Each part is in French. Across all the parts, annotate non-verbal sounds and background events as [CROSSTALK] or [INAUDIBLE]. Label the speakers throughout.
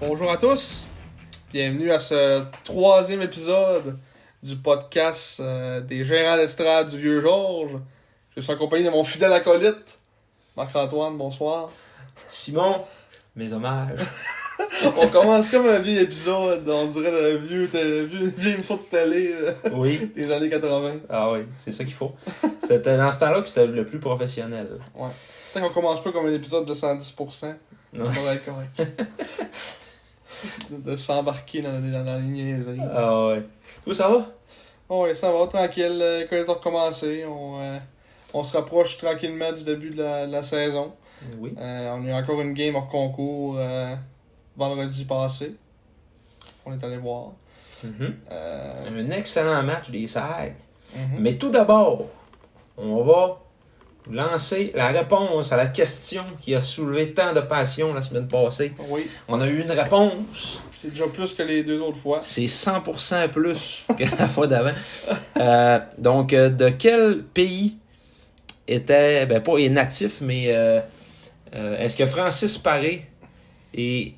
Speaker 1: Bonjour à tous, bienvenue à ce troisième épisode du podcast euh, des gérants d'estrade du vieux Georges. Je suis en compagnie de mon fidèle acolyte, Marc-Antoine, bonsoir.
Speaker 2: Simon, mes hommages.
Speaker 1: On commence comme un vieux épisode, on dirait le vieux, té- vieux- vieille émission de télé euh,
Speaker 2: Oui.
Speaker 1: des années 80.
Speaker 2: Ah oui, c'est ça qu'il faut. C'était dans ce temps-là que c'était le plus professionnel.
Speaker 1: Peut-être qu'on commence pas comme un épisode de 110%,
Speaker 2: Ouais.
Speaker 1: on va être correct. de, de s'embarquer dans, dans, dans les niaiseries.
Speaker 2: Ah ouais. Tout ça va?
Speaker 1: Bon, ouais, ça va, tranquille. euh, Quand on a recommencé, on, euh, on se rapproche tranquillement du début de la, de la saison.
Speaker 2: Oui.
Speaker 1: Euh, on a eu encore une game hors concours euh, vendredi passé. On est allé voir.
Speaker 2: Mhm.
Speaker 1: Euh,
Speaker 2: Un excellent match des Sags.
Speaker 1: mhm.
Speaker 2: Mais tout d'abord, on va lancer la réponse à la question qui a soulevé tant de passion la semaine passée.
Speaker 1: Oui,
Speaker 2: On a eu une réponse.
Speaker 1: c'est déjà plus que les deux autres fois.
Speaker 2: C'est 100% plus que la fois d'avant. Euh, donc, euh, de quel pays était, ben pas est natif, mais euh, euh, est-ce que Francis Paré est.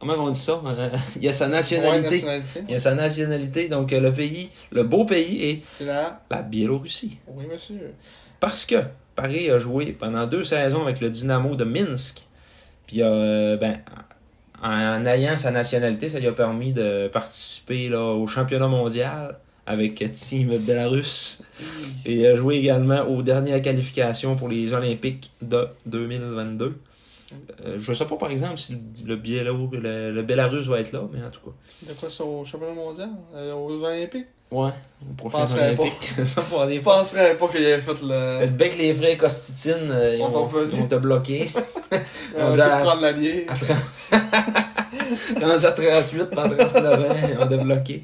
Speaker 2: Comment on dit ça Euh, Il a sa
Speaker 1: Ouais,
Speaker 2: nationalité.
Speaker 1: nationalité.
Speaker 2: Il a sa nationalité. Donc, euh, le pays, le beau pays est
Speaker 1: C'était là.
Speaker 2: la Biélorussie.
Speaker 1: Oui, monsieur.
Speaker 2: Parce que Paris a joué pendant deux saisons avec le Dynamo de Minsk. Puis, euh, ben, en ayant sa nationalité, ça lui a permis de participer là, au championnat mondial avec Team Belarus. Et il a joué également aux dernières qualifications pour les Olympiques de 2022. Euh, je ne sais pas, par exemple, si le, Biélo- le, le Bélarus va être là, mais en tout cas.
Speaker 1: De quoi ça au championnat mondial Euh, Aux Olympiques
Speaker 2: Ouais, au prochain
Speaker 1: Penserais pas.
Speaker 2: Olympique. [LAUGHS] ça, Euh, pour des
Speaker 1: Je penserais pas qu'il avait fait
Speaker 2: Fait
Speaker 1: le.
Speaker 2: que dès que les frères Costitine, euh, ils
Speaker 1: Sont
Speaker 2: ont,
Speaker 1: revenus.
Speaker 2: ils ont te bloqué.
Speaker 1: Il
Speaker 2: on
Speaker 1: avait
Speaker 2: dirait-
Speaker 1: pu euh, prendre la bière.
Speaker 2: À 30... Rendu à 38, pas 39 ans, on a bloqué.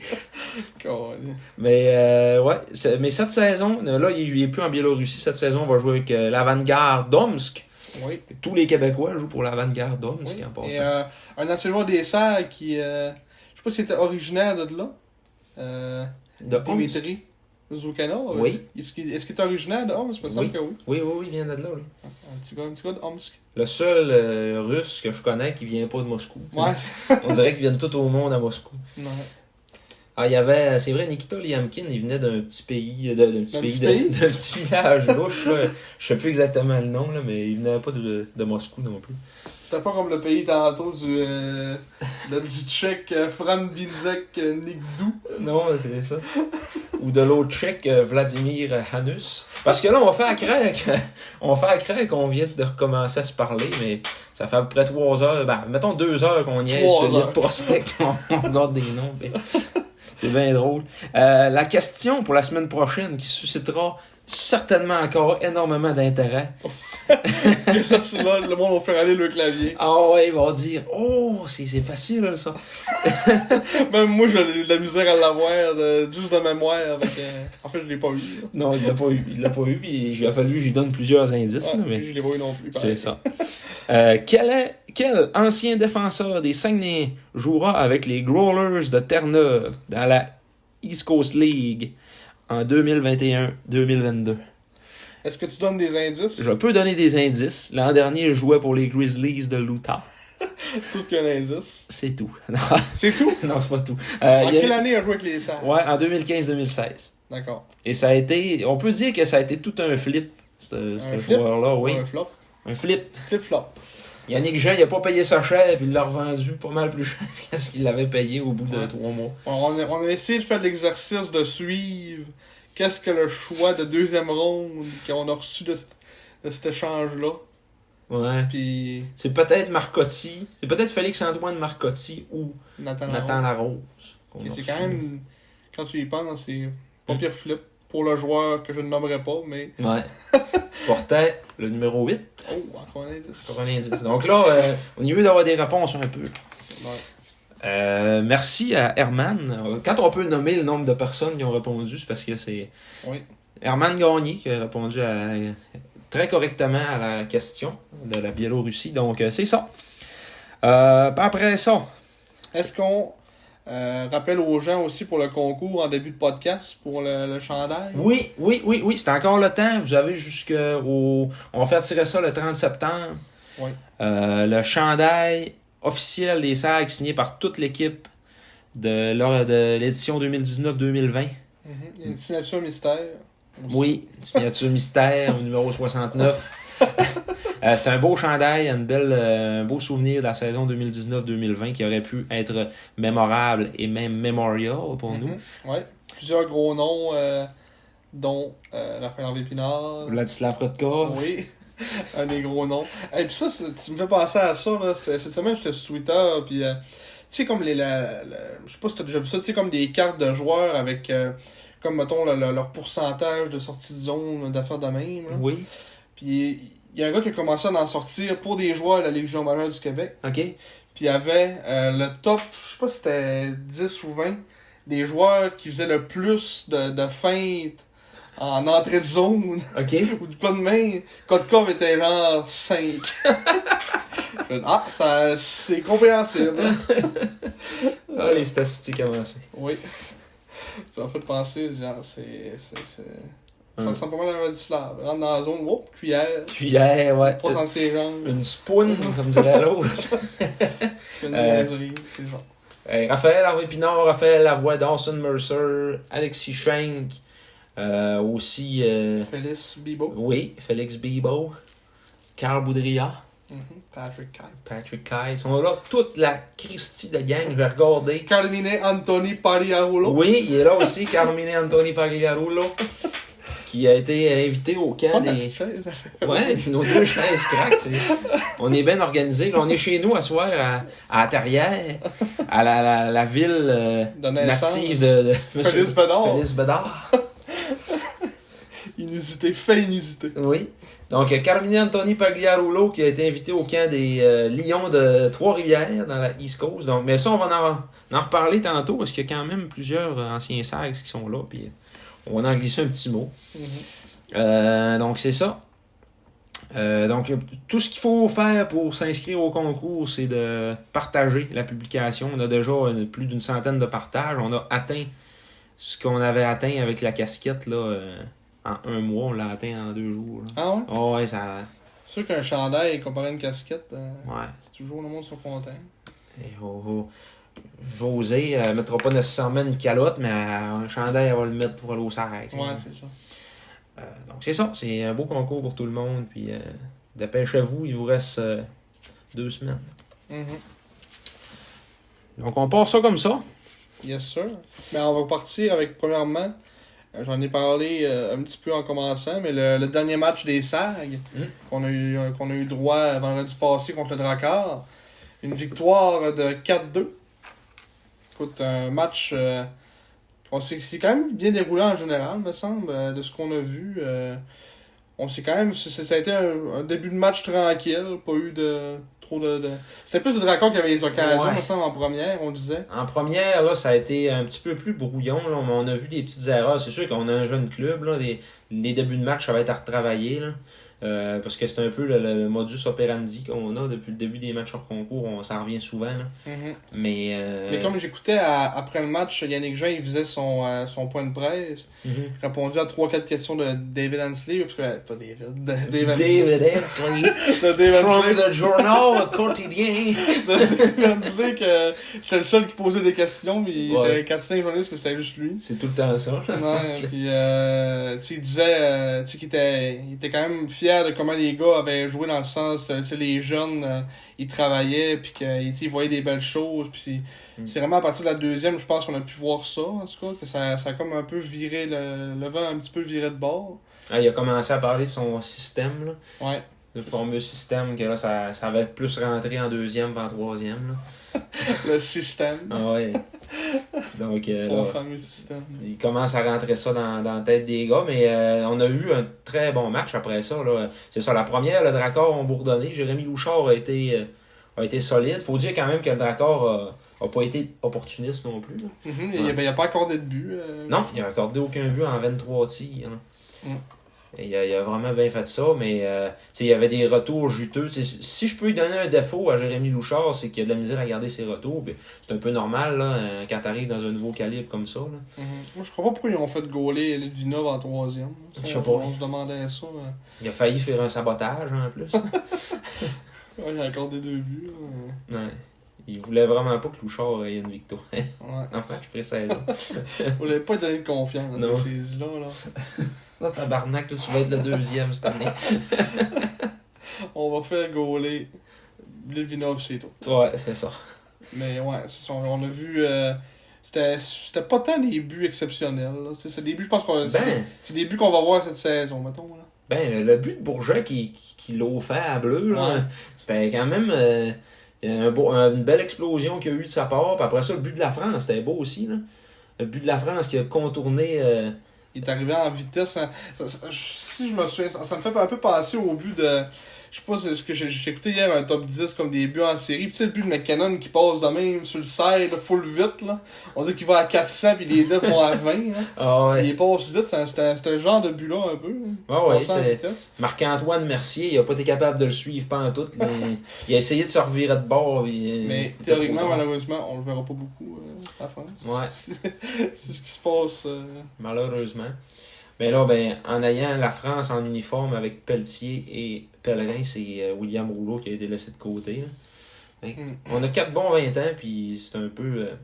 Speaker 1: Colin.
Speaker 2: Mais, euh, ouais, c'est- mais cette saison, euh, là, il il est plus en Biélorussie. Cette saison, on va jouer avec euh, l'avant-garde d'Omsk.
Speaker 1: Oui.
Speaker 2: Tous les Québécois jouent pour l'avant-garde d'Omsk
Speaker 1: Oui,
Speaker 2: en passant.
Speaker 1: Et euh, un enseignement des serres qui. euh, je sais pas s'il était originaire de là. Euh,
Speaker 2: De Omsk.
Speaker 1: Dimitri Zoukanov.
Speaker 2: Oui.
Speaker 1: Est-ce qu'il est, est originaire de Omsk Il me semble
Speaker 2: Oui.
Speaker 1: que oui.
Speaker 2: Oui, oui, oui, il vient de là. là.
Speaker 1: Un petit gars, un petit gars de
Speaker 2: [LAUGHS]
Speaker 1: Omsk.
Speaker 2: Le seul euh, russe que je connais qui vient pas de Moscou.
Speaker 1: Ouais.
Speaker 2: [LAUGHS] On dirait qu'ils viennent tout au monde à Moscou.
Speaker 1: non.
Speaker 2: Ah, il y avait, c'est vrai, Nikita Liamkin, il venait d'un petit pays, euh, d'un d'un petit
Speaker 1: D'un
Speaker 2: pays,
Speaker 1: petit
Speaker 2: de-
Speaker 1: pays?
Speaker 2: [LAUGHS] d'un petit village louche, là. Je sais plus exactement le nom, là, mais il venait pas de, de Moscou non plus.
Speaker 1: C'était pas comme le pays tantôt du. Euh, le- du tchèque euh, Fran Binzek euh, [LAUGHS] Nikdou.
Speaker 2: Non, c'est ça. Ou de l'autre tchèque, euh, Vladimir Hanus. Parce que là, on va faire à craque. On va faire à craque, on vient de recommencer à se parler, mais ça fait à peu près trois heures, ben, mettons deux heures qu'on y est
Speaker 1: Trois
Speaker 2: sur
Speaker 1: heures.
Speaker 2: le prospect, on, on regarde des noms. puis C'est bien drôle. Euh, la question pour la semaine prochaine qui suscitera certainement encore énormément d'intérêt.
Speaker 1: Là, c'est là, le monde va faire aller le clavier.
Speaker 2: Ah ouais, ils vont dire Oh, c'est c'est facile ça.
Speaker 1: Même moi, j'ai eu de la misère à l'avoir, de- juste de mémoire. Avec, euh, en fait, je l'ai pas eu.
Speaker 2: Non, il l'a pas eu. Il l'a pas eu, puis il a fallu que j'y donne plusieurs indices. là,
Speaker 1: Ouais,
Speaker 2: mais...
Speaker 1: Je l'ai pas eu non plus.
Speaker 2: C'est
Speaker 1: pareil.
Speaker 2: ça. Euh, quel, est- quel ancien défenseur des Saguenay jouera avec les Growlers de Terre-Neuve dans la East Coast League en 2021-2022?
Speaker 1: Est-ce que tu donnes des indices
Speaker 2: Je peux donner des indices. L'an dernier, il jouait pour les Grizzlies de l'Utah.
Speaker 1: Tout qu'un indice.
Speaker 2: C'est tout. [LAUGHS] Non,
Speaker 1: C'est tout
Speaker 2: non c'est pas tout. Euh,
Speaker 1: En
Speaker 2: il y a-
Speaker 1: quelle année il a joué avec les Saints
Speaker 2: Ouais, en 2015-2016.
Speaker 1: D'accord.
Speaker 2: Et ça a été... On peut dire que ça a été tout un flip, ce, ce
Speaker 1: flip?
Speaker 2: joueur-là, oui.
Speaker 1: Un flop.
Speaker 2: Un flip.
Speaker 1: Flip-flop.
Speaker 2: Yannick Jean, il a pas payé sa chère, puis il l'a revendu pas mal plus cher [LAUGHS] que ce qu'il avait payé au bout de
Speaker 1: Ouais.
Speaker 2: trois mois.
Speaker 1: On, on a, on a essayé de faire l'exercice de suivre qu'est-ce que le choix de deuxième ronde qu'on a reçu de, cet- de cet échange-là.
Speaker 2: Ouais.
Speaker 1: Puis
Speaker 2: C'est peut-être Marcotti, c'est peut-être Félix-Antoine Marcotti ou
Speaker 1: Nathan
Speaker 2: Nathan
Speaker 1: Nathan
Speaker 2: Larose. qu'on a
Speaker 1: C'est
Speaker 2: reçu.
Speaker 1: quand même, quand tu y penses, c'est pas
Speaker 2: Mm.
Speaker 1: pire flip pour le joueur que je ne nommerai pas, mais.
Speaker 2: Ouais.
Speaker 1: [LAUGHS]
Speaker 2: Portait le numéro 8.
Speaker 1: Oh, encore un indice.
Speaker 2: Encore un indice. Donc là, euh, on est mieux d'avoir des réponses un peu.
Speaker 1: Ouais.
Speaker 2: Euh, merci à Herman. Quand on peut nommer le nombre de personnes qui ont répondu, c'est parce que c'est
Speaker 1: Oui.
Speaker 2: Herman Gagné qui a répondu à- très correctement à la question de la Biélorussie. Donc, euh, c'est ça. Euh, après ça,
Speaker 1: Est-ce qu'on euh, rappelle aux gens aussi pour le concours en début de podcast pour le, le chandail
Speaker 2: oui, oui, oui, oui, c'est encore le temps. Vous avez jusqu'au. On va faire tirer ça le 30 septembre.
Speaker 1: Oui.
Speaker 2: Euh, le chandail officiel des SAG signé par toute l'équipe de, l'or- de l'édition 2019-2020.
Speaker 1: Mhm. Il y a une signature mystère. aussi.
Speaker 2: Oui,
Speaker 1: [LAUGHS]
Speaker 2: signature mystère au numéro 69. Euh, c'est un beau chandail, une belle, euh, un beau souvenir de la saison 2019-2020 qui aurait pu être mémorable et même memorial pour
Speaker 1: Mhm.
Speaker 2: nous.
Speaker 1: Ouais. Plusieurs gros noms, euh, dont euh, Raphaël Henri Pinard.
Speaker 2: Vladislav Kotka.
Speaker 1: Oui, [LAUGHS] un des gros noms. Et puis ça, c'est- tu me fais penser à ça, là. C'est- Cette semaine, j'étais sur Twitter, puis euh, tu sais, comme les. la- la- je sais pas si t'as déjà vu ça, tu sais, comme des cartes de joueurs avec, euh, comme mettons, le- le- leur pourcentage de sortie de zone, d'affaires de même. là.
Speaker 2: Oui,
Speaker 1: Puis il y a un gars qui a commencé à en sortir pour des joueurs de la Ligue junior majeure du Québec.
Speaker 2: ok.
Speaker 1: Puis il y avait euh, le top, je sais pas si c'était 10 ou 20, des joueurs qui faisaient le plus de, de feintes en entrée de zone [LAUGHS]
Speaker 2: Ok.
Speaker 1: ou de pas de main. Kotkov était genre 5. ah, ça, c'est compréhensible.
Speaker 2: Ah, les statistiques avancées.
Speaker 1: oui. Ça m'a fait penser, genre, c'est. c'est, c'est... Ça
Speaker 2: Hum.
Speaker 1: ressemble pas mal à Vladislav. Rentre dans la zone, whoop, cuillère,
Speaker 2: Cuillère, ouais. Euh.
Speaker 1: pas dans ses jambes,
Speaker 2: Une spoon, comme dirait l'autre.
Speaker 1: fait une
Speaker 2: Euh.
Speaker 1: niaiserie, c'est genre.
Speaker 2: Hey, Raphaël Harvey Pinard, Raphaël Lavoie, Dawson Mercer, Alexis Schenk, euh, aussi, euh,
Speaker 1: Félix Bibo,
Speaker 2: oui, Félix Bibo, Carl Boudria,
Speaker 1: Mhm. Patrick Kite.
Speaker 2: Patrick Kai, ils sont là, toute la Christie de gang, je vais regarder.
Speaker 1: Carmine Anthony Pariarulo.
Speaker 2: Oui, il est là aussi, Carmine Anthony Pagliarulo, qui a été invité au
Speaker 1: Pas
Speaker 2: camp
Speaker 1: de la
Speaker 2: des...
Speaker 1: petite chaise.
Speaker 2: Ouais, nos deux chaises crack. c'est- On est bien organisés. Là, on est chez nous à soir à, à Terrière, à la, la, la ville euh,
Speaker 1: De naissance.
Speaker 2: native de, de Monsieur-
Speaker 1: Félix Bédard.
Speaker 2: Félix Bédard.
Speaker 1: Inusité, fait inusité.
Speaker 2: Oui. Donc, euh, Carmine Anthony Pagliarulo qui a été invité au camp des euh, Lions de Trois-Rivières dans la East Coast. Donc, mais ça, on va en, en reparler tantôt parce qu'il y a quand même plusieurs euh, anciens sags qui sont là. Puis, euh, on va en glisser un petit mot. Euh, donc, c'est ça. Euh, donc, tout ce qu'il faut faire pour s'inscrire au concours, c'est de partager la publication. On a déjà euh, plus d'une centaine de partages. On a atteint ce qu'on avait atteint avec la casquette là, euh, en un mois. On l'a atteint en deux jours. là.
Speaker 1: Ah ouais?
Speaker 2: Oh, ouais, ça.
Speaker 1: C'est sûr qu'un chandail comparé à une casquette, euh,
Speaker 2: Ouais.
Speaker 1: c'est toujours le monde sont contents.
Speaker 2: Et oh, oh. José, elle mettra pas nécessairement une calotte, mais euh, un chandail, elle va le mettre pour aller au Sahara.
Speaker 1: Ouais, c'est ça.
Speaker 2: Euh, donc c'est ça, c'est un beau concours pour tout le monde. Puis euh, dépêchez-vous, il vous reste euh, deux semaines.
Speaker 1: Mhm.
Speaker 2: Donc on part ça comme ça.
Speaker 1: Yes, sir. Mais on va partir avec, premièrement, euh, j'en ai parlé euh, un petit peu en commençant, mais le, le dernier match des SAG
Speaker 2: Mm.
Speaker 1: qu'on a, eu, euh, qu'on a eu droit vendredi passé contre le Drakkar. Une victoire de 4-2. Écoute, un match. euh, on s'est- c'est quand même bien déroulé en général, me semble, euh, de ce qu'on a vu. euh, on s'est quand même. c'est- c'est- Ça a été un, un début de match tranquille, pas eu de. Trop de. de- C'était plus le Drakkar qui avait les occasions,
Speaker 2: Ouais.
Speaker 1: me semble, en première, on disait.
Speaker 2: En première, là, ça a été un petit peu plus brouillon. Là, mais on a vu des petites erreurs. C'est sûr qu'on a un jeune club. Là, des- les débuts de match, ça va être à retravailler. là. Euh, parce que c'est un peu le, le- le modus operandi qu'on a depuis le début des matchs hors concours. On s'en revient souvent. là.
Speaker 1: Mhm.
Speaker 2: Mais, euh,
Speaker 1: Mais comme j'écoutais à- après le match, Yannick Jean, il faisait son, euh, son point de presse.
Speaker 2: Mhm.
Speaker 1: Il répondait à 3-4 questions de David Hensley. Parce que, euh, pas David, de- Dave Hensley.
Speaker 2: David
Speaker 1: [LAUGHS]
Speaker 2: Hensley,
Speaker 1: De Dave
Speaker 2: from
Speaker 1: Hensley.
Speaker 2: the journal quotidien.
Speaker 1: de Dave Hensley que c'est le seul qui posait des questions. Mais il
Speaker 2: Ouais.
Speaker 1: était 4-5 journalistes, mais c'était juste lui.
Speaker 2: C'est tout le temps ça. là. [LAUGHS]
Speaker 1: Ouais, puis, euh, tu sais, il disait euh, tu sais, qu'il était, il était quand même fier fier de comment les gars avaient joué dans le sens, euh, tu sais, les jeunes, euh, ils travaillaient, puis qu'ils voyaient des belles choses. Puis
Speaker 2: Mm.
Speaker 1: c'est- c'est vraiment à partir de la deuxième, je pense qu'on a pu voir ça, en tout cas, que ça, ça a comme un peu viré, le, le vent a un petit peu viré de bord.
Speaker 2: Ah, il a commencé à parler de son système, là.
Speaker 1: Ouais.
Speaker 2: Le fameux système que là, ça, ça va être plus rentré en deuxième qu'en troisième, là.
Speaker 1: Le système.
Speaker 2: Ah
Speaker 1: [LAUGHS]
Speaker 2: ouais. Donc, euh,
Speaker 1: Son
Speaker 2: là,
Speaker 1: fameux système.
Speaker 2: il commence à rentrer ça dans, dans la tête des gars, mais euh, on a eu un très bon match après ça. là. C'est ça, la première, le Dracor ont bourdonné. Jérémy Louchard a été, euh, a été solide. faut dire quand même que le Dracor a, a pas été opportuniste non plus. là.
Speaker 1: Mhm, Il n'y a, ben, il y a pas encore de but. euh,
Speaker 2: Non, il a accordé aucun but en 23 tirs. là.
Speaker 1: Mm.
Speaker 2: Et Il, a, il a vraiment bien fait ça, mais euh, tu sais, il y avait des retours juteux. Tu sais, si- si je peux lui donner un défaut à Jérémy Louchard, c'est qu'il a de la misère à garder ses retours. puis C'est un peu normal là, euh, quand tu arrives dans un nouveau calibre comme ça. là.
Speaker 1: Mhm. Moi, je crois pas pourquoi ils ont fait gauler Ludvinov en troisième. Ça,
Speaker 2: Je sais pas.
Speaker 1: On se demandait ça. euh.
Speaker 2: Il a failli faire un sabotage hein, en plus.
Speaker 1: Ouais, il a accordé deux buts. hein.
Speaker 2: ouais. Il voulait vraiment pas que Louchard ait une victoire. [LAUGHS]
Speaker 1: Ouais.
Speaker 2: en match [LAUGHS] pré-saison.
Speaker 1: On l'avait pas donné de confiance.
Speaker 2: Non.
Speaker 1: Non. Ces là, là.
Speaker 2: Là, Oh, tabarnak, là, tu vas être le deuxième cette année.
Speaker 1: On va faire gauler Ludvinov, c'est tout.
Speaker 2: Ouais, c'est ça.
Speaker 1: Mais ouais, c'est ça. On a vu. euh, c'était c'était pas tant des buts exceptionnels. là. C'est c'est des buts, je pense qu'on. c'est des-
Speaker 2: Ben,
Speaker 1: C'est des buts qu'on va voir cette saison, mettons. Là.
Speaker 2: ben le but de Bourget qui, qui, qui l'a offert à Bleu, là,
Speaker 1: Ouais.
Speaker 2: c'était quand même euh, un beau- une belle explosion qu'il y a eu de sa part. Puis après ça, le but de la France, c'était beau aussi. Là. Le but de la France qui a contourné. euh,
Speaker 1: Il est arrivé en vitesse. hein. Ça- ça- je- si je me souviens, ça, ça me fait un peu penser au but de. Je sais pas, c'est ce que j'ai j'ai écouté hier un top 10 comme des buts en série. Puis tu sais, le but de McKinnon qui passe de même sur le side, là, full vite. là. On dit qu'il va à 400 puis les deux vont à 20. Là.
Speaker 2: Ah
Speaker 1: Puis
Speaker 2: ouais.
Speaker 1: Il passe vite, c'est un- c'est un, c'est un genre de but-là un peu. hein.
Speaker 2: Ah ouais,
Speaker 1: Passé en
Speaker 2: c'est-
Speaker 1: vitesse.
Speaker 2: Marc-Antoine Mercier, il a pas été capable de le suivre pas en tout. Mais il a essayé de se revirer de bord. puis-
Speaker 1: Mais
Speaker 2: c'était
Speaker 1: théoriquement,
Speaker 2: trop tard.
Speaker 1: malheureusement, on le verra pas beaucoup euh, à France.
Speaker 2: Ouais.
Speaker 1: [LAUGHS] c'est ce qui se passe. euh.
Speaker 2: Malheureusement. Mais là, ben, en ayant la France en uniforme avec Pelletier et Pellerin, c'est euh, William Rouleau qui a été laissé de côté. là. Fait que,
Speaker 1: Mm.
Speaker 2: On a quatre bons 20 ans, puis c'est un peu. euh,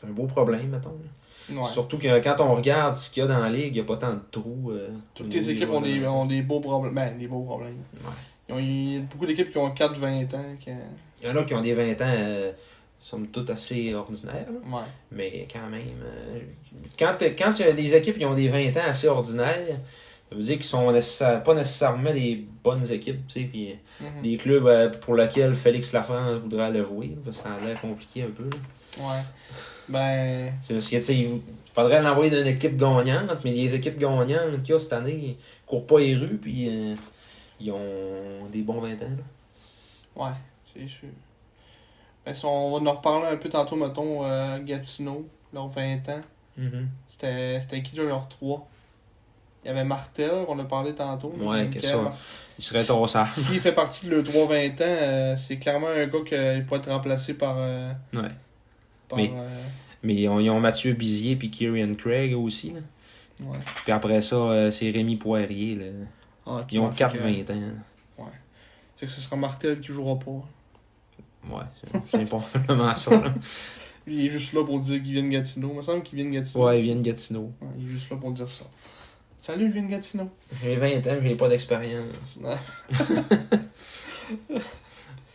Speaker 2: c'est un beau problème, mettons. là.
Speaker 1: Ouais.
Speaker 2: Surtout que quand on regarde ce qu'il y a dans la ligue, il n'y a pas tant de trous. euh, au
Speaker 1: Toutes
Speaker 2: niveau
Speaker 1: les équipes ont des,
Speaker 2: joueurs.
Speaker 1: ont des beaux problèmes. Ben, des beaux problèmes.
Speaker 2: Ouais.
Speaker 1: Ils ont- Il y a beaucoup d'équipes qui ont 4-20 ans. qui- Ouais.
Speaker 2: Il y en a qui ont des 20 ans, euh, somme toute assez ordinaires. là. Mais quand même, euh, quand, t'es- quand tu as des équipes qui ont des 20 ans assez ordinaires, ça veut dire qu'ils sont nécessaire- pas nécessairement des bonnes équipes, tu sais, puis
Speaker 1: Mhm.
Speaker 2: des clubs euh, pour lesquels Félix Lafrance voudrait aller jouer, là, parce que ça a l'air compliqué un peu. là.
Speaker 1: Ouais. Ben.
Speaker 2: C'est parce que, tu sais, il faudrait l'envoyer d'une équipe gagnante, mais les équipes gagnantes qu'il y a cette année, ils courent pas les rues, puis euh, ils ont des bons 20 ans. là.
Speaker 1: Ouais, c'est sûr. Ben, si on va nous reparler un peu tantôt, mettons, euh, Gatineau, leurs 20 ans. C'était c'était qui de leurs trois Il y avait Martel, qu'on a parlé tantôt.
Speaker 2: Ouais,
Speaker 1: Michael
Speaker 2: que ça.
Speaker 1: Martel.
Speaker 2: Il serait ton ça.
Speaker 1: S'il fait partie de le 3-20 ans, euh, c'est clairement un gars qui pourrait être remplacé par. euh,
Speaker 2: Ouais.
Speaker 1: par,
Speaker 2: Mais-
Speaker 1: euh,
Speaker 2: Mais ils ont, ils ont Mathieu Bizier puis Kieran Craig aussi. là.
Speaker 1: ouais.
Speaker 2: Puis après ça, euh, c'est Rémi Poirier. Là.
Speaker 1: Ah,
Speaker 2: Ils ont
Speaker 1: ouais, fait
Speaker 2: 4-20 ans. là.
Speaker 1: que- Fait que ce sera Martel qui jouera pas.
Speaker 2: Ouais, c'est- [LAUGHS] c'est probablement ça. là.
Speaker 1: Lui, il est juste là pour dire qu'il vient de Gatineau. Il me semble qu'il vient de Gatineau.
Speaker 2: Ouais, ils viennent de Gatineau.
Speaker 1: Ouais, il est juste là pour dire ça. Salut, il vient de Gatineau. [LAUGHS]
Speaker 2: J'ai 20 ans, j'ai pas d'expérience.
Speaker 1: Ouais.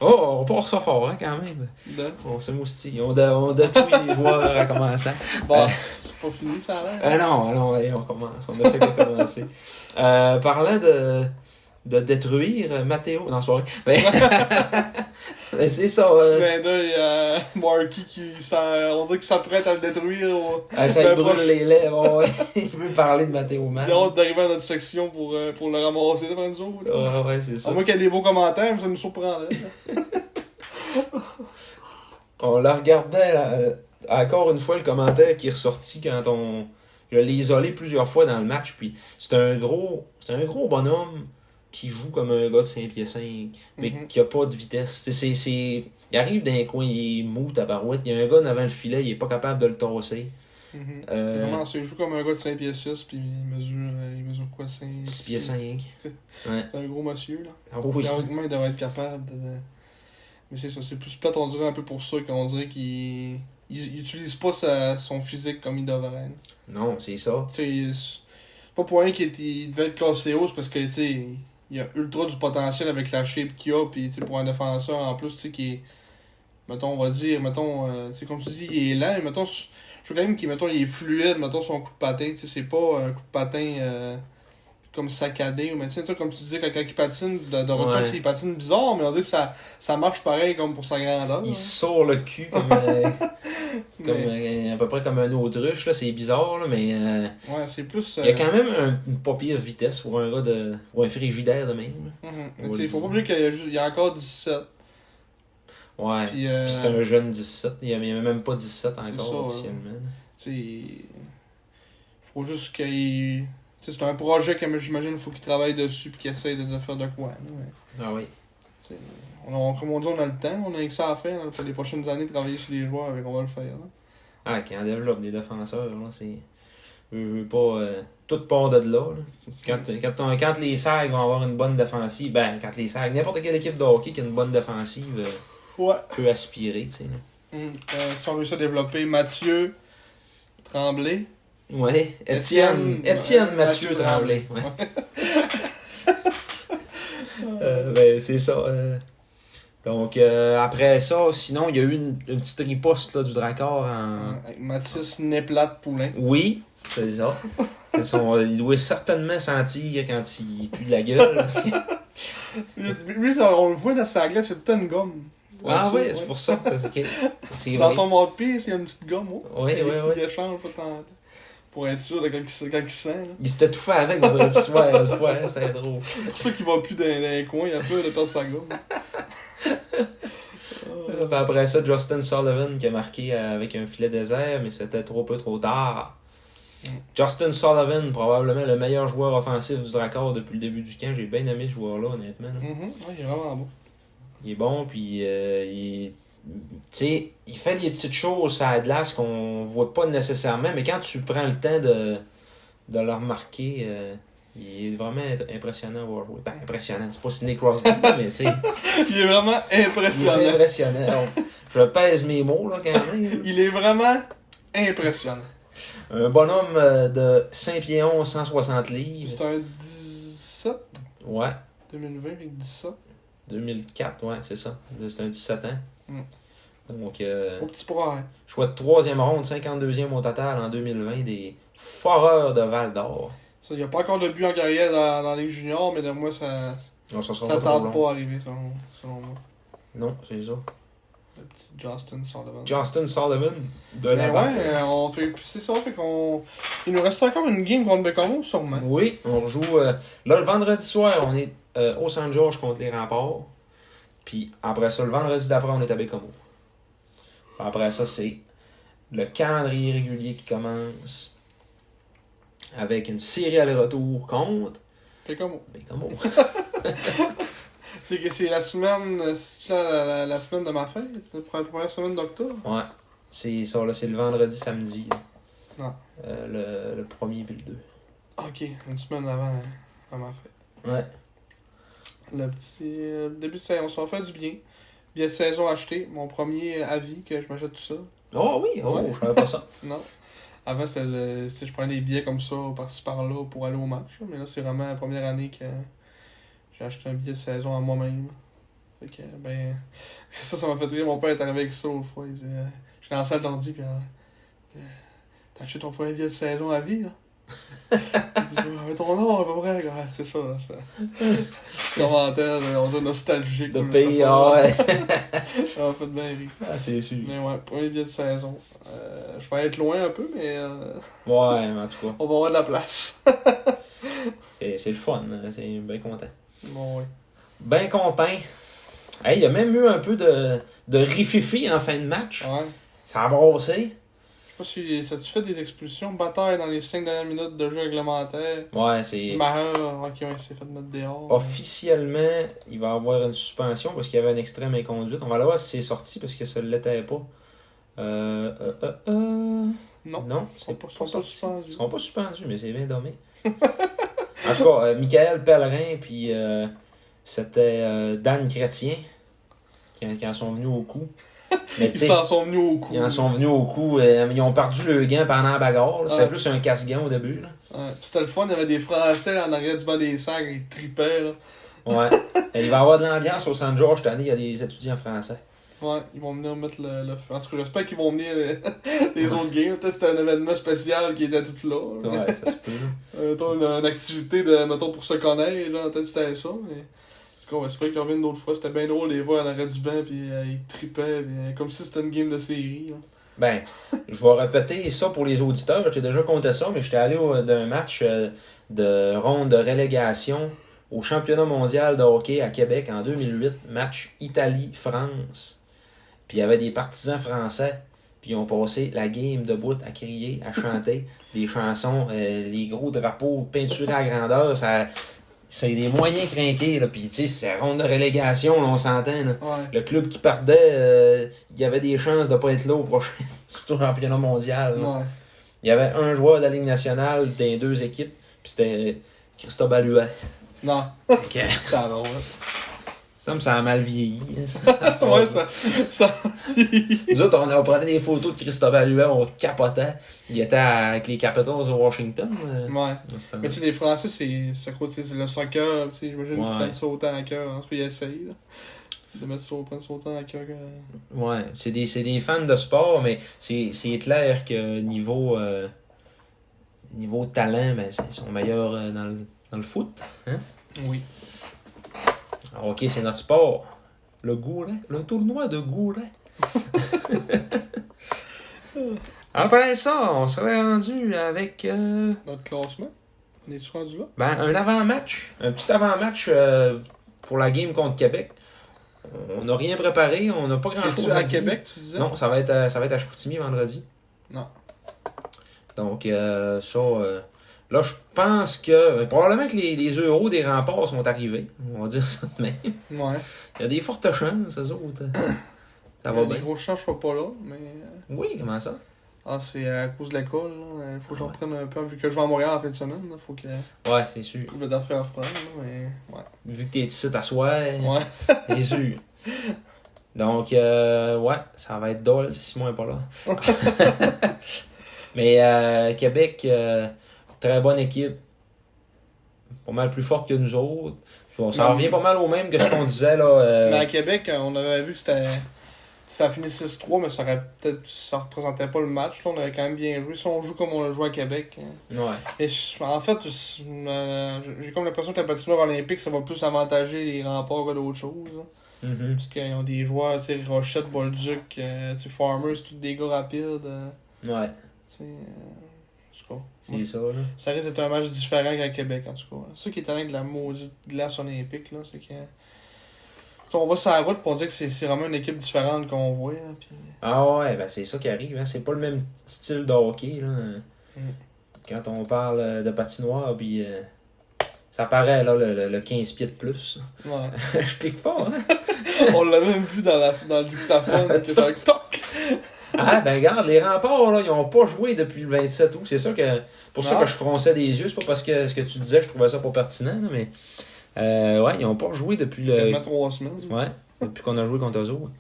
Speaker 2: Oh, on part ça fort, hein, quand même.
Speaker 1: De-
Speaker 2: On se moustille. On, de, on détruit les joueurs en [LAUGHS] commençant.
Speaker 1: Bon, c'est pas fini, ça a l'air.
Speaker 2: Ah non, ah non, allez, on commence. On a fait que commencer. Euh, parlant de, de détruire euh, Mathéo. Non, soirée. Mais, [LAUGHS] Mais c'est ça. euh,
Speaker 1: Ben là, il y a Marky qui s'en- on dirait qu'il s'apprête à le détruire. on-
Speaker 2: ah, ça lui
Speaker 1: Ben, moi,
Speaker 2: brûle les lèvres. ouais. [LAUGHS] Il veut parler de Mathéo
Speaker 1: Il
Speaker 2: Man.
Speaker 1: a hâte d'arriver à notre section pour, euh, pour le ramasser devant nous autres. là.
Speaker 2: Ouais, ouais, c'est ça.
Speaker 1: À moins qu'il y ait des beaux commentaires, mais ça nous surprendrait.
Speaker 2: On la regardait euh, encore une fois le commentaire qui est ressorti quand on. Je l'ai isolé plusieurs fois dans le match. Puis c'est un gros. C'est un gros bonhomme qui joue comme un gars de 5 pieds 5, mais
Speaker 1: Mhm.
Speaker 2: qui a pas de vitesse. Tu sais, c'est- c'est- Il arrive d'un coin, il est mou, tabarouette. Il y a un gars devant le filet, il est pas capable de le tasser.
Speaker 1: Mhm.
Speaker 2: Euh,
Speaker 1: C'est vraiment ça. Il joue comme un gars de 5 pieds 6, puis il mesure, euh, il mesure quoi 5
Speaker 2: 6 pieds 5.
Speaker 1: C'est un gros monsieur, là.
Speaker 2: Oui.
Speaker 1: Théoriquement, il devrait être capable de. de- Mais c'est ça, c'est plus plate, on dirait un peu pour ça qu'on dirait qu'il. Il, il utilise pas sa- son physique comme il devrait.
Speaker 2: Non, c'est ça.
Speaker 1: Tu sais, il- pas pour rien qu'il était- il devait être classé haut, c'est parce que, tu sais, il a ultra du potentiel avec la shape qu'il a, puis, tu sais, pour un défenseur, en plus, tu sais, qui est, mettons, on va dire, mettons, euh, tu sais, comme tu dis, il est lent, et mettons, je veux quand même qu'il, mettons, il est fluide, mettons, son coup de patin, tu sais, c'est pas un coup de patin euh, comme saccadé, ou, mais tu sais, toi, comme tu disais, quand, quand il patine, de, de retour,
Speaker 2: Ouais.
Speaker 1: tu sais, il patine bizarre, mais on dirait que ça, ça marche pareil, comme pour sa grandeur. hein.
Speaker 2: Il sort le cul comme, euh,
Speaker 1: Mais-
Speaker 2: comme, euh, à peu près comme un autruche, là, c'est bizarre, là, mais euh,
Speaker 1: ouais, c'est plus...
Speaker 2: il y a
Speaker 1: euh,
Speaker 2: quand même un, une pas pire vitesse pour un gars de. ou un frigidaire de même.
Speaker 1: mhm.
Speaker 2: On
Speaker 1: Mais
Speaker 2: va
Speaker 1: tu sais,
Speaker 2: le
Speaker 1: faut pas
Speaker 2: dire.
Speaker 1: oublier qu'il y a, juste- il y a encore 17.
Speaker 2: Ouais. Puis
Speaker 1: Puis, euh,
Speaker 2: c'est un jeune 17. Il n'y a, même pas 17 encore
Speaker 1: ça, hein. ouais.
Speaker 2: officiellement.
Speaker 1: Tu sais, il faut juste qu'il. tu sais, C'est un projet que j'imagine qu'il faut qu'il travaille dessus et qu'il essaye de, de faire de quoi. là, mais,
Speaker 2: Ah oui.
Speaker 1: tu sais, on, a- comme on dit, on a le temps, on a rien que ça à faire là, pour les prochaines années, travailler sur les joueurs, et on va le faire. là.
Speaker 2: Ah, qui en développe des défenseurs, là, c'est. Je veux pas. euh, tout part de là. là. Quand,
Speaker 1: Mm.
Speaker 2: quand, ton- quand les SAG vont avoir une bonne défensive, ben, quand les SAG, n'importe quelle équipe de hockey qui a une bonne défensive euh,
Speaker 1: Ouais.
Speaker 2: peut aspirer, tu sais. là.
Speaker 1: Hum, euh, si on réussit à développer Mathieu Tremblay.
Speaker 2: Ouais, Étienne,
Speaker 1: Étienne,
Speaker 2: Étienne
Speaker 1: ouais,
Speaker 2: Mathieu,
Speaker 1: Mathieu
Speaker 2: Tremblay. ouais. [LAUGHS] Euh, ben, c'est ça. euh. Donc, euh, après ça, sinon, il y a eu une, une petite riposte là, du Dracor en,
Speaker 1: euh, Avec Mathis Néplat-Poulain.
Speaker 2: Oui, c'est ça. Ils sont- il doit certainement sentir quand il pue de la [LAUGHS] gueule.
Speaker 1: Lui, lui, on le voit dans sa glace, c'est tout le temps une gomme.
Speaker 2: ah
Speaker 1: ça,
Speaker 2: oui, c'est pour ça. parce
Speaker 1: [LAUGHS]
Speaker 2: que- C'est
Speaker 1: Dans
Speaker 2: vrai.
Speaker 1: son mouthpiece, il y a une petite gomme. oh.
Speaker 2: Oui, oui,
Speaker 1: [LAUGHS] Il
Speaker 2: oui.
Speaker 1: échange pas tant. Pour être sûr de quand il, se- quand il se sent. là.
Speaker 2: Il s'était tout fait avec dans notre histoire une fois, hein, c'était drôle.
Speaker 1: C'est pour ça qu'il va plus dans dans les coins, il a peur de perdre sa gomme.
Speaker 2: Euh, ben après ça, Justin Sullivan qui a marqué euh, avec un filet désert, mais c'était trop peu trop tard. Justin Sullivan, probablement le meilleur joueur offensif du Dracor depuis le début du camp. J'ai bien aimé ce joueur-là, honnêtement. là.
Speaker 1: Mhm, ouais, il est vraiment bon.
Speaker 2: Il est bon, puis euh, il, tu sais, il fait les petites choses à la glace qu'on voit pas nécessairement, mais quand tu prends le temps de, de le remarquer, euh, il est vraiment int- impressionnant à voir jouer. Ben, impressionnant, c'est pas Sidney Crosby, [LAUGHS] mais tu sais,
Speaker 1: Il est vraiment
Speaker 2: il est
Speaker 1: impressionnant.
Speaker 2: impressionnant. Alors, je pèse mes mots, là, quand même.
Speaker 1: Il est vraiment impressionnant.
Speaker 2: Un bonhomme euh, de 5 pieds 11, 160 livres.
Speaker 1: C'est un 17,
Speaker 2: Ouais,
Speaker 1: 2020 avec 17.
Speaker 2: 2004, ouais, c'est ça. C'est un 17 ans.
Speaker 1: Mm.
Speaker 2: Donc, euh,
Speaker 1: Au petit hein. poire.
Speaker 2: Choix de troisième ronde, 52e au total en 2020 des Foreurs de Val d'Or.
Speaker 1: Ça, il n'y a pas encore de but en carrière dans, dans les juniors, mais de moi, ça,
Speaker 2: Non, ça sera
Speaker 1: ça
Speaker 2: pas trop
Speaker 1: tarde
Speaker 2: long.
Speaker 1: pas à arriver, selon, selon moi.
Speaker 2: Non, c'est ça.
Speaker 1: Le petit Justin Sullivan.
Speaker 2: Justin Sullivan de
Speaker 1: Mais
Speaker 2: Laval.
Speaker 1: ouais, euh, on fait. puis C'est ça, fait qu'on. Il nous reste encore une game contre Bécamo, sûrement.
Speaker 2: Oui, on rejoue. euh, là, le vendredi soir, on est euh, au Saint-Georges contre les remparts. Puis après ça, le vendredi d'après, on est à Bécomo. Après ça, c'est le calendrier régulier qui commence avec une série aller-retour contre
Speaker 1: Bécamo.
Speaker 2: Bécomo.
Speaker 1: C'est que c'est la semaine. euh, c'est-tu la, la- la- la semaine de ma fête, la pre- première semaine d'octobre.
Speaker 2: Ouais. C'est ça, là, c'est le vendredi, samedi. là.
Speaker 1: Ouais.
Speaker 2: Euh, le, le premier puis le deux.
Speaker 1: Ok, une semaine avant, avant ma fête.
Speaker 2: Ouais.
Speaker 1: Le petit euh, début de saison, on s'en fait du bien. Billet de saison acheté, mon premier avis que je m'achète tout ça.
Speaker 2: Oh oui, oh,
Speaker 1: Ouais.
Speaker 2: je savais pas ça.
Speaker 1: Non. Avant, c'était le, si je prenais des billets comme ça, par-ci par-là, pour aller au match. là. Mais là, c'est vraiment la première année que j'ai acheté un billet de saison à moi-même. Fait que, ben, [LAUGHS] ça, ça m'a fait rire. Mon père est arrivé avec ça, une fois. Il disait, euh, j'étais dans la salle d'ordi, puis, euh, t'as acheté ton premier billet de saison à
Speaker 2: [LAUGHS]
Speaker 1: vie, là. Il dit, Ouais, mais ton nom, à peu près, gars. c'est ça, là. je fais- [LAUGHS] Petit commentaire, là, on dit nostalgique.
Speaker 2: De
Speaker 1: là,
Speaker 2: pays,
Speaker 1: ça,
Speaker 2: ah ouais.
Speaker 1: Ça m'a fait bien rire.
Speaker 2: [LAUGHS] Ah, c'est sûr.
Speaker 1: Mais ouais, premier billet de saison. Euh, je vais être loin un peu, mais. euh,
Speaker 2: Ouais, mais en tout cas,
Speaker 1: on va avoir de la place.
Speaker 2: c'est, c'est le fun. hein, C'est bien content.
Speaker 1: [LAUGHS] bon, ouais.
Speaker 2: Bien Ben content. Hey, il y a même eu un peu de, de rififi en fin de match.
Speaker 1: ouais.
Speaker 2: Ça a brossé.
Speaker 1: Je sais pas si ça tu fait des expulsions. Bataille dans les 5 dernières minutes de jeu réglementaire.
Speaker 2: Ouais, c'est.
Speaker 1: Maheur, ok, ouais, il s'est fait mettre dehors.
Speaker 2: Officiellement, il va avoir une suspension parce qu'il y avait un extrême inconduite. On va le voir si c'est sorti parce que ça ne l'était pas. Euh, euh, euh, euh.
Speaker 1: Non.
Speaker 2: non
Speaker 1: Ils sont
Speaker 2: c'est
Speaker 1: pas,
Speaker 2: pas
Speaker 1: ils sont pas
Speaker 2: sorti.
Speaker 1: suspendus.
Speaker 2: Ils seront pas suspendus, mais c'est bien dommé. [LAUGHS] en tout cas, euh, Michael Pellerin,
Speaker 1: [LAUGHS]
Speaker 2: puis euh, c'était euh, Dan Chrétien qui, en- qui en sont venus au coup. Mais tu
Speaker 1: Ils
Speaker 2: sais,
Speaker 1: s'en sont venus au coup.
Speaker 2: ils en sont venus au coup. euh, ils ont perdu le gant pendant la bagarre. là. C'était
Speaker 1: Ouais.
Speaker 2: plus un casse-gant au début. Là.
Speaker 1: Ouais, pis C'était le fun, il y avait des Français là, en arrière du banc des sacs, ils tripaient. Là.
Speaker 2: [LAUGHS] Ouais. il va y avoir de l'ambiance au San George cette année. Il y a des étudiants français.
Speaker 1: Ouais, ils vont venir mettre le, le feu. En tout cas, j'espère qu'ils vont venir euh, les [LAUGHS] autres games. Peut-être que c'était un événement spécial qui était tout là. là.
Speaker 2: Ouais, ça se peut. là.
Speaker 1: Euh, mettons, une, une activité de, mettons, pour se connaître, genre, peut-être que c'était ça, mais... En tout cas, on va espérer qu'ils reviennent d'autres fois. C'était bien drôle, les voir à l'arrêt du banc, puis euh, ils tripaient, puis, euh, comme si c'était une game de série, là.
Speaker 2: Ben, je vais répéter ça pour les auditeurs. J'ai déjà compté ça, mais j'étais allé au- d'un match euh, de ronde de relégation au championnat mondial de hockey à Québec en 2008, match Italie-France. Puis il y avait des partisans français, puis ils ont passé la game de bout à crier, à chanter des chansons, euh, les gros drapeaux peinturés à grandeur, ça c'est des moyens crinqués là, puis tu sais c'est ronde de relégation, là, on s'entend là.
Speaker 1: Ouais.
Speaker 2: Le club qui perdait, euh, il y avait des chances de pas être là au prochain [LAUGHS] au championnat mondial. là.
Speaker 1: Ouais.
Speaker 2: Il y avait un joueur de la Ligue nationale des deux équipes, puis c'était Christophe Alluet.
Speaker 1: Non. [LAUGHS]
Speaker 2: Ok.
Speaker 1: C'était drôle.
Speaker 2: Ça me ça a mal vieilli. hein, ça.
Speaker 1: [LAUGHS] ouais, ça... ça... [LAUGHS]
Speaker 2: Nous autres, on, on prenait des photos de Christophe Alluet, on capotait. Il était avec les Capitals de Washington. euh,
Speaker 1: ouais.
Speaker 2: c'était-
Speaker 1: Mais tu sais, les Français, c'est ce côté, c'est le soccer, tu sais, j'imagine qu'ils
Speaker 2: Ouais.
Speaker 1: prennent ça autant à cœur. En tout cas, ils essayent, là, de mettre ça, prendre ça autant à cœur que...
Speaker 2: Ouais, c'est des, c'est des fans de sport, mais c'est c'est clair que niveau, euh, niveau talent, ben, ils sont meilleurs euh, dans, le, dans le foot.
Speaker 1: Oui.
Speaker 2: Ah, Ok, c'est notre sport. Le goulet. Le tournoi de goulet. [LAUGHS] Après ça, on serait rendu avec euh,
Speaker 1: Notre classement, on est-tu rendu là?
Speaker 2: ben, un avant-match. Un petit avant-match euh, pour la game contre Québec. On n'a rien préparé, on n'a pas grand-chose
Speaker 1: C'est-tu à
Speaker 2: dire.
Speaker 1: Québec, tu disais?
Speaker 2: Non, ça va être à, ça va être à Chicoutimi vendredi.
Speaker 1: Non.
Speaker 2: Donc, euh, ça. euh, là, je pense que. Probablement que les, les euros des remparts sont arrivés. On va dire ça de même.
Speaker 1: Ouais.
Speaker 2: Il y a des fortes chances, eux autres. Ça va
Speaker 1: Les
Speaker 2: bien.
Speaker 1: gros chats, je sois pas là, mais... euh,
Speaker 2: Oui, comment ça?
Speaker 1: Ah, c'est à cause de l'école, là. Il faut que j'en
Speaker 2: Ah Ouais.
Speaker 1: prenne un peu, vu que je vais à Montréal en fin de semaine, là. Faut que la
Speaker 2: Ouais, c'est sûr.
Speaker 1: couple d'affaires à reprendre, là, mais...
Speaker 2: [LAUGHS]
Speaker 1: Ouais.
Speaker 2: Vu que t'es ici à soir,
Speaker 1: Ouais.
Speaker 2: c'est sûr. Donc, euh, ouais, ça va être dole si Simon n'est pas là. Mais euh, Québec, euh, très bonne équipe. Pas mal plus forte que nous autres. Bon, ça
Speaker 1: Non.
Speaker 2: revient pas mal au même que ce qu'on disait, là. euh,
Speaker 1: Mais à Québec, euh, on avait vu que c'était... Ça finit 6-3, mais ça aurait peut-être... Ça représentait pas le match, là. On avait quand même bien joué. Si on joue comme on le joue à Québec... hein.
Speaker 2: Ouais.
Speaker 1: Mais je- en fait, je- euh, j'ai comme l'impression que la patinoire olympique, ça va plus avantager les remparts que d'autres choses. là.
Speaker 2: Mhm.
Speaker 1: Parce qu'ils ont des joueurs, tu sais, Rochette, Bolduc, euh, tu sais, Farmer, c'est tous des gars rapides. euh,
Speaker 2: Ouais,
Speaker 1: tu sais, euh, en tout cas. Moi,
Speaker 2: c'est ça, là.
Speaker 1: Ça risque d'être un match différent qu'à Québec, en tout cas. C'est ça qui est étonnant avec la maudite glace olympique, là, c'est que. tu sais, on va sur la route pour dire que c'est c'est vraiment une équipe différente qu'on voit. Là, puis-
Speaker 2: Ah ouais, ben c'est ça qui arrive, hein. c'est pas le même style de hockey. Là.
Speaker 1: Mm.
Speaker 2: Quand on parle euh, de patinoire, puis euh, ça paraît là, le, le- le 15 pieds de plus. [LAUGHS]
Speaker 1: ouais.
Speaker 2: Je clique fort. [LAUGHS] Hein?
Speaker 1: on l'a même vu dans, la, dans le dictaphone, qui est un toc!
Speaker 2: ah ben regarde, les remparts, là, ils ont pas joué depuis le 27 août. C'est ça que. Pour ça
Speaker 1: Ah.
Speaker 2: que je fronçais des yeux, c'est pas parce que ce que tu disais, je trouvais ça pas pertinent, là, mais. euh, ouais, ils ont pas joué depuis le.
Speaker 1: Quasiment trois semaines.
Speaker 2: Ouais, depuis qu'on a joué contre eux autres.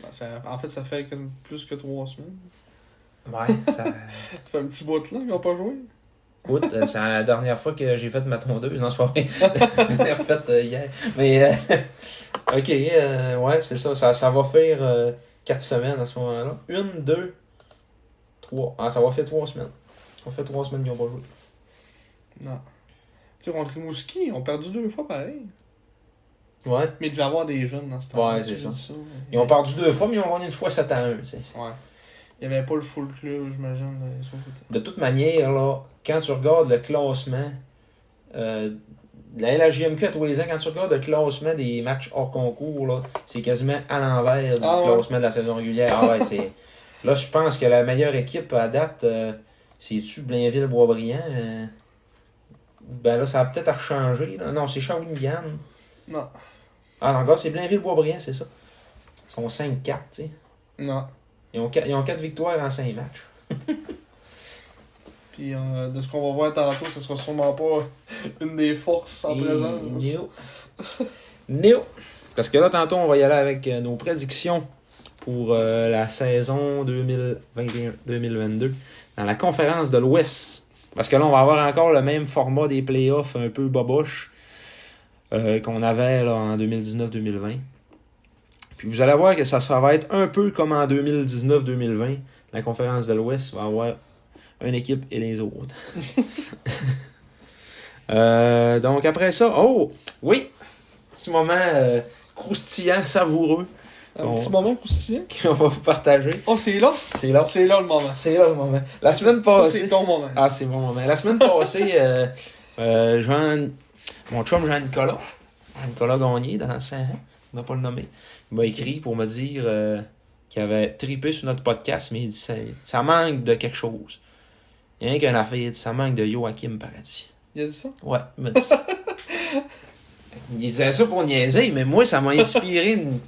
Speaker 1: Ben, ça- en fait, ça fait quasiment plus que trois semaines.
Speaker 2: Ouais, ça.
Speaker 1: Ça fait un petit bout là qu'ils n'ont pas joué.
Speaker 2: Écoute, euh, c'est la dernière fois que j'ai fait ma tondeuse. Non, c'est pas vrai. J'ai refait euh, hier. Mais, euh, [LAUGHS] OK, euh, ouais, c'est ça. ça. ça va faire euh, quatre semaines à ce moment-là. Une, deux, trois. Ah, ça va faire trois semaines. Ça va faire trois semaines qu'ils n'ont pas joué.
Speaker 1: Non. Tu sais, contre Rimouski, ils ont perdu deux fois pareil.
Speaker 2: Ouais.
Speaker 1: Mais il devait y avoir des jeunes dans ce
Speaker 2: Ouais, c'est
Speaker 1: j'ai
Speaker 2: ça.
Speaker 1: dit mais-
Speaker 2: Ils ont perdu deux fois, mais ils ont gagné une fois 7 à 1. tu sais.
Speaker 1: Ouais. Il n'y avait pas le full club, j'imagine, de son côté.
Speaker 2: De toute manière, là, quand tu regardes le classement, euh, la LHJMQ à tous les ans, quand tu regardes le classement des matchs hors concours, là, c'est quasiment à l'envers du
Speaker 1: Ah ouais.
Speaker 2: classement de la saison régulière. Ah
Speaker 1: [LAUGHS]
Speaker 2: ouais, c'est... Là, je pense que la meilleure équipe à date, euh, c'est-tu Blainville-Boisbriand? Euh, Ben là, ça a peut-être rechangé. là. Non, c'est Shawinigan.
Speaker 1: Non.
Speaker 2: Ah, encore, c'est Blainville-Boisbriand, c'est ça. Ils sont 5-4, tu sais.
Speaker 1: Non.
Speaker 2: Ils ont 4, ils ont quatre victoires en 5 matchs.
Speaker 1: Puis euh, de ce qu'on va voir tantôt, ce sera sûrement pas [LAUGHS] une des forces en
Speaker 2: Et
Speaker 1: présence.
Speaker 2: Néo. Néo. Parce que là, tantôt, on va y aller avec euh, nos prédictions pour euh, la saison 2021-2022 dans la conférence de l'Ouest. Parce que là, on va avoir encore le même format des playoffs un peu boboche euh, qu'on avait là, en 2019-2020. Puis vous allez voir que ça, ça va être un peu comme en 2019-2020. La conférence de l'Ouest va avoir une équipe et les autres. Euh, donc après ça, oh oui, petit moment euh, croustillant, savoureux [LAUGHS]
Speaker 1: Un
Speaker 2: Bon.
Speaker 1: petit moment croustillant.
Speaker 2: qu'on va vous partager.
Speaker 1: Oh, c'est là?
Speaker 2: C'est là.
Speaker 1: C'est là le moment.
Speaker 2: C'est là le moment. La semaine
Speaker 1: Ça, c'est
Speaker 2: passée.
Speaker 1: ton moment.
Speaker 2: Ah, c'est mon moment. La semaine passée, euh, euh, Jean, mon chum Jean-Nicolas, Jean-Nicolas Gagné, dans l'ancien, hein, on n'a pas le nommé, il m'a écrit pour me dire euh, qu'il avait tripé sur notre podcast, mais il dit ça, ça manque de quelque chose. Rien qu'un affaire, il dit ça manque de Joachim Paradis.
Speaker 1: Il a dit ça?
Speaker 2: Ouais, il m'a dit ça. [LAUGHS] Il disait ça pour niaiser, mais moi, ça m'a inspiré une-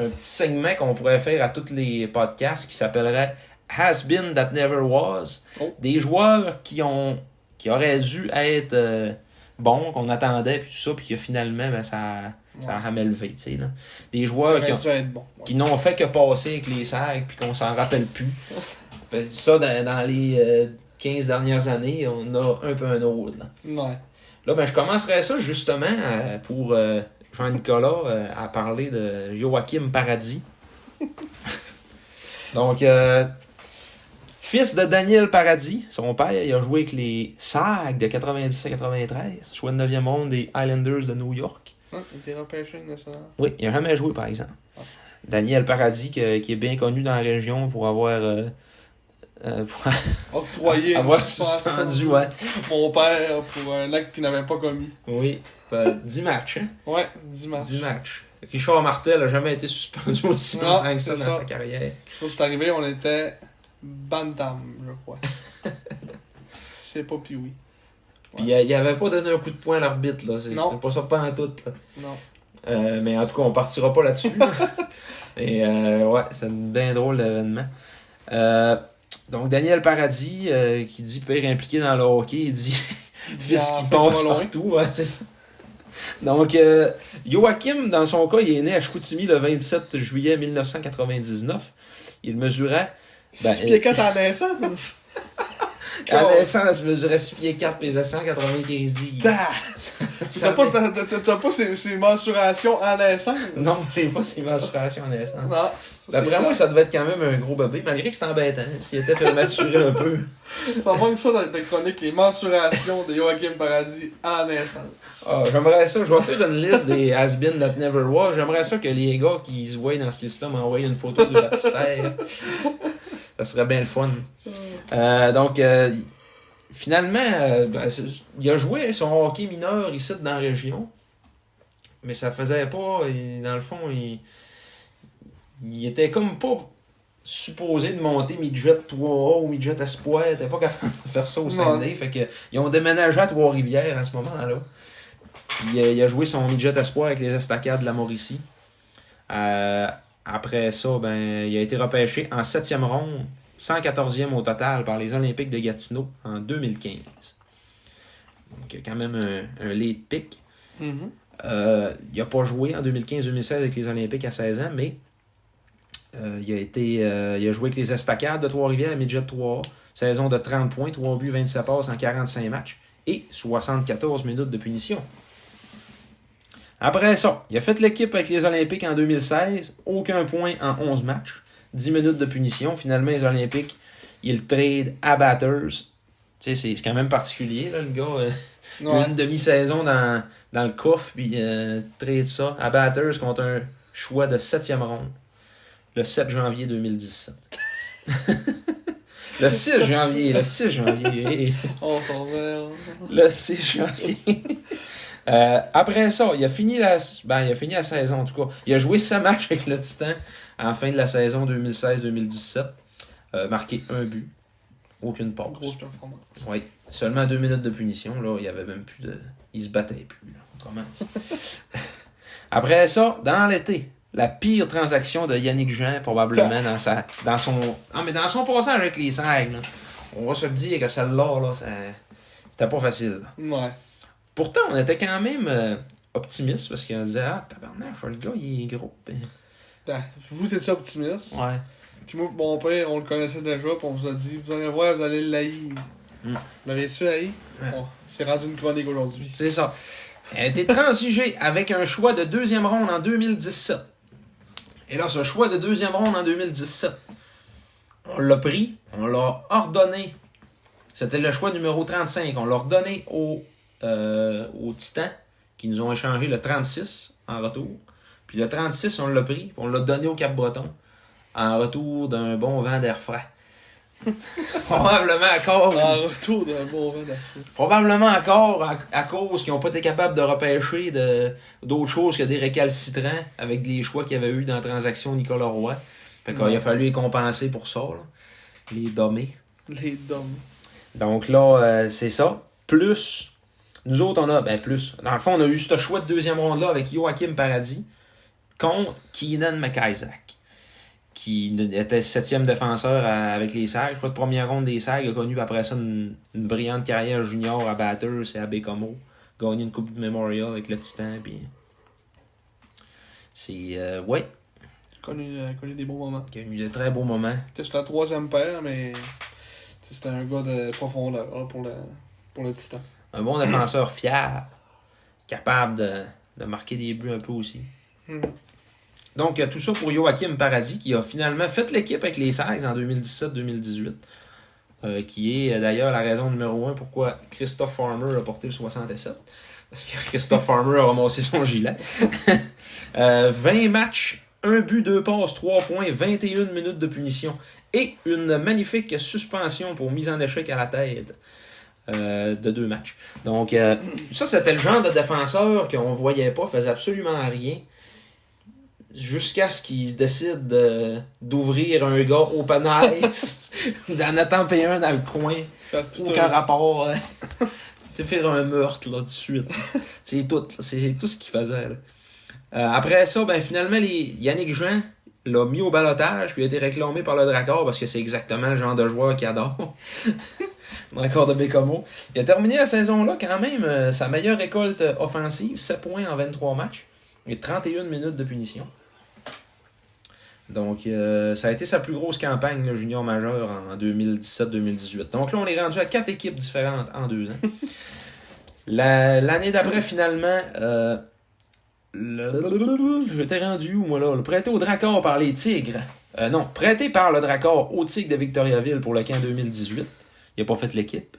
Speaker 2: un petit segment qu'on pourrait faire à tous les podcasts qui s'appellerait Has Been That Never Was.
Speaker 1: Oh.
Speaker 2: Des joueurs qui ont qui auraient dû être euh, bons, qu'on attendait, puis tout ça, puis que finalement, ben, ça, ça a jamais levé, tu sais. là. Des joueurs qui
Speaker 1: Ça
Speaker 2: ont,
Speaker 1: aurait dû être bon. Ouais.
Speaker 2: Ah, qui n'ont fait que passer avec les sacs puis qu'on s'en rappelle plus. Parce que ça, dans, dans les euh, 15 dernières années, on a un peu un autre. Là,
Speaker 1: Ouais.
Speaker 2: Là, ben, je commencerai ça justement euh, pour euh, Jean-Nicolas euh, à parler de Joachim Paradis. Donc, euh, fils de Daniel Paradis, son père, il a joué avec les SAG de 90 à 93, choix de 9e monde des Highlanders de New York.
Speaker 1: Hein, Il était repêché national.
Speaker 2: Oui, il n'a jamais joué, par exemple. Daniel Paradis, que- qui est bien connu dans la région pour avoir, euh, euh, pour
Speaker 1: Octroyé. une
Speaker 2: avoir [LAUGHS]
Speaker 1: suspension.
Speaker 2: Ah, suspendu, ouais.
Speaker 1: Mon père pour un acte qu'il n'avait pas commis.
Speaker 2: Oui, euh, 10 matchs, hein?
Speaker 1: Ouais, dimanche.
Speaker 2: 10 matchs. Richard Martel n'a jamais été suspendu [LAUGHS] aussi
Speaker 1: Non,
Speaker 2: longtemps que ça
Speaker 1: c'est
Speaker 2: dans
Speaker 1: ça.
Speaker 2: sa carrière.
Speaker 1: Quand c'est arrivé, on était Bantam, je
Speaker 2: [LAUGHS]
Speaker 1: crois. c'est pas Pioui.
Speaker 2: Puis euh, il il avait pas donné un coup de poing à l'arbitre, là. C'est-
Speaker 1: Non.
Speaker 2: C'était pas ça pas en tout. là.
Speaker 1: Non.
Speaker 2: Euh, mais en tout cas, on partira pas
Speaker 1: [LAUGHS]
Speaker 2: là-dessus. là. Et euh, ouais, c'est un bien drôle d'événement. Euh, donc, Daniel Paradis, euh, qui dit père impliqué dans le hockey, il dit [LAUGHS] fils
Speaker 1: Il
Speaker 2: qui
Speaker 1: en fait
Speaker 2: passe
Speaker 1: pas loin.
Speaker 2: partout. ouais, c'est ça. Donc, euh, Joachim, dans son cas, il est né à Chicoutimi le 27 juillet 1999. Il mesurait, Ben,
Speaker 1: Six pieds quatre à la naissance.
Speaker 2: à
Speaker 1: Oh.
Speaker 2: naissance, mesurait 6 pieds 4, pesait 195 livres.
Speaker 1: Dah!
Speaker 2: Ça [LAUGHS]
Speaker 1: T'as pas, t'as- t'as- t'as pas ces, ces mensurations en naissance?
Speaker 2: Non, [LAUGHS] j'ai pas ses mensurations à naissance.
Speaker 1: Non. Ça, c'est
Speaker 2: D'après moi,
Speaker 1: clair.
Speaker 2: ça devait être quand même un gros bébé, malgré que c'est embêtant, hein, s'il était prématuré un peu.
Speaker 1: ça manque ça dans ta chronique, les mensurations de Joachim Paradis en naissance.
Speaker 2: Ah, j'aimerais ça, je vais faire une liste des has-been that never was. J'aimerais ça que les gars qui se voient dans cette liste-là m'envoient une photo de la petite terre. Ça serait bien le fun. Euh, donc, euh, finalement, euh, ben, c'est- il a joué son hockey mineur ici dans la région. Mais ça faisait pas. il- dans le fond, il, il était comme pas supposé de monter midget 3A ou midget espoir. Il était pas capable de faire ça au
Speaker 1: Ouais.
Speaker 2: Saguenay. Fait que, ils ont déménagé à Trois-Rivières à ce moment-là. Puis, euh, il a joué son midget espoir avec les Estacades de la Mauricie. Euh, après ça, ben, il a été repêché en 7e ronde, 114e au total par les Olympiques de Gatineau en 2015. Donc, il y a quand même un, un lead pick.
Speaker 1: Mhm.
Speaker 2: Euh, il n'a pas joué en 2015-2016 avec les Olympiques à 16 ans, mais euh, il, a été, euh, il a joué avec les Estacades de Trois-Rivières à Midget 3 saison de 30 points, 3 buts, 27 passes en 45 matchs et 74 minutes de punition. Après ça, il a fait l'équipe avec les Olympiques en 2016, aucun point en 11 matchs, 10 minutes de punition. Finalement, les Olympiques, ils le trade à Batters. Tu sais, c'est- c'est quand même particulier, là, le gars. euh,
Speaker 1: Ouais.
Speaker 2: une demi-saison dans, dans le coffre, puis euh, trade ça à Batters contre un choix de 7e ronde le 7 janvier 2017. le 6 janvier, le 6 janvier.
Speaker 1: On s'en va. euh,
Speaker 2: Le 6 janvier. Euh, après ça, il a fini la ben, il a fini la saison en tout cas. Il a joué 5 matchs avec le Titan en fin de la saison 2016-2017. Euh, marqué un but. Aucune passe.
Speaker 1: Grosse performance.
Speaker 2: Oui. Seulement deux minutes de punition, là, il y avait même plus de. Il se battait plus, là, autrement dit. Après ça, dans l'été, la pire transaction de Yannick Jean, probablement, dans sa. Dans son. Ah, mais dans son passage avec les Sags, là, on va se le dire que celle-là, là, ça- c'était pas facile.
Speaker 1: Ouais.
Speaker 2: Pourtant, on était quand même euh, optimiste parce qu'on disait Ah, tabarnak, le gars, il est gros. Ben,
Speaker 1: Ah, Vous étiez optimiste.
Speaker 2: Ouais.
Speaker 1: Puis moi, mon père, on le connaissait déjà, puis on vous a dit, vous allez voir, vous allez l'haïr.
Speaker 2: Mm.
Speaker 1: Vous l'avez su haïr? Bon, c'est rendu une chronique aujourd'hui.
Speaker 2: C'est ça. Elle a été transigée avec un choix de deuxième ronde en 2017. Et là, ce choix de deuxième ronde en 2017, on l'a pris, on l'a ordonné. C'était le choix numéro 35. On l'a ordonné aux, euh, aux Titans qui nous ont échangé le 36 en retour. Puis le 36, on l'a pris, puis on l'a donné au Cap-Breton en retour d'un bon vent d'air frais. [LAUGHS] Probablement à cause
Speaker 1: En retour d'un bon vent d'affaires.
Speaker 2: Probablement encore à, à cause qu'ils n'ont pas été capables de repêcher de, d'autres choses que des récalcitrants avec les choix qu'il y avait eu dans la transaction Nicolas Roy. Fait qu'il a fallu les compenser pour ça, là. les dommer.
Speaker 1: Les dômes.
Speaker 2: Donc là, euh, c'est ça. Plus, nous autres, on a, ben plus, dans le fond, on a eu ce choix de deuxième ronde-là avec Joachim Paradis contre Keenan McIsaac, qui était septième défenseur à- avec les Sags. Choix de première ronde des Sags, il a connu après ça une, une brillante carrière junior à Batters et à Bécomo. Gagné une Coupe de Memorial avec le Titan, puis. C'est. euh, ouais,
Speaker 1: Connu, euh, connu des bons moments.
Speaker 2: il a eu de très beaux moments.
Speaker 1: T'es sur la troisième paire, mais t'sais, c'était un gars de profondeur là, pour, le, pour le titan.
Speaker 2: Un bon défenseur fier, capable de, de marquer des buts un peu aussi.
Speaker 1: Hmm.
Speaker 2: Donc, euh, tout ça pour Joachim Paradis, qui a finalement fait l'équipe avec les Sags en 2017-2018, euh, qui est euh, d'ailleurs la raison numéro un pourquoi Christophe Farmer a porté le 67. Parce que Christophe Farmer a ramassé son gilet. [LAUGHS] Euh, 20 matchs, 1 but, 2 passes, 3 points, 21 minutes de punition et une magnifique suspension pour mise en échec à la tête euh, de deux matchs. Donc, euh, ça, c'était le genre de défenseur qu'on voyait pas, faisait absolument rien jusqu'à ce qu'ils décident de- euh, d'ouvrir un gars au [LAUGHS] panaise, d'en attraper un dans le coin,
Speaker 1: Faire tout
Speaker 2: aucun
Speaker 1: un...
Speaker 2: rapport. hein. [LAUGHS] Tu sais, faire un meurtre là, de suite. C'est tout, là. c'est c'est tout ce qu'il faisait. là. Euh, après ça, ben, finalement, les... Yannick Jean l'a mis au balotage puis a été réclamé par le Dracor parce que c'est exactement le genre de joueur qu'il adore. [LAUGHS] Dracor de Bécomo. Il a terminé la saison-là quand même, euh, sa meilleure récolte euh, offensive, 7 points en 23 matchs et 31 minutes de punition. Donc, euh, ça a été sa plus grosse campagne là, junior majeur en 2017-2018. Donc là, on est rendu à quatre équipes différentes en deux ans. La- L'année d'après, finalement, euh, le- j'étais rendu où, moi, là? Le prêté au Dracor par les Tigres. Euh, non, prêté par le Dracor aux Tigres de Victoriaville pour le camp 2018. Il n'a pas fait l'équipe.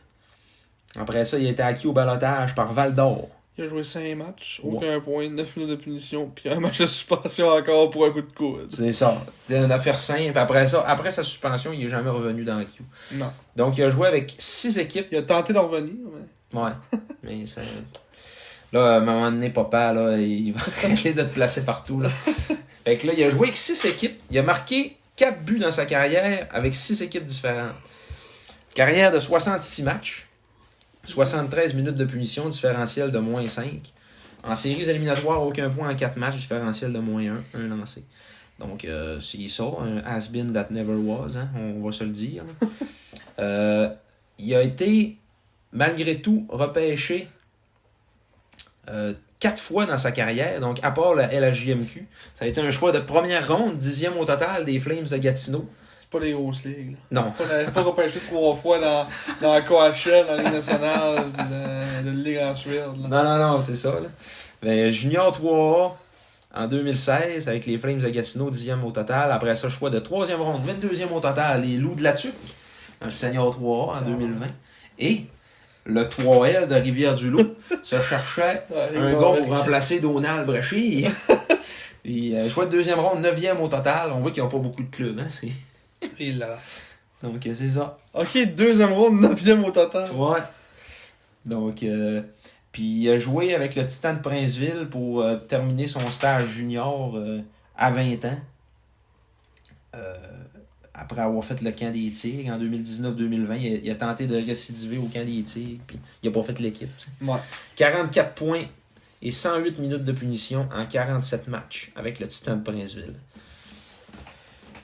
Speaker 2: Après ça, il a été acquis au balotage par Val d'Or.
Speaker 1: Il a joué 5 matchs, aucun point, 9 minutes de punition, puis un match de suspension encore pour un coup de coude.
Speaker 2: C'est ça. C'est une affaire simple. Après ça, après sa suspension, il n'est jamais revenu dans le Q.
Speaker 1: Non.
Speaker 2: Donc, il a joué avec six équipes.
Speaker 1: Il a tenté d'en revenir, mais.
Speaker 2: Ouais. [LAUGHS] Mais ça... Là, à un moment donné, papa, là, il va [LAUGHS] arrêter de te placer partout. Là. Fait que là, il a joué avec six équipes. Il a marqué quatre buts dans sa carrière avec six équipes différentes. Carrière de 66 matchs. 73 minutes de punition, différentiel de moins 5. En séries éliminatoires, aucun point en 4 matchs, différentiel de moins 1, un lancé. Donc, euh, c'est ça, un has-been that never was, hein, on va se le dire. Euh, il a été, malgré tout, repêché euh, quatre fois dans sa carrière, donc à part la LHJMQ. Ça a été un choix de première ronde, dixième au total des Flames de Gatineau.
Speaker 1: C'est pas les grosses ligues. Là.
Speaker 2: Non,
Speaker 1: On n'avait pas repêché trois fois dans, dans la KHL, dans la Ligue nationale, puis dans dans la Ligue en Suède. là.
Speaker 2: Non, non, non, c'est ça. Là. Mais junior 3A en 2016 avec les Flames de Gatineau, 10e au total. Après ça, choix de 3e ronde, 22e au total. Les Loups de la Tuque dans le Senior 3A en 2020. Et le 3L de [LAUGHS] Rivière-du-Loup se cherchait
Speaker 1: Ouais, les
Speaker 2: un gars
Speaker 1: gars,
Speaker 2: pour remplacer Donald Brechy. [LAUGHS] Puis, euh, choix de deuxième ronde, 9e au total. On voit qu'ils n'ont pas beaucoup de clubs. Hein, c'est...
Speaker 1: Et là.
Speaker 2: Donc, euh, c'est ça.
Speaker 1: Ok, deuxième round, neuvième au total.
Speaker 2: Ouais. Donc, euh, puis il a joué avec le Titan de Princeville pour euh, terminer son stage junior euh, à 20 ans. Euh, après avoir fait le camp des Tigres en 2019-2020, il, a- il a tenté de récidiver au camp des Tigres, puis il n'a pas fait l'équipe. tu sais.
Speaker 1: Ouais.
Speaker 2: 44 points et 108 minutes de punition en 47 matchs avec le Titan de Princeville.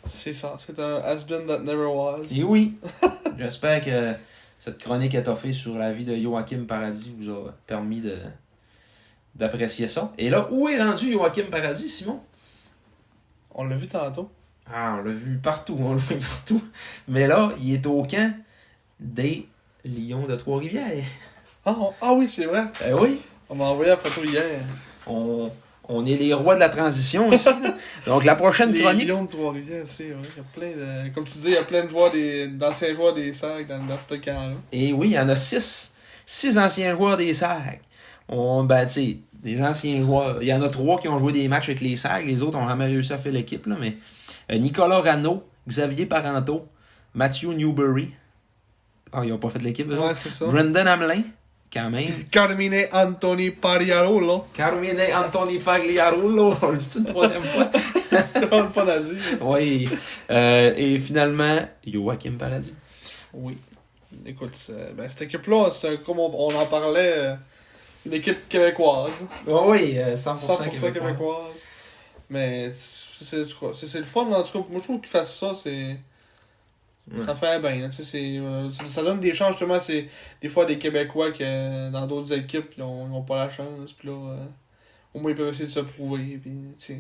Speaker 1: C'est ça, c'est un has-been that never was.
Speaker 2: Et oui, [LAUGHS] j'espère que cette chronique étoffée sur la vie de Joachim Paradis vous a permis de d'apprécier ça. Et là, où est rendu Joachim Paradis, Simon?
Speaker 1: On l'a vu tantôt.
Speaker 2: Ah, on l'a vu partout, on l'a vu partout. Mais là, il est au camp des Lions de Trois-Rivières.
Speaker 1: Ah, on- ah oui, c'est vrai.
Speaker 2: Eh oui,
Speaker 1: On m'a envoyé la photo hier.
Speaker 2: on, on est les rois de la transition ici. là. Donc la prochaine
Speaker 1: Les
Speaker 2: chronique,
Speaker 1: millions de Trois-Rivières, c'est vrai. Il y a plein de... Comme tu dis, il y a plein de joueurs, des... d'anciens joueurs des sacs dans, dans ce camp-là.
Speaker 2: et oui, il y en a six. Six anciens joueurs des SAG. On, ben, tu sais, des anciens joueurs. Il y en a trois qui ont joué des matchs avec les SAG. Les autres ont jamais réussi à faire l'équipe, là, mais euh, Nicolas Rano, Xavier Parento, Mathieu Newberry. Ah, ils n'ont pas fait l'équipe, eux autres.
Speaker 1: Ouais, c'est ça.
Speaker 2: Brendan Hamelin, quand même.
Speaker 1: Carmine Anthony Pariaro, là.
Speaker 2: [LAUGHS]
Speaker 1: [LAUGHS]
Speaker 2: Carmine Anthony Pagliarullo, [LAUGHS] on le dit une troisième fois.
Speaker 1: On l'a pas nazi.
Speaker 2: Oui. Euh, et finalement, Joachim Paradis.
Speaker 1: Oui. Écoute, c'est- ben, cette équipe-là, c'est un- comme on, on en parlait, euh, une équipe québécoise.
Speaker 2: oui, euh, 100%,
Speaker 1: 100% québécoise.
Speaker 2: québécois.
Speaker 1: Mais c'est c'est- c'est quoi- c'est- c'est le fun, en tout cas. Moi, je trouve qu'ils fassent ça, c'est.
Speaker 2: Ouais.
Speaker 1: Ça fait bien. là. Tu sais, c'est, euh, ça- ça donne des chances, justement. C'est des fois des Québécois que euh, dans d'autres équipes, ils n'ont pas la chance. Puis là, euh, au moins, ils peuvent essayer de se prouver. Puis, tu sais,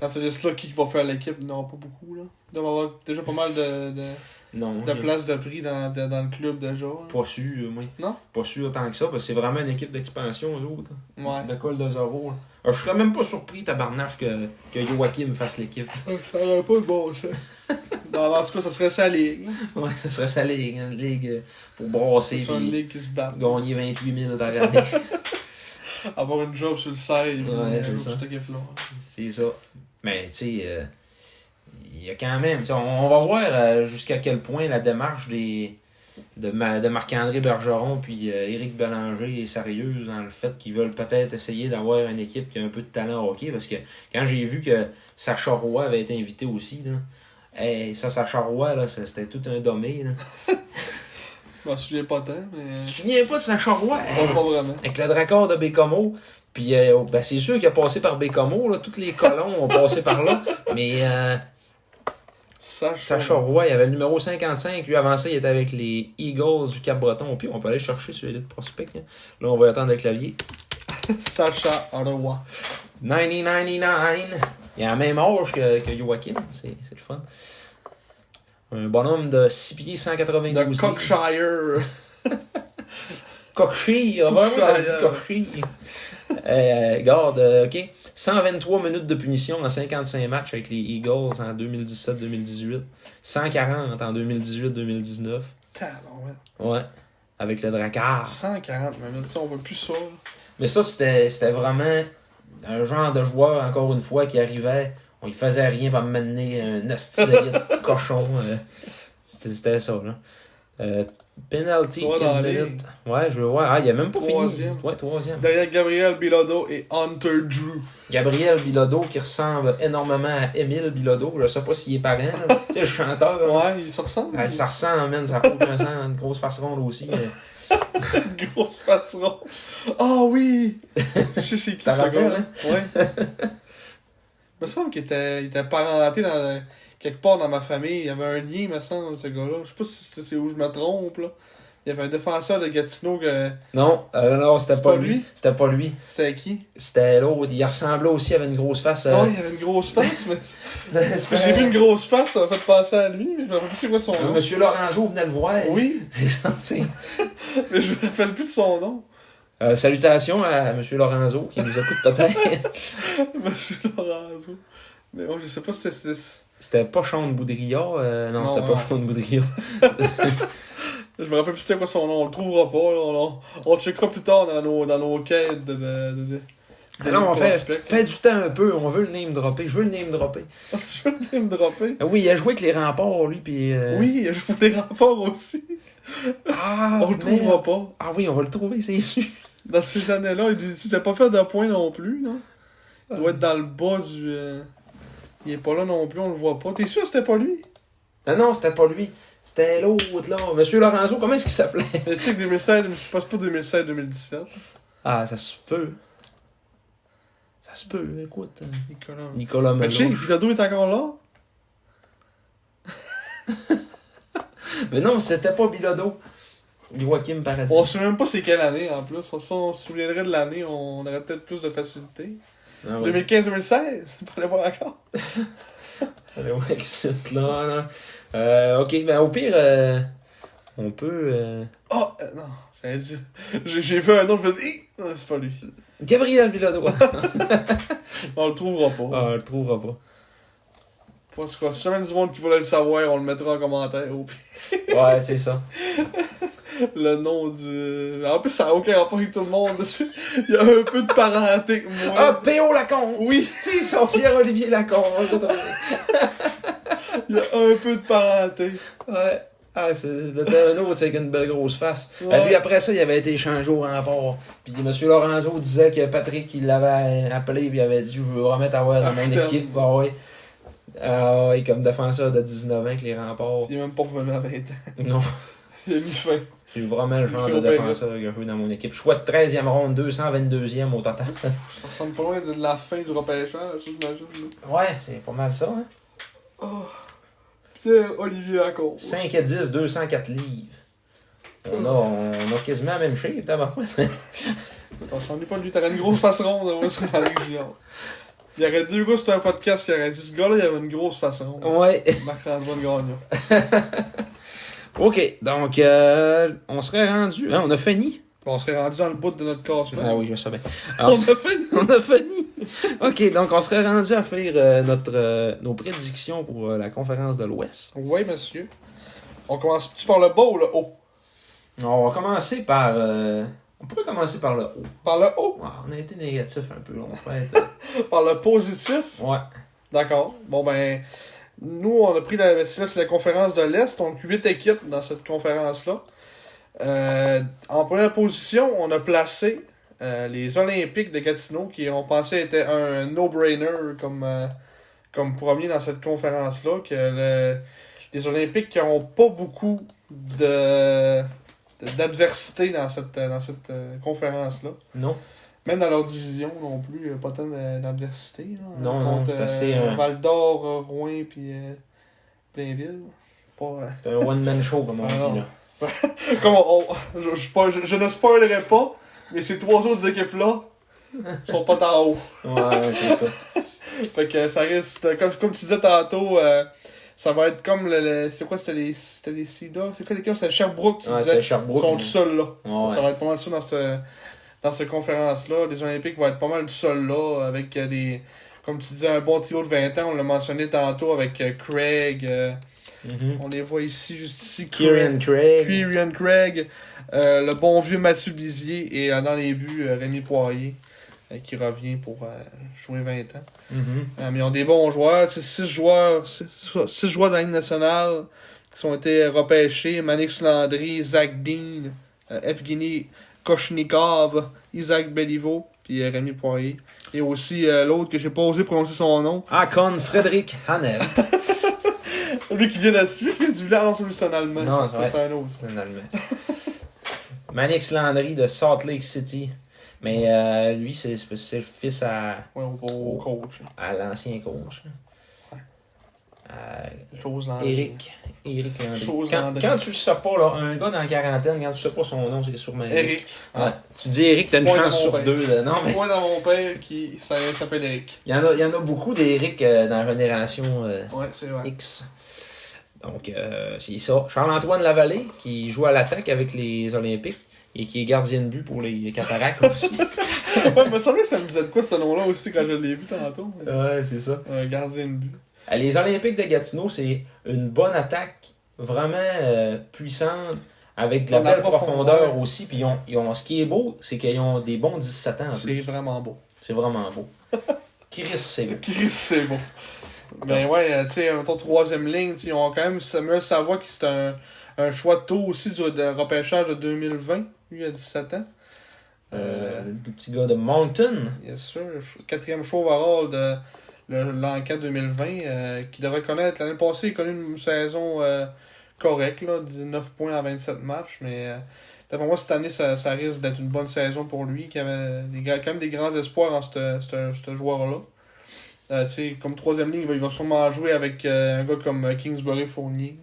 Speaker 1: dans cette liste-là, qui va faire l'équipe Non, pas beaucoup. Là. Ils doivent avoir déjà pas mal de, de,
Speaker 2: Non,
Speaker 1: de
Speaker 2: il est
Speaker 1: places de prix dans, de- dans le club déjà. là.
Speaker 2: pas sûr, euh, moi.
Speaker 1: Non?
Speaker 2: Pas sûr autant que ça, parce que c'est vraiment une équipe d'expansion, eux autres.
Speaker 1: Ouais.
Speaker 2: De col de zéro. là. Alors, je serais même pas surpris, tabarnache, que, que Joachim fasse l'équipe.
Speaker 1: Ça aurait pas de bon sens. dans, dans ce cas, ça serait ça la ligue. là.
Speaker 2: [LAUGHS] ouais, ce serait ça, ligue. Une ligue euh, pour brasser
Speaker 1: C'est ça, une
Speaker 2: et
Speaker 1: ligue qui se bat.
Speaker 2: gagner 28 000 par année.
Speaker 1: Avoir une job sur le side. euh,
Speaker 2: Ouais,
Speaker 1: une
Speaker 2: c'est
Speaker 1: job
Speaker 2: ça.
Speaker 1: sur cette équipe-là.
Speaker 2: C'est ça. Mais tu sais, euh, il y a quand même. tu sais, On, on va voir euh, jusqu'à quel point la démarche des de, Ma- de Marc-André Bergeron puis euh, Éric Bélanger est sérieuse dans le fait qu'ils veulent peut-être essayer d'avoir une équipe qui a un peu de talent au hockey. Parce que quand j'ai vu que Sacha Roy avait été invité aussi, là, hey, ça, Sacha Roy, là, ça- c'était tout un domaine.
Speaker 1: Je m'en souviens pas tant, mais. euh,
Speaker 2: Tu te souviens pas de Sacha Roy? Hey!
Speaker 1: Pas vraiment.
Speaker 2: Avec le dracard de Bécomo. Puis euh, ben, c'est sûr qu'il a passé par Bécomo, là. Tous les colons ont passé par là. Mais euh,
Speaker 1: Sacha.
Speaker 2: Sacha Roy, il avait le numéro 55. Lui, avant ça, il était avec les Eagles du Cap-Breton. Puis on peut aller chercher sur l'élite prospect. hein. Là, on va attendre le clavier.
Speaker 1: Sacha Roy.
Speaker 2: 9099. Il a la même âge que, que Joachim. C'est c'est le fun. Un bonhomme de 6 pieds 192
Speaker 1: De
Speaker 2: livres.
Speaker 1: Cockshire.
Speaker 2: [LAUGHS] Cochille, ah, vraiment, ça se dit
Speaker 1: Cochille.
Speaker 2: cochille. Euh, garde, euh, OK. 123 minutes de punition en 55 matchs avec les Eagles en 2017-2018. 140 en 2018-2019.
Speaker 1: Talon, ouais.
Speaker 2: Ouais. Avec le Dracard.
Speaker 1: 140 minutes, ça, on veut plus ça. là.
Speaker 2: Mais ça, c'était c'était vraiment un genre de joueur, encore une fois, qui arrivait. On lui faisait rien pour mener un
Speaker 1: [LAUGHS]
Speaker 2: hostie de hit cochon. euh. C'était c'était ça, là. Euh, penalty
Speaker 1: Soit dans
Speaker 2: in
Speaker 1: la
Speaker 2: minute. Ouais, je veux voir. Ah, il a même pas
Speaker 1: Troisième.
Speaker 2: fini. Ouais, troisième.
Speaker 1: Derrière Gabriel Bilodeau et Hunter Drew.
Speaker 2: Gabriel Bilodeau qui ressemble énormément à Émile Bilodeau. Je sais pas s'il est parent. là.
Speaker 1: [LAUGHS]
Speaker 2: tu sais, le chanteur. là.
Speaker 1: Ouais, Euh, ils se ressemblent.
Speaker 2: Ah, ça ressemble, man, ça a aucun sens. Une grosse face ronde aussi. euh.
Speaker 1: Grosse face ronde. Ah
Speaker 2: [LAUGHS]
Speaker 1: oui! Je sais c'est qui
Speaker 2: T'en
Speaker 1: ce gars.
Speaker 2: rappelles, hein?
Speaker 1: Ouais. Il me semble qu'il était, il était parenté dans le- quelque part dans ma famille. Il y avait un lien, il me semble, ce gars-là. Je sais pas si c'est c'est où je me trompe. Là. Il y avait un défenseur de Gatineau que.
Speaker 2: Non, euh, non, c'était
Speaker 1: C'est
Speaker 2: pas
Speaker 1: pas
Speaker 2: lui.
Speaker 1: lui?
Speaker 2: C'était pas lui.
Speaker 1: C'était qui?
Speaker 2: C'était l'autre. Il ressemblait aussi, il avait une grosse face. euh,
Speaker 1: Non,
Speaker 2: [LAUGHS]
Speaker 1: il avait une grosse face, mais.
Speaker 2: c'était-
Speaker 1: J'ai vu une grosse face, ça m'a fait penser à lui, mais je me rappelle plus c'est quoi son
Speaker 2: Euh,
Speaker 1: nom.
Speaker 2: Monsieur Lorenzo venait le voir.
Speaker 1: Oui,
Speaker 2: [LAUGHS] C'est ça, c'est-
Speaker 1: mais je me rappelle plus de son nom. [LAUGHS]
Speaker 2: Euh, salutations à Monsieur Lorenzo qui nous écoute [LAUGHS] peut-être.
Speaker 1: Monsieur Lorenzo. Mais bon, je sais pas si c'est- c'est.
Speaker 2: c'était pas Sean Boudria. euh, non,
Speaker 1: Non,
Speaker 2: c'était pas
Speaker 1: non.
Speaker 2: Sean Boudria.
Speaker 1: Je me rappelle plus c'était quoi son nom, on le trouvera pas, là, on, on, on le checkera plus tard dans nos, dans nos quêtes de. de, de, de- de
Speaker 2: Alors, on Ah fait,
Speaker 1: prospects.
Speaker 2: fait du temps un peu. On veut le name dropper. Je veux le name dropper.
Speaker 1: [LAUGHS] tu veux le name dropper?
Speaker 2: Ah Oui, il a joué avec les remparts, lui, puis... euh,
Speaker 1: Oui, je voulais [LAUGHS] rapports aussi.
Speaker 2: Ah,
Speaker 1: on le
Speaker 2: merde.
Speaker 1: trouvera pas.
Speaker 2: Ah oui, on va le trouver, c'est sûr.
Speaker 1: Dans ces années-là, il il devait pas faire de points non plus, non? Il doit être dans le bas du. euh, Il est pas là non plus, on le voit pas. T'es sûr que c'était pas
Speaker 2: [LAUGHS]
Speaker 1: lui?
Speaker 2: Non, non, c'était pas lui. C'était l'autre, là. Monsieur Lorenzo, comment est-ce qu'il s'appelait?
Speaker 1: Le truc 2016, c'est pas c'est pas 2016-2017.
Speaker 2: Ah, ça se peut. Ça se peut, écoute. euh,
Speaker 1: Nicolas.
Speaker 2: Nicolas
Speaker 1: Mais Ben, tu sais,
Speaker 2: Melange.
Speaker 1: Bilodeau est encore là?
Speaker 2: Mais non, c'était pas Bilodo. Joachim Paradis.
Speaker 1: On sait même pas c'est quelle année en plus. Ça, on se souviendrait de l'année, on aurait peut-être plus de facilité.
Speaker 2: Ah ouais.
Speaker 1: [LAUGHS] 2015-2016, on parlait pas encore.
Speaker 2: Le Wexit, là, là. Euh, ok, ben au pire, euh, on peut. euh,
Speaker 1: Oh, euh, non, j'allais dire. J'ai j'ai vu un autre, je me dis, Hi! Non, c'est pas lui.
Speaker 2: Gabriel [LAUGHS] Villadois.
Speaker 1: On le trouvera pas.
Speaker 2: ah, on le trouvera pas.
Speaker 1: Parce que si jamais du monde qui voulait le savoir, on le mettra en commentaire. Au pire,
Speaker 2: Ouais, c'est ça.
Speaker 1: le nom du. En plus, ça n'a aucun rapport avec tout le monde. [LAUGHS] Il y a un peu de parenté que moi.
Speaker 2: Ah, P.O. Lacon! Oui! C'est son Pierre-Olivier Lacon! on va le trouver.
Speaker 1: Il y a un peu de parenté.
Speaker 2: Ouais. Ah, c'est de temps à un autre, c'est avec une belle grosse face.
Speaker 1: Ouais.
Speaker 2: Ben, lui, après ça, il avait été échangé au rempart. Puis M. Lorenzo disait que Patrick, il l'avait appelé, puis il avait dit Je veux remettre à voir dans
Speaker 1: Ah,
Speaker 2: mon
Speaker 1: putain.
Speaker 2: équipe. Ah, ouais. Ah, ouais, comme défenseur de 19 ans avec les [LAUGHS] remparts.
Speaker 1: Il est même pas revenu à 20 ans.
Speaker 2: Non,
Speaker 1: Il a mis fin.
Speaker 2: j'ai vraiment le genre
Speaker 1: Il
Speaker 2: de
Speaker 1: fait au pire.
Speaker 2: défenseur que je veux dans mon équipe. Choix de 13e ronde, 222e au total.
Speaker 1: Ça ressemble pas loin de la fin du repêchage, ça, j'imagine. là.
Speaker 2: [LAUGHS] Ouais, c'est pas mal ça, hein.
Speaker 1: Oh. Pierre Olivier Lacombe.
Speaker 2: 5 à 10, 204 livres. On a, on a quasiment la même shape, d'abord.
Speaker 1: On s'en est pas de lui, t'aurais une grosse face ronde, on va se rendre avec Gillard. Il y aurait deux gars sur un podcast qui auraient dit ce gars-là, il avait une grosse face ronde.
Speaker 2: [LAUGHS] Ouais.
Speaker 1: Marc-Antoine Gagnon.
Speaker 2: OK, donc euh, on serait rendu. hein, on a fini.
Speaker 1: On serait rendu dans le bout de notre classement.
Speaker 2: Ah oui, je savais.
Speaker 1: On a
Speaker 2: Alors,
Speaker 1: fait
Speaker 2: [LAUGHS] on a fini. OK, donc on serait rendu à faire euh, notre, euh, nos prédictions pour euh, la conférence de l'Ouest.
Speaker 1: Oui, monsieur. On commence-tu par le bas ou le haut?
Speaker 2: On va commencer par. euh, on pourrait commencer par le haut.
Speaker 1: Par le haut?
Speaker 2: Ah, on a été négatif un peu, là, en fait. euh,
Speaker 1: Par le positif?
Speaker 2: ouais.
Speaker 1: D'accord. Bon, ben, nous, on a pris la, ben, c'est la conférence de l'Est. Donc, huit équipes dans cette conférence-là. Euh, en première position, on a placé euh, les Olympiques de Gatineau, qui on pensait était un no-brainer comme, euh, comme premier dans cette conférence-là. Que le- les Olympiques qui n'ont pas beaucoup de de- d'adversité dans cette, dans cette euh, conférence-là.
Speaker 2: Non.
Speaker 1: Même dans leur division non plus, euh, pas tant de- d'adversité. là.
Speaker 2: Non, non, c'est assez, euh,
Speaker 1: Val d'Or, euh, Rouen, puis euh, Blainville. Pas, euh,
Speaker 2: [LAUGHS] C'est un one-man show, comme on
Speaker 1: Ah, non.
Speaker 2: dit, là.
Speaker 1: comme on- on- je, je, spoil- je- je ne spoilerai pas, mais ces trois autres équipes-là sont pas en haut.
Speaker 2: Ouais, c'est ça.
Speaker 1: Fait que ça risque. de- Comme, comme tu disais tantôt, euh, ça va être comme le. le- c'est quoi C'était les, c'était les SIDA C'est quoi l'équipe C'était Sherbrooke, tu
Speaker 2: Ouais,
Speaker 1: disais.
Speaker 2: c'est
Speaker 1: Ils
Speaker 2: Sherbrooke.
Speaker 1: sont
Speaker 2: mais-
Speaker 1: tout seuls là.
Speaker 2: Ouais,
Speaker 1: Ça va être pas mal ça dans cette, dans cette conférence-là. Les Olympiques vont être pas mal du sol là, avec euh, des. Comme tu disais, un bon trio de 20 ans, on l'a mentionné tantôt avec euh, Craig. euh,
Speaker 2: Mhm.
Speaker 1: on les voit ici, juste ici. Craig-
Speaker 2: Kieran Craig.
Speaker 1: Kyrian Craig, euh, le bon vieux Mathieu Bizier et euh, dans les buts, euh, Rémi Poirier euh, qui revient pour euh, jouer 20 ans.
Speaker 2: Mhm.
Speaker 1: Euh, mais ils ont des bons joueurs. C'est six joueurs, six, six joueurs de la Ligue nationale qui ont été repêchés. Manix Landry, Zach Dean, euh, Evgeny Kochnikov, Isaac Beliveau, puis euh, Rémi Poirier. Et aussi euh, l'autre que j'ai pas osé prononcer son nom.
Speaker 2: Hakon Ah, Frédéric Hanel.
Speaker 1: Lui qui vient de la Suisse, qui vient du village, non, celui-là, c'est un Allemand.
Speaker 2: Non,
Speaker 1: ça,
Speaker 2: c'est vrai.
Speaker 1: c'est un autre. ça.
Speaker 2: C'est un Allemand. Manix Landry de Salt Lake City. Mais euh, lui, c'est c'est- c'est le fils à,
Speaker 1: Ouais, au, au
Speaker 2: Oh.
Speaker 1: coach.
Speaker 2: à l'ancien coach. Euh,
Speaker 1: Chose Landry.
Speaker 2: Eric. Eric Landry.
Speaker 1: Chose
Speaker 2: Quand,
Speaker 1: Landry.
Speaker 2: quand tu le sais pas, là, un gars dans la quarantaine, quand tu sais pas son nom, c'est sûrement Eric.
Speaker 1: Eric.
Speaker 2: Ouais. Tu dis Eric, t'as une
Speaker 1: Point dans
Speaker 2: chance
Speaker 1: mon
Speaker 2: sur
Speaker 1: père.
Speaker 2: deux. là. Non, mais
Speaker 1: Moi, Ah. dans mon père, qui ça- s'appelle Eric.
Speaker 2: il y en a, il y en a beaucoup d'Eric euh, dans la génération euh,
Speaker 1: Ouais, c'est vrai.
Speaker 2: X. Donc, euh, c'est ça. Charles-Antoine Lavallée, qui joue à l'attaque avec les Olympiques et qui est gardien de but pour les Cataractes aussi.
Speaker 1: ouais, il me semblait que ça me disait de quoi ce nom-là aussi quand je l'ai vu tantôt. mais-
Speaker 2: [LAUGHS] ouais, c'est ça.
Speaker 1: Un gardien de but.
Speaker 2: Euh, Les Olympiques de Gatineau, c'est une bonne attaque vraiment euh, puissante avec de la
Speaker 1: Dans la
Speaker 2: belle
Speaker 1: profondeur.
Speaker 2: profondeur aussi. Puis ils ont, ils ont- ce qui est beau, c'est qu'ils ont des bons 17 ans en
Speaker 1: C'est
Speaker 2: plus.
Speaker 1: vraiment beau.
Speaker 2: C'est vraiment [LAUGHS] beau. Chris, c'est beau.
Speaker 1: [LAUGHS] Chris, c'est beau. Mais ouais, euh, tu sais, mettons troisième ligne, tu sais, ils ont quand même Samuel Savoie qui c'est un, un choix de tôt aussi du de repêchage de 2020. Lui, il a 17 ans.
Speaker 2: Euh, le petit gars de Mountain.
Speaker 1: Bien sûr, le ch- quatrième choix overall de le- l'enquête 2020, euh, qui devrait connaître. L'année passée, il a connu une saison euh, correcte, là, 19 points en 27 matchs, mais euh, d'après moi, cette année, ça, ça risque d'être une bonne saison pour lui, qui avait des gra- quand même des grands espoirs en ce- ce ce joueur-là. Euh, tu sais, comme troisième ligne, il va, il va sûrement jouer avec euh, un gars comme euh, Kingsbury Fournier,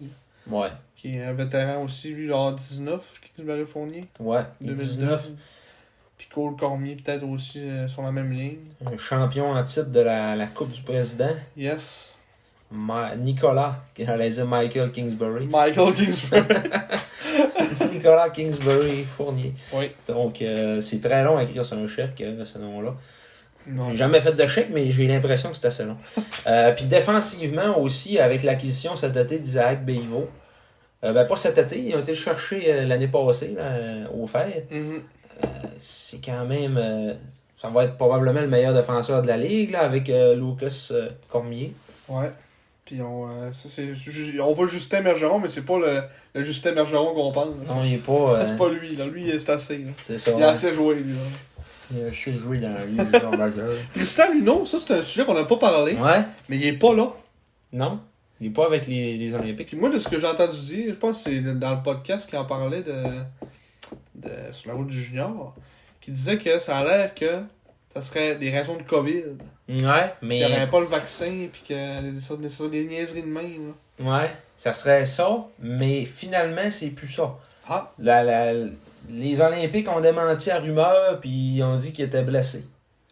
Speaker 2: Ouais.
Speaker 1: qui est un vétéran aussi, lui, il a 19, Kingsbury Fournier,
Speaker 2: Ouais.
Speaker 1: 2019.
Speaker 2: 19.
Speaker 1: Puis Cole Cormier, peut-être aussi, euh, sur la même ligne.
Speaker 2: Un champion en titre de la, la Coupe du Président.
Speaker 1: Yes.
Speaker 2: Ma- Nicolas, j'allais dire Michael Kingsbury. [LAUGHS]
Speaker 1: Michael Kingsbury.
Speaker 2: Nicolas Kingsbury Fournier.
Speaker 1: oui.
Speaker 2: Donc, euh, c'est très long à écrire sur un chèque, euh, ce nom-là.
Speaker 1: [LAUGHS] Non.
Speaker 2: J'ai jamais fait de chèque, mais j'ai l'impression que c'est assez [LAUGHS] long. Euh, Puis défensivement aussi, avec l'acquisition cet été d'Isaac Béiveau. Euh, ben, pas cet été, ils ont été le chercher euh, l'année passée, là, euh, au fait.
Speaker 1: Mhm.
Speaker 2: C'est quand même. euh, ça va être probablement le meilleur défenseur de la ligue, là, avec euh, Lucas euh, Cormier.
Speaker 1: Ouais. Puis on, euh, ça, c'est, ju- on voit Justin Bergeron, mais c'est pas le, le Justin Bergeron qu'on pense. là.
Speaker 2: Non, il est pas. euh,
Speaker 1: C'est pas lui, là. Lui, c'est assez. là.
Speaker 2: C'est ça. hein.
Speaker 1: Il a assez joué, lui. là.
Speaker 2: Il a assez joué dans la ligue, genre, majeur.
Speaker 1: Tristan Luneau, ça, c'est un sujet qu'on n'a pas parlé,
Speaker 2: Ouais.
Speaker 1: mais il est pas là.
Speaker 2: Non. Il est pas avec les, les Olympiques.
Speaker 1: Puis moi, de ce que j'ai entendu dire, je pense que c'est dans le podcast qui en parlait de, de- sur la route du junior, qui disait que ça a l'air que ça serait des raisons de COVID. Qu'il
Speaker 2: Ouais,
Speaker 1: n'y
Speaker 2: mais.
Speaker 1: aurait pas le vaccin, puis que des, sortes- des, sortes- des niaiseries de même. là.
Speaker 2: Ouais. Ça serait ça, mais finalement, c'est plus ça.
Speaker 1: Ah,
Speaker 2: La- la- les Olympiques ont démenti la rumeur, puis ils ont dit qu'il était blessé.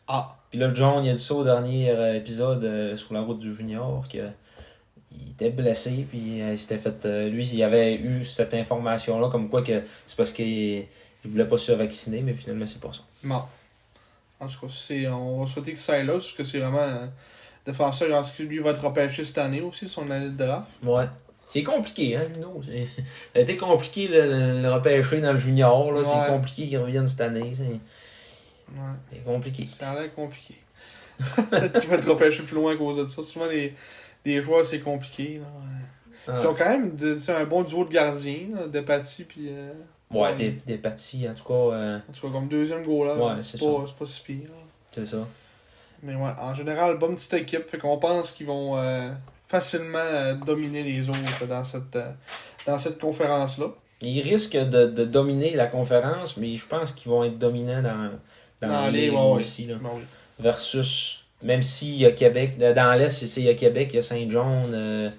Speaker 1: ah,
Speaker 2: Puis là, John, il a dit ça au dernier euh, épisode euh, sur la route du junior, que il était blessé, puis euh, il s'était fait... euh, lui, il avait eu cette information-là, comme quoi que c'est parce qu'il il voulait pas se vacciner, mais finalement, c'est pas ça.
Speaker 1: mort. En tout cas, c'est, on va souhaiter que ça aille là, parce que c'est vraiment un défenseur, en ce qui lui va être repêché cette année aussi, son année de draft.
Speaker 2: Ouais. C'est compliqué, hein, Luno? C'est- Ça a été compliqué le, le- le repêcher dans le junior, là.
Speaker 1: Ouais.
Speaker 2: C'est compliqué qu'il revienne cette année. C'est
Speaker 1: Ouais.
Speaker 2: c'est compliqué.
Speaker 1: Ça a l'air compliqué. Peut-être qu'il va te repêcher plus loin à cause de ça. Souvent, les, les joueurs, c'est compliqué. Là.
Speaker 2: Ah.
Speaker 1: Ils ont quand même de- c'est un bon duo de gardiens, là, de Paty, puis. euh,
Speaker 2: Ouais, des, des parties, en tout cas, euh,
Speaker 1: En tout cas, comme deuxième goaler,
Speaker 2: Ouais, c'est
Speaker 1: c'est pas, c'est pas si pire. là.
Speaker 2: c'est ça.
Speaker 1: Mais ouais, en général, bonne petite équipe. Fait qu'on pense qu'ils vont euh, facilement euh, dominer les autres dans cette, euh, dans cette conférence-là.
Speaker 2: Ils risquent de, de dominer la conférence, mais je pense qu'ils vont être dominants dans, dans,
Speaker 1: Dans
Speaker 2: la
Speaker 1: les-
Speaker 2: ligue
Speaker 1: ouais, ouais.
Speaker 2: aussi. Là.
Speaker 1: Ben oui.
Speaker 2: Versus, même s'il y a Québec, euh, dans l'Est, c'est- c'est- il y a Québec, il y a Saint-John, euh,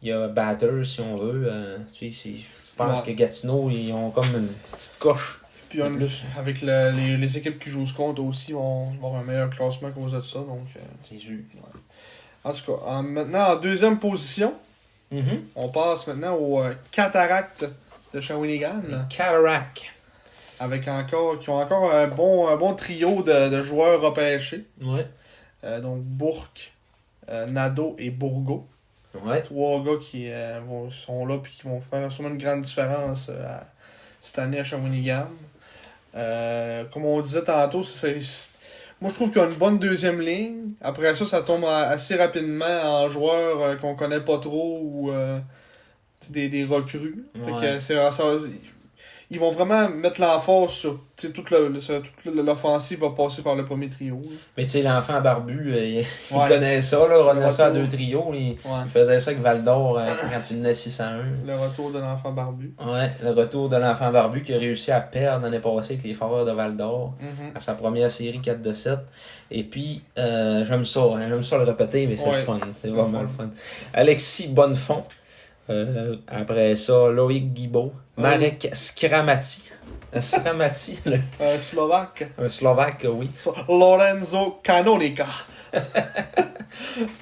Speaker 2: il y a Batters, si on veut. euh, tu sais, c'est- je pense
Speaker 1: Ouais.
Speaker 2: que Gatineau, ils ont comme une petite coche.
Speaker 1: Puis on-
Speaker 2: de plus.
Speaker 1: avec le- les, les équipes qui jouent ce compte aussi, on va avoir un meilleur classement à cause de ça. Donc, euh,
Speaker 2: C'est sûr.
Speaker 1: En tout cas, en- maintenant en deuxième position,
Speaker 2: Mhm.
Speaker 1: on passe maintenant aux euh, Cataractes de Shawinigan.
Speaker 2: Cataract.
Speaker 1: Avec encore, qui ont encore un bon, un bon trio de, de joueurs repêchés.
Speaker 2: Ouais.
Speaker 1: Euh, donc Bourque, euh, Nadeau et Bourgo.
Speaker 2: Ouais.
Speaker 1: Trois gars qui euh, vont- sont là et qui vont faire sûrement une grande différence euh, à- cette année à Shawinigan. Euh, comme on disait tantôt, c'est, c'est- moi je trouve qu'ils ont une bonne deuxième ligne. Après ça, ça tombe à- assez rapidement en joueurs euh, qu'on connaît pas trop ou euh, tu sais, des, des recrues. Fait que
Speaker 2: Ouais.
Speaker 1: c'est, ça- ils vont vraiment mettre l'emphase sur tu sais, toute, le- le- sur- toute le- l'offensive va passer par le premier trio.
Speaker 2: Mais tu sais, l'enfant barbu, euh, il, il
Speaker 1: Ouais.
Speaker 2: connaît ça, là, renaissant ça à
Speaker 1: retour.
Speaker 2: deux trios. Il,
Speaker 1: Ouais.
Speaker 2: il faisait ça avec Val d'Or euh, quand il venait 601.
Speaker 1: Le retour de l'enfant barbu.
Speaker 2: Ouais, le retour de l'enfant barbu qui a réussi à perdre l'année passée avec les Foreurs de Val d'Or
Speaker 1: Mm-hmm.
Speaker 2: à sa première série 4 de 7. Et puis, euh, j'aime ça, hein, j'aime ça le répéter, mais c'est
Speaker 1: Ouais,
Speaker 2: le fun, c'est
Speaker 1: c'est
Speaker 2: vraiment
Speaker 1: le
Speaker 2: le fun. Alexis Bonnefond. Euh, après ça, Loïc Guibault.
Speaker 1: Ouais.
Speaker 2: Marek Skramati. Euh, Skramati, [LAUGHS] le-
Speaker 1: Euh, Slovaque.
Speaker 2: un Slovaque, oui.
Speaker 1: So- Lorenzo Canonica.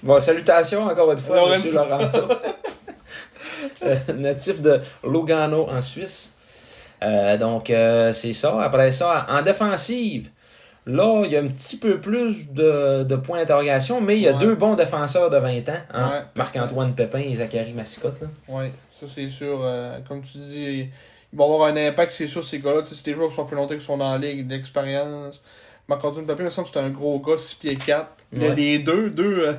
Speaker 2: Bon, salutations encore une fois,
Speaker 1: Lorenzo.
Speaker 2: Monsieur Lorenzo.
Speaker 1: [LAUGHS]
Speaker 2: Euh, Natif de Lugano en Suisse. Euh, donc, euh, c'est ça. Après ça, en défensive, là, il y a un petit peu plus de, de points d'interrogation, mais il y a
Speaker 1: Ouais.
Speaker 2: deux bons défenseurs de 20 ans. hein.
Speaker 1: Ouais.
Speaker 2: Marc-Antoine Pépin et Zachary Massicotte. là.
Speaker 1: Oui, ça c'est sûr. euh, comme tu dis, ils vont avoir un impact, c'est sûr, ces gars-là. Tu sais, C'est des joueurs qui sont fait longtemps qu'ils sont dans la ligue, de l'expérience. Marc-Antoine Papin, il me semble que c'est un gros gars, 6 pieds 4. Il a
Speaker 2: Ouais.
Speaker 1: les deux, deux, euh,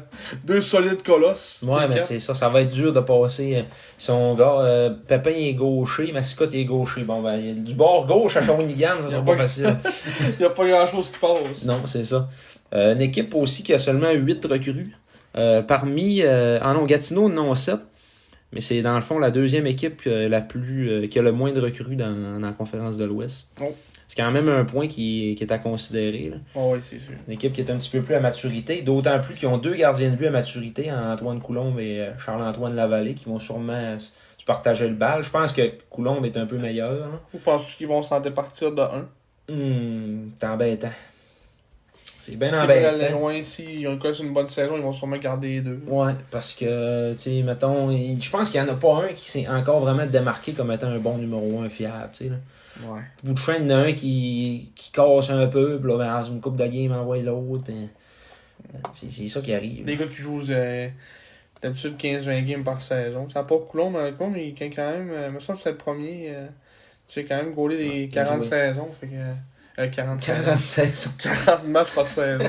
Speaker 1: deux solides colosses.
Speaker 2: Ouais, mais c'est ça. Ça va être dur de passer euh, son gars. Euh, Pépin est gaucher, Massicotte est gaucher. Bon, ben, il y a du bord gauche à Shawinigan, ça
Speaker 1: Y a
Speaker 2: sera
Speaker 1: pas
Speaker 2: pas
Speaker 1: que-
Speaker 2: facile.
Speaker 1: Il n'y a pas grand-chose qui passe.
Speaker 2: Non, c'est ça. Euh, une équipe aussi qui a seulement 8 recrues. Euh, parmi. Euh, ah non, Gatineau, non, ça. Mais c'est dans le fond la deuxième équipe euh, la plus, euh, qui a le moins de recrues dans, dans la conférence de l'Ouest.
Speaker 1: Oh.
Speaker 2: C'est quand même un point qui, qui est à considérer. là.
Speaker 1: Oh, oui, c'est sûr.
Speaker 2: Une équipe qui est un petit peu plus à maturité, d'autant plus qu'ils ont deux gardiens de but à maturité, Antoine Coulombe et euh, Charles-Antoine Lavallée, qui vont sûrement euh, se se partager le bal. Je pense que Coulombe est un peu meilleur. là.
Speaker 1: Ou penses-tu qu'ils vont s'en départir de un
Speaker 2: Hum, c'est embêtant. C'est bien
Speaker 1: si aller
Speaker 2: embêtant.
Speaker 1: loin, s'ils ont connaissent une bonne saison, ils vont sûrement garder les deux.
Speaker 2: Ouais, parce que, tu sais, mettons, il- je pense qu'il n'y en a pas un qui s'est encore vraiment démarqué comme étant un bon numéro 1 fiable, tu sais. là.
Speaker 1: Ouais.
Speaker 2: bout de chemin, il y en a un qui, qui casse un peu, puis là, ben, dans une coupe de game, envoie l'autre. puis, euh, C'est c'est ça qui arrive.
Speaker 1: Des gars qui jouent euh, d'habitude 15-20 games par saison. Ça n'a pas beaucoup long, Malcolm, mais il quand même, euh, il me semble que c'est le premier. euh, tu sais, quand même, gaulé des
Speaker 2: Ouais,
Speaker 1: 40
Speaker 2: joué.
Speaker 1: saisons. Fait que, euh, 40 saisons.
Speaker 2: 40
Speaker 1: [LAUGHS]
Speaker 2: saisons. [LAUGHS]
Speaker 1: 40 matchs par saison.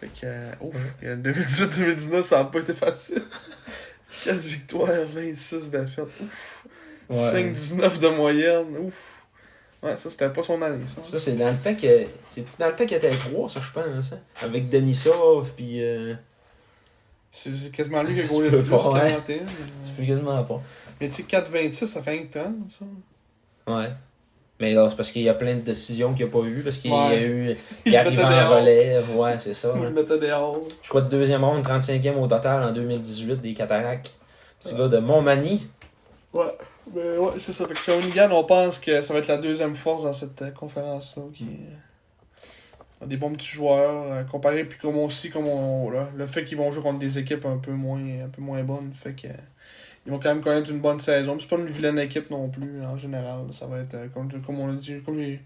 Speaker 1: fait que, euh, ouf, 2018-2019, ça n'a pas été facile. [LAUGHS] 4 victoires, 26 défaites.
Speaker 2: Ouais.
Speaker 1: 5-19 de moyenne. Ouf. Ouais, ça, c'était pas son année, ça.
Speaker 2: Ça, c'est dans le temps que. C'est dans le temps qu'il était 3, ça, je pense, hein, ça. Avec Denisov, puis. Euh,
Speaker 1: C'est c'est quasiment lui qui a
Speaker 2: Ça se
Speaker 1: gaulé
Speaker 2: peut
Speaker 1: le plus,
Speaker 2: pas, ouais.
Speaker 1: 41. mais-
Speaker 2: c'est plus quasiment pas.
Speaker 1: euh. Mais tu sais, 4-26, ça fait un temps, ça.
Speaker 2: Ouais. Mais là, c'est parce qu'il y a plein de décisions qu'il n'y a pas eu, parce qu'il y a
Speaker 1: Ouais.
Speaker 2: [LAUGHS] eu.
Speaker 1: Il
Speaker 2: Il arrive
Speaker 1: mettait
Speaker 2: en
Speaker 1: dehors.
Speaker 2: relève, ouais, c'est ça.
Speaker 1: Ou le
Speaker 2: hein.
Speaker 1: mettait dehors.
Speaker 2: Je crois de deuxième ronde, 35e au total en 2018 des Cataractes. Petit
Speaker 1: Ouais.
Speaker 2: gars de Montmagny.
Speaker 1: Ouais. Mais ouais, c'est ça. Fait que Shawinigan, on pense que ça va être la deuxième force dans cette euh, conférence-là. Qui... euh, a Des bons petits joueurs. euh, comparé, puis comme aussi, comme on, là, le fait qu'ils vont jouer contre des équipes un peu moins, un peu moins bonnes, fait que. euh, Ils vont quand même connaître une bonne saison. Puis C'est pas une vilaine équipe non plus, en général. Ça va être, euh, comme, comme on l'a dit, comme j'ai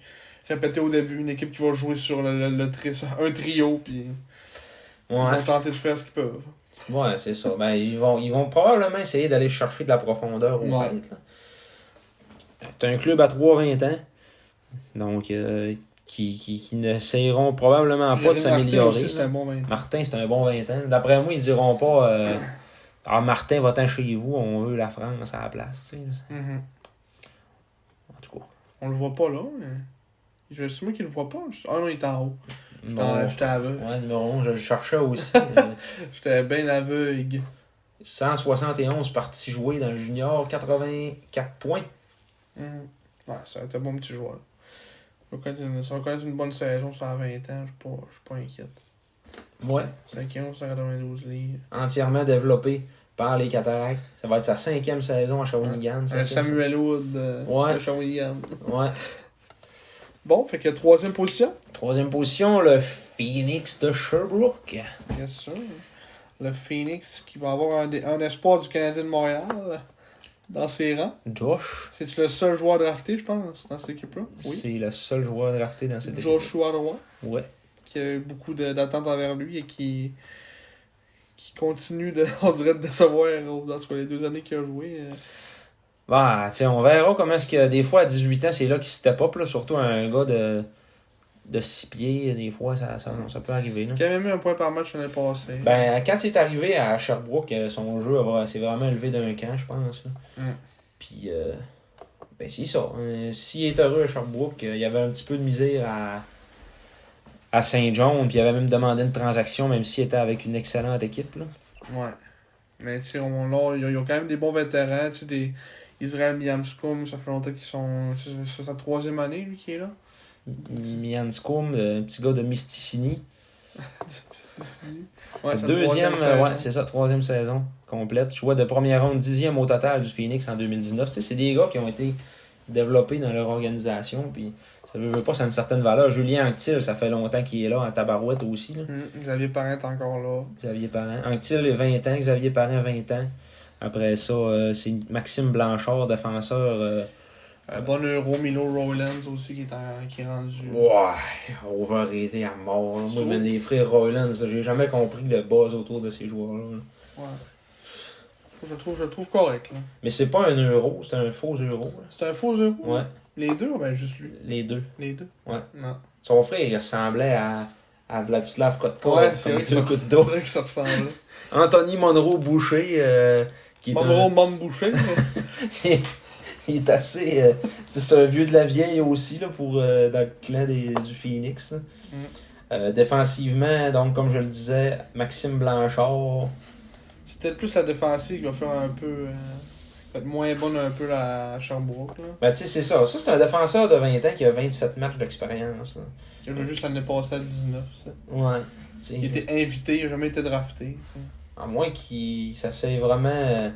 Speaker 1: répété au début, une équipe qui va jouer sur le, le- le tri- sur un trio, puis ils
Speaker 2: Ouais.
Speaker 1: vont tenter de faire ce qu'ils peuvent.
Speaker 2: Ouais, c'est ça. Ben, ils vont, ils vont probablement essayer d'aller chercher de la profondeur au
Speaker 1: Ouais.
Speaker 2: fait. C'est un club à 3-20 ans. Donc, euh, qui, qui, qui n'essaieront probablement pas
Speaker 1: Jérémy
Speaker 2: de
Speaker 1: Martin
Speaker 2: s'améliorer.
Speaker 1: aussi, c'est un bon vingt-
Speaker 2: Martin, c'est un bon 20 ans. D'après moi, ils diront pas euh, Ah, Martin, va-t'en chez vous, on veut la France à la place. tu sais.
Speaker 1: Mhm.
Speaker 2: En tout cas.
Speaker 1: On le voit pas là. Mais... Je vais assumer qu'il le voit pas. Ah non, il est en haut. J'étais
Speaker 2: Bon.
Speaker 1: en- J'étais aveugle.
Speaker 2: Ouais, numéro 11, je le
Speaker 1: [LAUGHS]
Speaker 2: cherchais aussi. Euh,
Speaker 1: J'étais bien aveugle.
Speaker 2: 171 parties jouées dans le junior, 84 points.
Speaker 1: Mhm. Ouais, ça va être un bon petit joueur. Ça va connaître une, ça va connaître une bonne saison, ça a 20 ans. Je suis pas, je suis pas inquiète.
Speaker 2: Ouais.
Speaker 1: 51, 192 livres.
Speaker 2: Entièrement développé par les cataractes. Ça va être sa cinquième saison à Shawinigan.
Speaker 1: Euh,
Speaker 2: cinquième
Speaker 1: Samuel Wood euh,
Speaker 2: Ouais.
Speaker 1: de Shawinigan.
Speaker 2: saison. Ouais.
Speaker 1: Bon, fait que troisième position.
Speaker 2: Troisième position, le Phoenix de Sherbrooke.
Speaker 1: Bien sûr. Le Phoenix qui va avoir un, dé- un espoir du Canadien de Montréal euh, dans ses rangs.
Speaker 2: Josh,
Speaker 1: C'est-tu le seul joueur drafté, je pense, dans cette équipe-là? Oui.
Speaker 2: c'est le seul joueur drafté dans cette équipe.
Speaker 1: Joshua Roy.
Speaker 2: Ouais.
Speaker 1: qui a eu beaucoup de- d'attentes envers lui et qui, qui continue de, [LAUGHS] on dirait, de décevoir euh, dans tout cas, les deux années qu'il a joué. euh.
Speaker 2: Bah, tu sais, on verra comment est-ce que des fois à 18 ans, c'est là qu'il se step up, là, surtout un gars de, de 6 pieds, des fois, ça, ça, ça peut arriver. Là.
Speaker 1: Il a quand même eu un point par match l'année passée.
Speaker 2: Ben, quand il est arrivé à Sherbrooke, euh, son jeu a- s'est vraiment élevé d'un camp, je pense. là.
Speaker 1: Mm.
Speaker 2: Puis, euh, ben, c'est ça. Euh, S'il est heureux à Sherbrooke, euh, il y avait un petit peu de misère à, à Saint-John, puis il avait même demandé une transaction, même s'il était avec une excellente équipe. Là.
Speaker 1: Ouais. Mais tu sais, on- là, ils ont- ils ont quand même des bons vétérans. Tu sais, des Israël Miamskoum, ça fait longtemps qu'ils sont. C'est c'est sa troisième année, lui, qui est
Speaker 2: [LAUGHS]
Speaker 1: là.
Speaker 2: Mian Skoum, euh, un petit gars de Misticini.
Speaker 1: Ouais, sa
Speaker 2: Deuxième,
Speaker 1: troisième
Speaker 2: euh,
Speaker 1: saison.
Speaker 2: ouais, c'est ça, troisième saison complète. Je vois de première ronde, dixième au total du Phoenix en 2019. Tu sais, c'est des gars qui ont été développés dans leur organisation. Puis ça veut, veut pas, ça a une certaine valeur. Julien Anctil, ça fait longtemps qu'il est là, en tabarouette aussi. Là.
Speaker 1: Mhm, Xavier Parent est encore là.
Speaker 2: Xavier Parent. Anctil, 20 ans. Xavier Parent, 20 ans. Après ça, euh, c'est Maxime Blanchard, défenseur. euh,
Speaker 1: Euh, bon euro, Milo Rowlands aussi qui est, en- qui est rendu.
Speaker 2: Ouais, overrated à mort. là. Moi,
Speaker 1: Tu
Speaker 2: même les frères Rollins, j'ai jamais compris le buzz autour de ces joueurs-là. là.
Speaker 1: Ouais. Je le trouve, je le trouve correct. là.
Speaker 2: Mais c'est pas un euro, c'est un faux euro. là.
Speaker 1: C'est un faux euro.
Speaker 2: Ouais,
Speaker 1: Les deux, ou ben juste lui.
Speaker 2: les deux.
Speaker 1: Les deux.
Speaker 2: Ouais.
Speaker 1: Non.
Speaker 2: Son frère, il ressemblait à, à Vladislav Kotko.
Speaker 1: Ouais, c'est vrai que
Speaker 2: deux
Speaker 1: ça
Speaker 2: coups
Speaker 1: res-
Speaker 2: de
Speaker 1: c'est
Speaker 2: dos.
Speaker 1: vrai que ça
Speaker 2: [LAUGHS]
Speaker 1: ressemble.
Speaker 2: Anthony Monroe Boucher, euh, qui, est
Speaker 1: Monroe Mom Boucher.
Speaker 2: un- il est assez. euh, c'est c'est un vieux de la vieille aussi, là, pour, euh, dans le clan des- du Phoenix. là.
Speaker 1: Mm.
Speaker 2: Euh, défensivement, donc, comme je le disais, Maxime Blanchard.
Speaker 1: C'était plus la défensive qui va faire un peu. euh, va être moins bonne un peu la Sherbrooke. Là.
Speaker 2: Ben, tu sais, c'est ça. Ça, c'est un défenseur de 20 ans qui a 27 matchs d'expérience. là.
Speaker 1: Il a joué juste l'année passée à 19. Ça.
Speaker 2: Ouais. Tu sais,
Speaker 1: Il était invité, il n'a jamais été drafté. ça.
Speaker 2: À moins qu'il ça soit vraiment euh,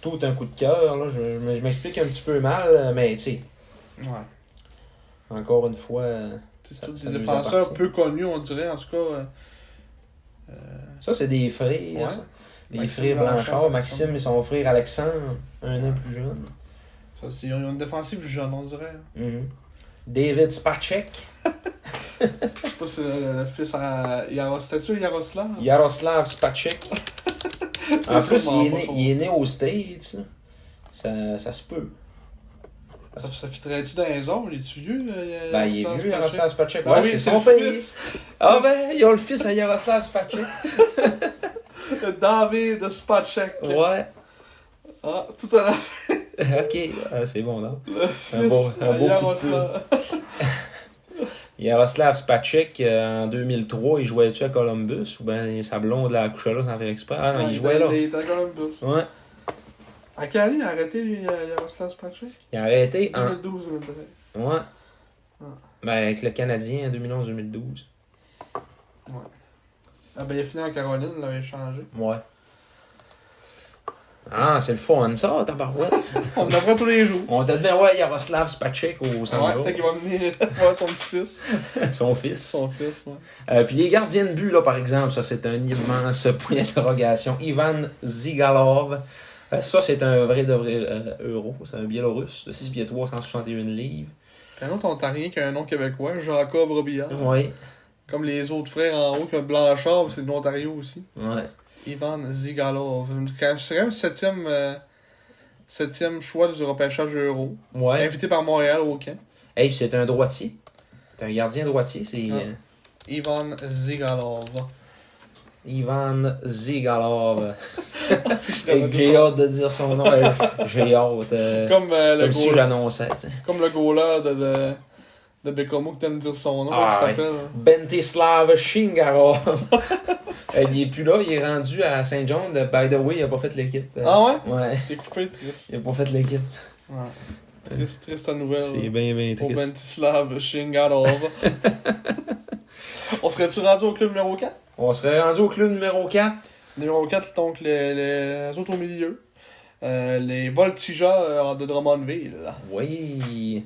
Speaker 2: tout un coup de cœur. là. Je, je me- je m'explique un petit peu mal, euh, mais tu sais,
Speaker 1: Ouais.
Speaker 2: encore une fois, euh,
Speaker 1: C'est
Speaker 2: Ça-
Speaker 1: tous
Speaker 2: ça
Speaker 1: des
Speaker 2: nous
Speaker 1: défenseurs
Speaker 2: appartient.
Speaker 1: peu connus, on dirait, en tout cas. euh, euh,
Speaker 2: Ça, c'est des frères.
Speaker 1: Ouais.
Speaker 2: ça. Des
Speaker 1: Maxime
Speaker 2: frères
Speaker 1: Blanchard,
Speaker 2: Blanchard,
Speaker 1: Maxime.
Speaker 2: Maxime et son frère Alexandre, un an plus jeune.
Speaker 1: ça, c'est- ils ont une défensive jeune, on dirait. hein.
Speaker 2: Mhm. David Spacek,
Speaker 1: Je sais pas si c'est le, le fils à Yaroslav. C'était-tu Yaroslav
Speaker 2: Yaroslav Spacek.
Speaker 1: [LAUGHS] C'est
Speaker 2: En plus,
Speaker 1: sûrement
Speaker 2: il est,
Speaker 1: pas
Speaker 2: né,
Speaker 1: son-
Speaker 2: il est né aux States. là. Ça, ça se peut.
Speaker 1: Ça, ça fitterait-tu dans les zones Il est-tu vieux euh,
Speaker 2: Ben, il est
Speaker 1: Yaroslav Spacek?
Speaker 2: vieux, Yaroslav Spacek.
Speaker 1: Ben
Speaker 2: Ouais,
Speaker 1: oui,
Speaker 2: c'est
Speaker 1: c'est
Speaker 2: son
Speaker 1: le
Speaker 2: fils.
Speaker 1: fils.
Speaker 2: Ah ben, ils ont le fils à
Speaker 1: [LAUGHS]
Speaker 2: Yaroslav Spacek.
Speaker 1: David Spacek.
Speaker 2: Ouais. [LAUGHS]
Speaker 1: Ah, tout à la fin,
Speaker 2: ok, Ah, c'est bon, non?
Speaker 1: le
Speaker 2: beau-
Speaker 1: fils
Speaker 2: un
Speaker 1: à
Speaker 2: beau coup de
Speaker 1: Yaroslav.
Speaker 2: Yaroslav Spacek, euh, en 2003, il jouait-tu à Columbus? Ou ben, sa blonde la couche là sans faire exprès? Ah non, il jouait là.
Speaker 1: Il était quand même plus.
Speaker 2: Ouais.
Speaker 1: À quelle année il a arrêté, lui, euh, Yaroslav Spacek
Speaker 2: Il a arrêté en
Speaker 1: 2012, je peut-être.
Speaker 2: Ouais.
Speaker 1: Ah.
Speaker 2: Ben, avec le Canadien 2011-2012.
Speaker 1: Ah, ben, il a fini en Caroline, il l'avait
Speaker 2: [LAUGHS]
Speaker 1: changé.
Speaker 2: Ouais. Ah, c'est le fun, ça, tabarouette.
Speaker 1: On en prend tous les jours.
Speaker 2: On t'a bien, ouais, Yaroslav Spacek au
Speaker 1: ouais,
Speaker 2: centre
Speaker 1: peut-être qu'il va venir [LAUGHS] voir son petit-fils.
Speaker 2: son fils.
Speaker 1: Son fils, ouais.
Speaker 2: Euh, Puis les gardiens de but, là, par exemple, ça, c'est un immense [LAUGHS] point d'interrogation. Ivan Zigalov. Euh, ça, c'est un vrai de vrai euh, euro. C'est un Biélorusse de 6 pieds 3, 161 livres.
Speaker 1: Puis Un autre ontarien qui a un nom québécois, Jacob Robillard.
Speaker 2: Ouais.
Speaker 1: Comme les autres frères en haut, comme Blanchard, c'est de l'Ontario aussi.
Speaker 2: Ouais.
Speaker 1: Ivan Zigalov. Quand- C'est quand même septième, euh, septième choix du repêchage euro.
Speaker 2: Ouais.
Speaker 1: Invité par Montréal au camp.
Speaker 2: Hey, c'est un droitier. C'est un gardien droitier. C'est.
Speaker 1: Ah.
Speaker 2: euh,
Speaker 1: Ivan Zigalov.
Speaker 2: Ivan
Speaker 1: [LAUGHS]
Speaker 2: Zigalov.
Speaker 1: l'avais
Speaker 2: J'ai hâte de dire son
Speaker 1: [LAUGHS]
Speaker 2: nom. Euh, J'ai hâte. euh,
Speaker 1: Comme, euh, le
Speaker 2: comme si
Speaker 1: goal-
Speaker 2: j'annonçais. tu sais.
Speaker 1: comme le goaler de, de, de Bécomo qui t'aime dire son nom,
Speaker 2: Ah,
Speaker 1: qui
Speaker 2: ouais.
Speaker 1: s'appelle.
Speaker 2: Bentislav Shingarov. [LAUGHS] Euh, il est plus là, il est rendu à Saint John. By the way, il a pas fait l'équipe. Euh,
Speaker 1: Ah ouais?
Speaker 2: Ouais,
Speaker 1: T'es coupé, triste.
Speaker 2: il a pas fait l'équipe.
Speaker 1: Ouais. Triste, triste nouvelle.
Speaker 2: bien, bien
Speaker 1: Pour Bentislav
Speaker 2: [LAUGHS]
Speaker 1: Shingarov. On serait-tu rendu au club numéro 4?
Speaker 2: On serait rendu au club numéro 4.
Speaker 1: Numéro 4, donc les, les autres au milieu. Euh, les voltigeurs de Drummondville.
Speaker 2: Oui.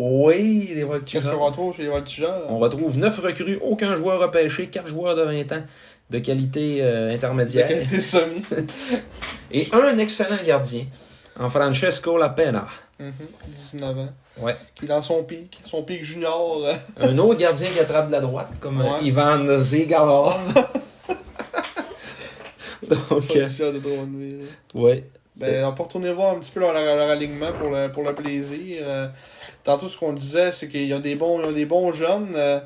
Speaker 2: Oui, les Voltigeurs.
Speaker 1: Qu'est-ce qu'on retrouve chez les voltigeurs?
Speaker 2: On retrouve 9 recrues, aucun joueur repêché, 4 joueurs de 20 ans de qualité euh,
Speaker 1: De
Speaker 2: intermédiaire.
Speaker 1: qualité
Speaker 2: [LAUGHS]
Speaker 1: semi.
Speaker 2: Et un excellent gardien, en Francesco Lapena.
Speaker 1: Mhm, 19 ans.
Speaker 2: Ouais.
Speaker 1: Qui est dans son pic, son pic junior. euh,
Speaker 2: Un autre gardien qui attrape de la droite, comme euh,
Speaker 1: Ouais. [LAUGHS]
Speaker 2: Ivan Zigalov. Donc, euh,
Speaker 1: voltigeurs de Drummondville.
Speaker 2: ouais.
Speaker 1: Ben, on peut retourner voir un petit peu leur, leur- leur alignement pour le, pour le plaisir. Euh, tantôt, ce qu'on disait, c'est qu'ils ont des bons, ils ont des bons jeunes, euh,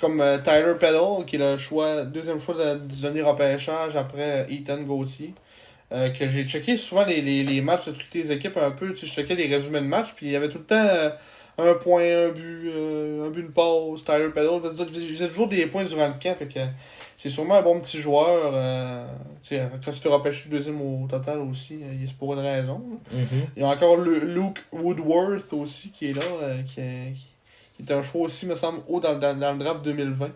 Speaker 1: comme euh, Tyler Peddle, qui est le choix, deuxième choix de- du dernier repêchage après Ethan Gauthier. euh, que j'ai checké souvent les, les, les matchs de toutes les équipes un peu. Tu sais, je checkais les résumés de matchs, puis il y avait tout le temps euh, un point, un but, euh, un but, une pause, Tyler Peddle. Il faisait toujours des points durant le camp. Fait que c'est sûrement un bon petit joueur. euh, tu sais, quand tu te repêches deuxième au total aussi, euh, il est pour une raison.
Speaker 2: Mhm.
Speaker 1: Il y a encore le Luke Woodworth aussi qui est là, euh, qui, est, qui est un choix aussi, me semble, haut dans, dans, dans le draft 2020.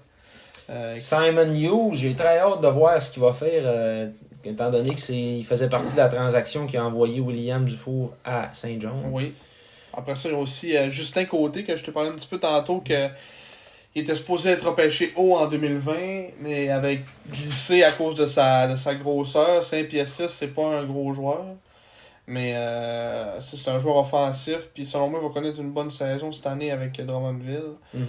Speaker 1: Euh,
Speaker 2: Simon Hughes, j'ai très hâte de voir ce qu'il va faire, euh, étant donné qu'il faisait partie de la transaction qui a envoyé William Dufour à Saint John.
Speaker 1: oui. Après ça, il y a aussi euh, Justin Côté, que je te parlais un petit peu tantôt, que il était supposé être repêché haut en 2020, mais avec glissé à cause de sa, de sa grosseur. 5 pieds 6, c'est pas un gros joueur. Mais euh, ça, c'est un joueur offensif. Puis selon moi, il va connaître une bonne saison cette année avec euh, Drummondville.
Speaker 2: Mhm.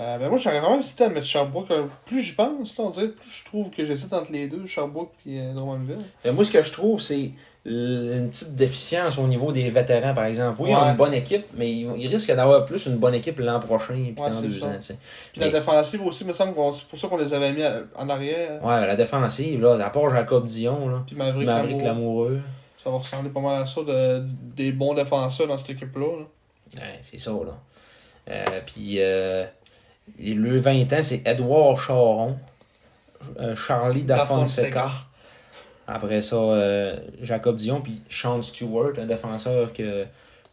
Speaker 1: Euh, ben moi, j'aurais vraiment hésité à mettre Sherbrooke. Euh, Plus j'y pense, là, on dirait, plus je trouve que j'hésite entre les deux, Sherbrooke et euh, Drummondville.
Speaker 2: Euh, moi, ce que je trouve, c'est l- une petite déficience au niveau des vétérans, par exemple. Oui, ils
Speaker 1: Ouais.
Speaker 2: ont une bonne équipe, mais ils, ils risquent d'avoir plus une bonne équipe l'an prochain puis
Speaker 1: Ouais,
Speaker 2: dans
Speaker 1: c'est
Speaker 2: deux
Speaker 1: ça.
Speaker 2: ans. tu sais.
Speaker 1: Puis la
Speaker 2: Mais-
Speaker 1: défensive aussi, il me semble que c'est pour ça qu'on les avait mis à- en arrière.
Speaker 2: Ouais, la défensive, là, à part Jacob Dion, là,
Speaker 1: Puis Maverick,
Speaker 2: Maverick
Speaker 1: Lamour.
Speaker 2: Lamoureux.
Speaker 1: Ça va ressembler pas mal à ça, de, des bons défenseurs dans cette équipe-là. là.
Speaker 2: Ouais, c'est ça, là. Euh, puis, euh, le 20 ans, c'est Edouard Charon, euh, Charlie Da
Speaker 1: Da
Speaker 2: Fonseca.
Speaker 1: Fonseca.
Speaker 2: Après ça, euh, Jacob Dion, puis Sean Stewart, un défenseur que,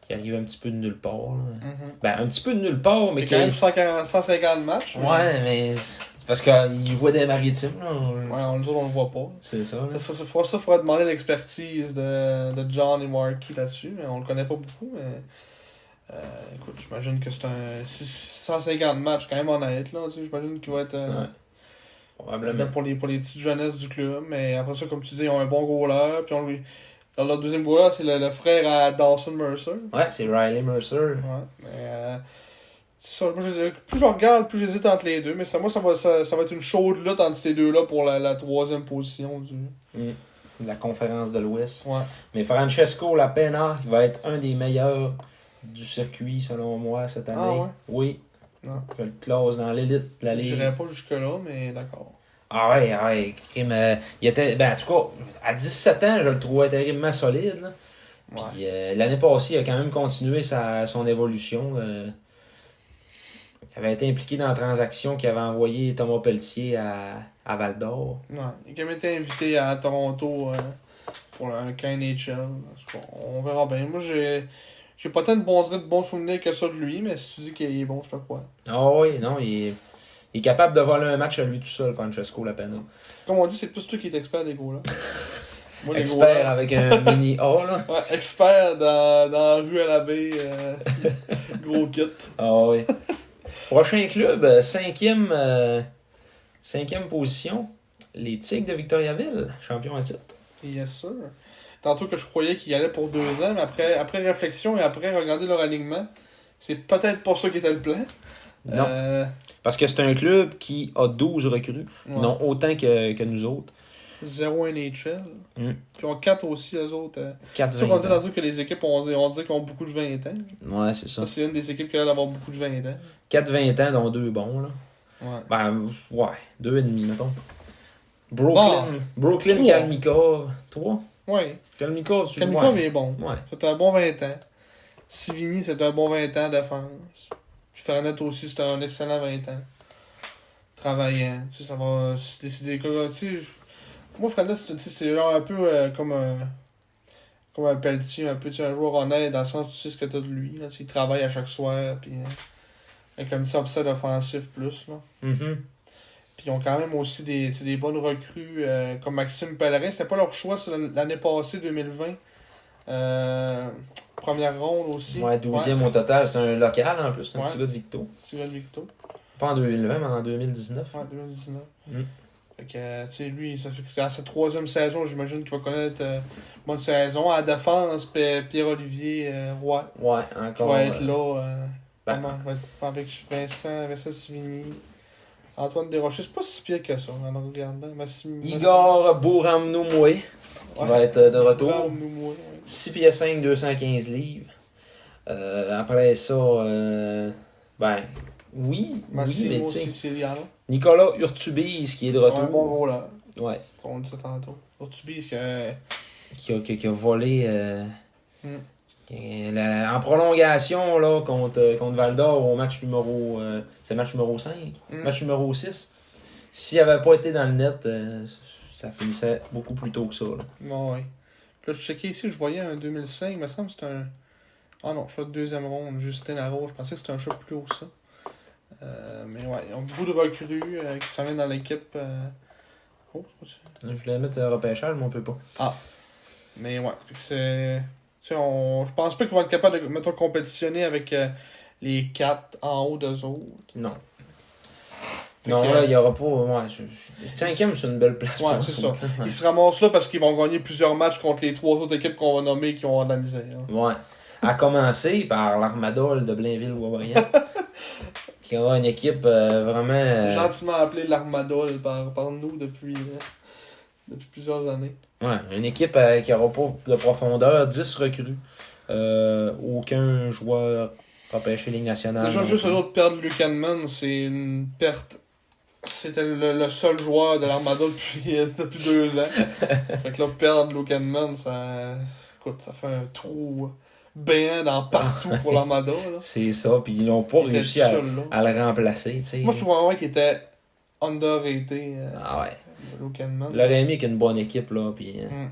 Speaker 2: qui arrive un petit peu de nulle part. là.
Speaker 1: Mhm.
Speaker 2: Ben, un petit peu de nulle part, mais
Speaker 1: Mais
Speaker 2: qui.
Speaker 1: quand même 140, 150 matchs. mais-
Speaker 2: Ouais, mais. c'est Parce qu'il voit des maritimes, là.
Speaker 1: Ouais, on, nous autres, on le voit pas.
Speaker 2: C'est ça, là.
Speaker 1: Ça, ça, ça, faudra- ça, faudra demander l'expertise de, de John et Marky là-dessus, mais on le connaît pas beaucoup. Mais, Euh, écoute, j'imagine que c'est un 150 matchs quand même honnête. là, tu sais, J'imagine qu'il va être. euh,
Speaker 2: Ouais. Probablement.
Speaker 1: Même pour les, pour les petites jeunesses du club. Mais après ça, comme tu dis, ils ont un bon goaler. Puis on lui. Alors, leur deuxième goaler, c'est le, le frère à Dawson Mercer.
Speaker 2: Ouais, c'est Riley Mercer.
Speaker 1: Ouais. Mais, euh, ça, moi, je- plus je regarde, plus j'hésite entre les deux. Mais ça, moi, ça va, ça, ça va être une chaude lutte entre ces deux-là pour la, la troisième position. Du...
Speaker 2: Mm. De la conférence de l'Ouest.
Speaker 1: Ouais.
Speaker 2: Mais Francesco Lapena qui va être un des meilleurs du circuit, selon moi, cette année.
Speaker 1: Ah ouais? Ah.
Speaker 2: Oui.
Speaker 1: Non.
Speaker 2: Je le classe dans l'élite de la Ligue.
Speaker 1: J'irai pas jusque-là, mais d'accord.
Speaker 2: Ah ouais, ah ouais. crime, euh, il était, ben, en tout cas, à 17 ans, je le trouvais terriblement solide. là.
Speaker 1: Ouais.
Speaker 2: Puis, euh, l'année passée, il a quand même continué sa, son évolution. euh. il avait été impliqué dans la transaction qui avait envoyé Thomas Pelletier à, à Val d'Or.
Speaker 1: Ouais. Il a quand même été invité à Toronto euh, pour un KNHL. En tout cas, On verra bien. Moi, j'ai. J'ai pas tant de bons, de bons souvenirs que ça de lui, mais si tu dis qu'il est bon, je te crois.
Speaker 2: Ah oui, non, il est, il est capable de voler un match à lui tout seul, Francesco Lapena.
Speaker 1: Comme on dit, c'est plus toi qui es expert des
Speaker 2: [LAUGHS]
Speaker 1: gars là. Moi, les
Speaker 2: Expert
Speaker 1: gars-là-
Speaker 2: avec un mini A, là.
Speaker 1: Ouais, expert dans, dans la rue à la baie. euh, [LAUGHS] gros kit.
Speaker 2: Ah oui. Prochain club, euh, cinquième, euh, cinquième position, les Tigres de Victoriaville, champion à titre.
Speaker 1: Yes, sir. Tantôt que je croyais qu'il y allait pour deux ans, mais après, après réflexion et après regarder leur alignement, c'est peut-être pour ça qu'il était le plan.
Speaker 2: Non.
Speaker 1: Euh,
Speaker 2: Parce que c'est un club qui a 12 recrues,
Speaker 1: ouais.
Speaker 2: non autant que, que nous autres.
Speaker 1: Zéro NHL.
Speaker 2: Mm.
Speaker 1: Puis on quatre aussi, les autres. euh.
Speaker 2: Quatre
Speaker 1: C'est sûr qu'on dit
Speaker 2: vingt ans.
Speaker 1: tantôt que les équipes, on, dit- on dit qu'ils ont beaucoup de 20 ans.
Speaker 2: Ouais, c'est
Speaker 1: Ça,
Speaker 2: ça.
Speaker 1: c'est une des équipes qui a l'air d'avoir beaucoup de 20 ans.
Speaker 2: 4 20 ans, dont deux bons, là.
Speaker 1: Ouais.
Speaker 2: Ben, ouais, deux et demi, mettons. Brooklyn, Brooklyn,
Speaker 1: Trois.
Speaker 2: Kalmikov. 3
Speaker 1: Ouais.
Speaker 2: Kalmikov, tu
Speaker 1: Kamikov
Speaker 2: ouais.
Speaker 1: est bon.
Speaker 2: Ouais.
Speaker 1: C'est un bon 20 ans. Sivini, c'est un bon 20 ans de défense. Puis Fernet aussi, c'est un excellent 20 ans. Travaillant. Tu sais, ça va. C'est des- c'est des gars- tu sais, moi, Fernet, c'est tu sais, c'est genre un peu euh, comme un. Comme un Pelletier, un peu tu sais, un joueur honnête, dans le sens où tu sais ce que t'as de lui. Là, Tu sais, il travaille à chaque soir, puis. euh, avec un petit upset offensif plus. Là.
Speaker 2: Mhm.
Speaker 1: Puis ils ont quand même aussi des, c'est des bonnes recrues euh, comme Maxime Pellerin. C'était pas leur choix sur l'an- l'année passée, 2020. Euh, première ronde aussi.
Speaker 2: Ouais, 12e au total. C'est un local en plus, c'est un
Speaker 1: Ouais.
Speaker 2: petit gars de Victo.
Speaker 1: Steven Victo,
Speaker 2: Pas en 2020, mais en 2019.
Speaker 1: en 2019.
Speaker 2: Mm.
Speaker 1: Fait que, euh, tu sais, lui, ça fait que dans sa troisième saison, j'imagine qu'il va connaître euh, une bonne saison. À la défense, P- Pierre-Olivier euh, Roy,
Speaker 2: Ouais,
Speaker 1: qui
Speaker 2: encore.
Speaker 1: va être
Speaker 2: euh,
Speaker 1: là. euh,
Speaker 2: ben,
Speaker 1: vraiment, va être avec Vincent, Vincent Sivigny, Antoine Desrochers. C'est pas si pire que ça, en le regardant. Mais si-
Speaker 2: Igor Bourhamnoumoué, qui
Speaker 1: Ouais.
Speaker 2: va être euh, de retour.
Speaker 1: Bravo, nous, moi, ouais.
Speaker 2: 6 pieds 5, 215 livres. Euh, après ça, euh, ben, oui, oui
Speaker 1: Massimo
Speaker 2: mais tu sais,
Speaker 1: Siciliano.
Speaker 2: Nicolas Urtubise qui est de
Speaker 1: Un bon
Speaker 2: retour.
Speaker 1: voleur.
Speaker 2: Ouais,
Speaker 1: On dit ça tantôt. Urtubis, que.
Speaker 2: qui a, qui- qui a volé. euh,
Speaker 1: Mm.
Speaker 2: qui- la- en prolongation là, contre, euh, contre Val d'Or au match numéro. euh, c'est match numéro 5,
Speaker 1: Mm.
Speaker 2: match numéro 6. S'il n'avait pas été dans le net, euh, ça finissait beaucoup plus tôt que ça. là.
Speaker 1: Non, ouais. Puis Là, je checkais ici, je voyais un 2005, il me semble que c'est un. Ah non, choix de deuxième ronde, Justin Larose. Je pensais que c'était un choix plus haut que ça. Euh, mais ouais, ils ont beaucoup de recrues euh, qui s'en viennent dans l'équipe. euh, Oh, c'est pas ça.
Speaker 2: Je voulais mettre le repêchage, mais on peut pas.
Speaker 1: Mais ouais, fait que c'est. Tu sais, on... je pense pas qu'ils vont être capables de mettons, compétitionner avec euh, les quatre en haut d'eux autres.
Speaker 2: Non.
Speaker 1: Fait
Speaker 2: Non,
Speaker 1: que-
Speaker 2: là, il n'y aura pas. Ouais, je- je- Cinquième, c'est une belle place.
Speaker 1: Ouais,
Speaker 2: pour
Speaker 1: c'est
Speaker 2: nous autres, là.
Speaker 1: Ils se ramassent là parce qu'ils vont gagner plusieurs matchs contre les trois autres équipes qu'on va nommer qui ont de la misère. hein.
Speaker 2: [LAUGHS] Ouais. À commencer par l'Armadol de Blainville-Boisbriand,
Speaker 1: [LAUGHS]
Speaker 2: qui aura une équipe euh, vraiment. euh,
Speaker 1: Gentiment appelé l'Armada là, par, par nous depuis, euh, depuis plusieurs années.
Speaker 2: ouais, une équipe euh, qui n'aura pas de profondeur, 10 recrues. Euh, aucun joueur repêché Ligue nationale.
Speaker 1: Déjà,
Speaker 2: Ah, non
Speaker 1: juste
Speaker 2: plus.
Speaker 1: le autre perte de Luke Hanman, c'est une perte. C'était le, le seul joueur de l'Armada depuis, [LAUGHS] depuis deux
Speaker 2: [LAUGHS]
Speaker 1: ans. fait que là, perdre Luke Hanman, ça. Écoute, ça fait un trou béant dans partout pour l'Armada. là.
Speaker 2: Ah, C'est ça, puis ils n'ont pas
Speaker 1: Il était
Speaker 2: réussi à,
Speaker 1: seul, là.
Speaker 2: à le remplacer. tu sais.
Speaker 1: Moi, je trouve vraiment qu'il était underrated, euh,
Speaker 2: Ah ouais.
Speaker 1: Luke Hanman.
Speaker 2: Il aurait aimé avec une bonne équipe, là, puis. euh,
Speaker 1: Mm.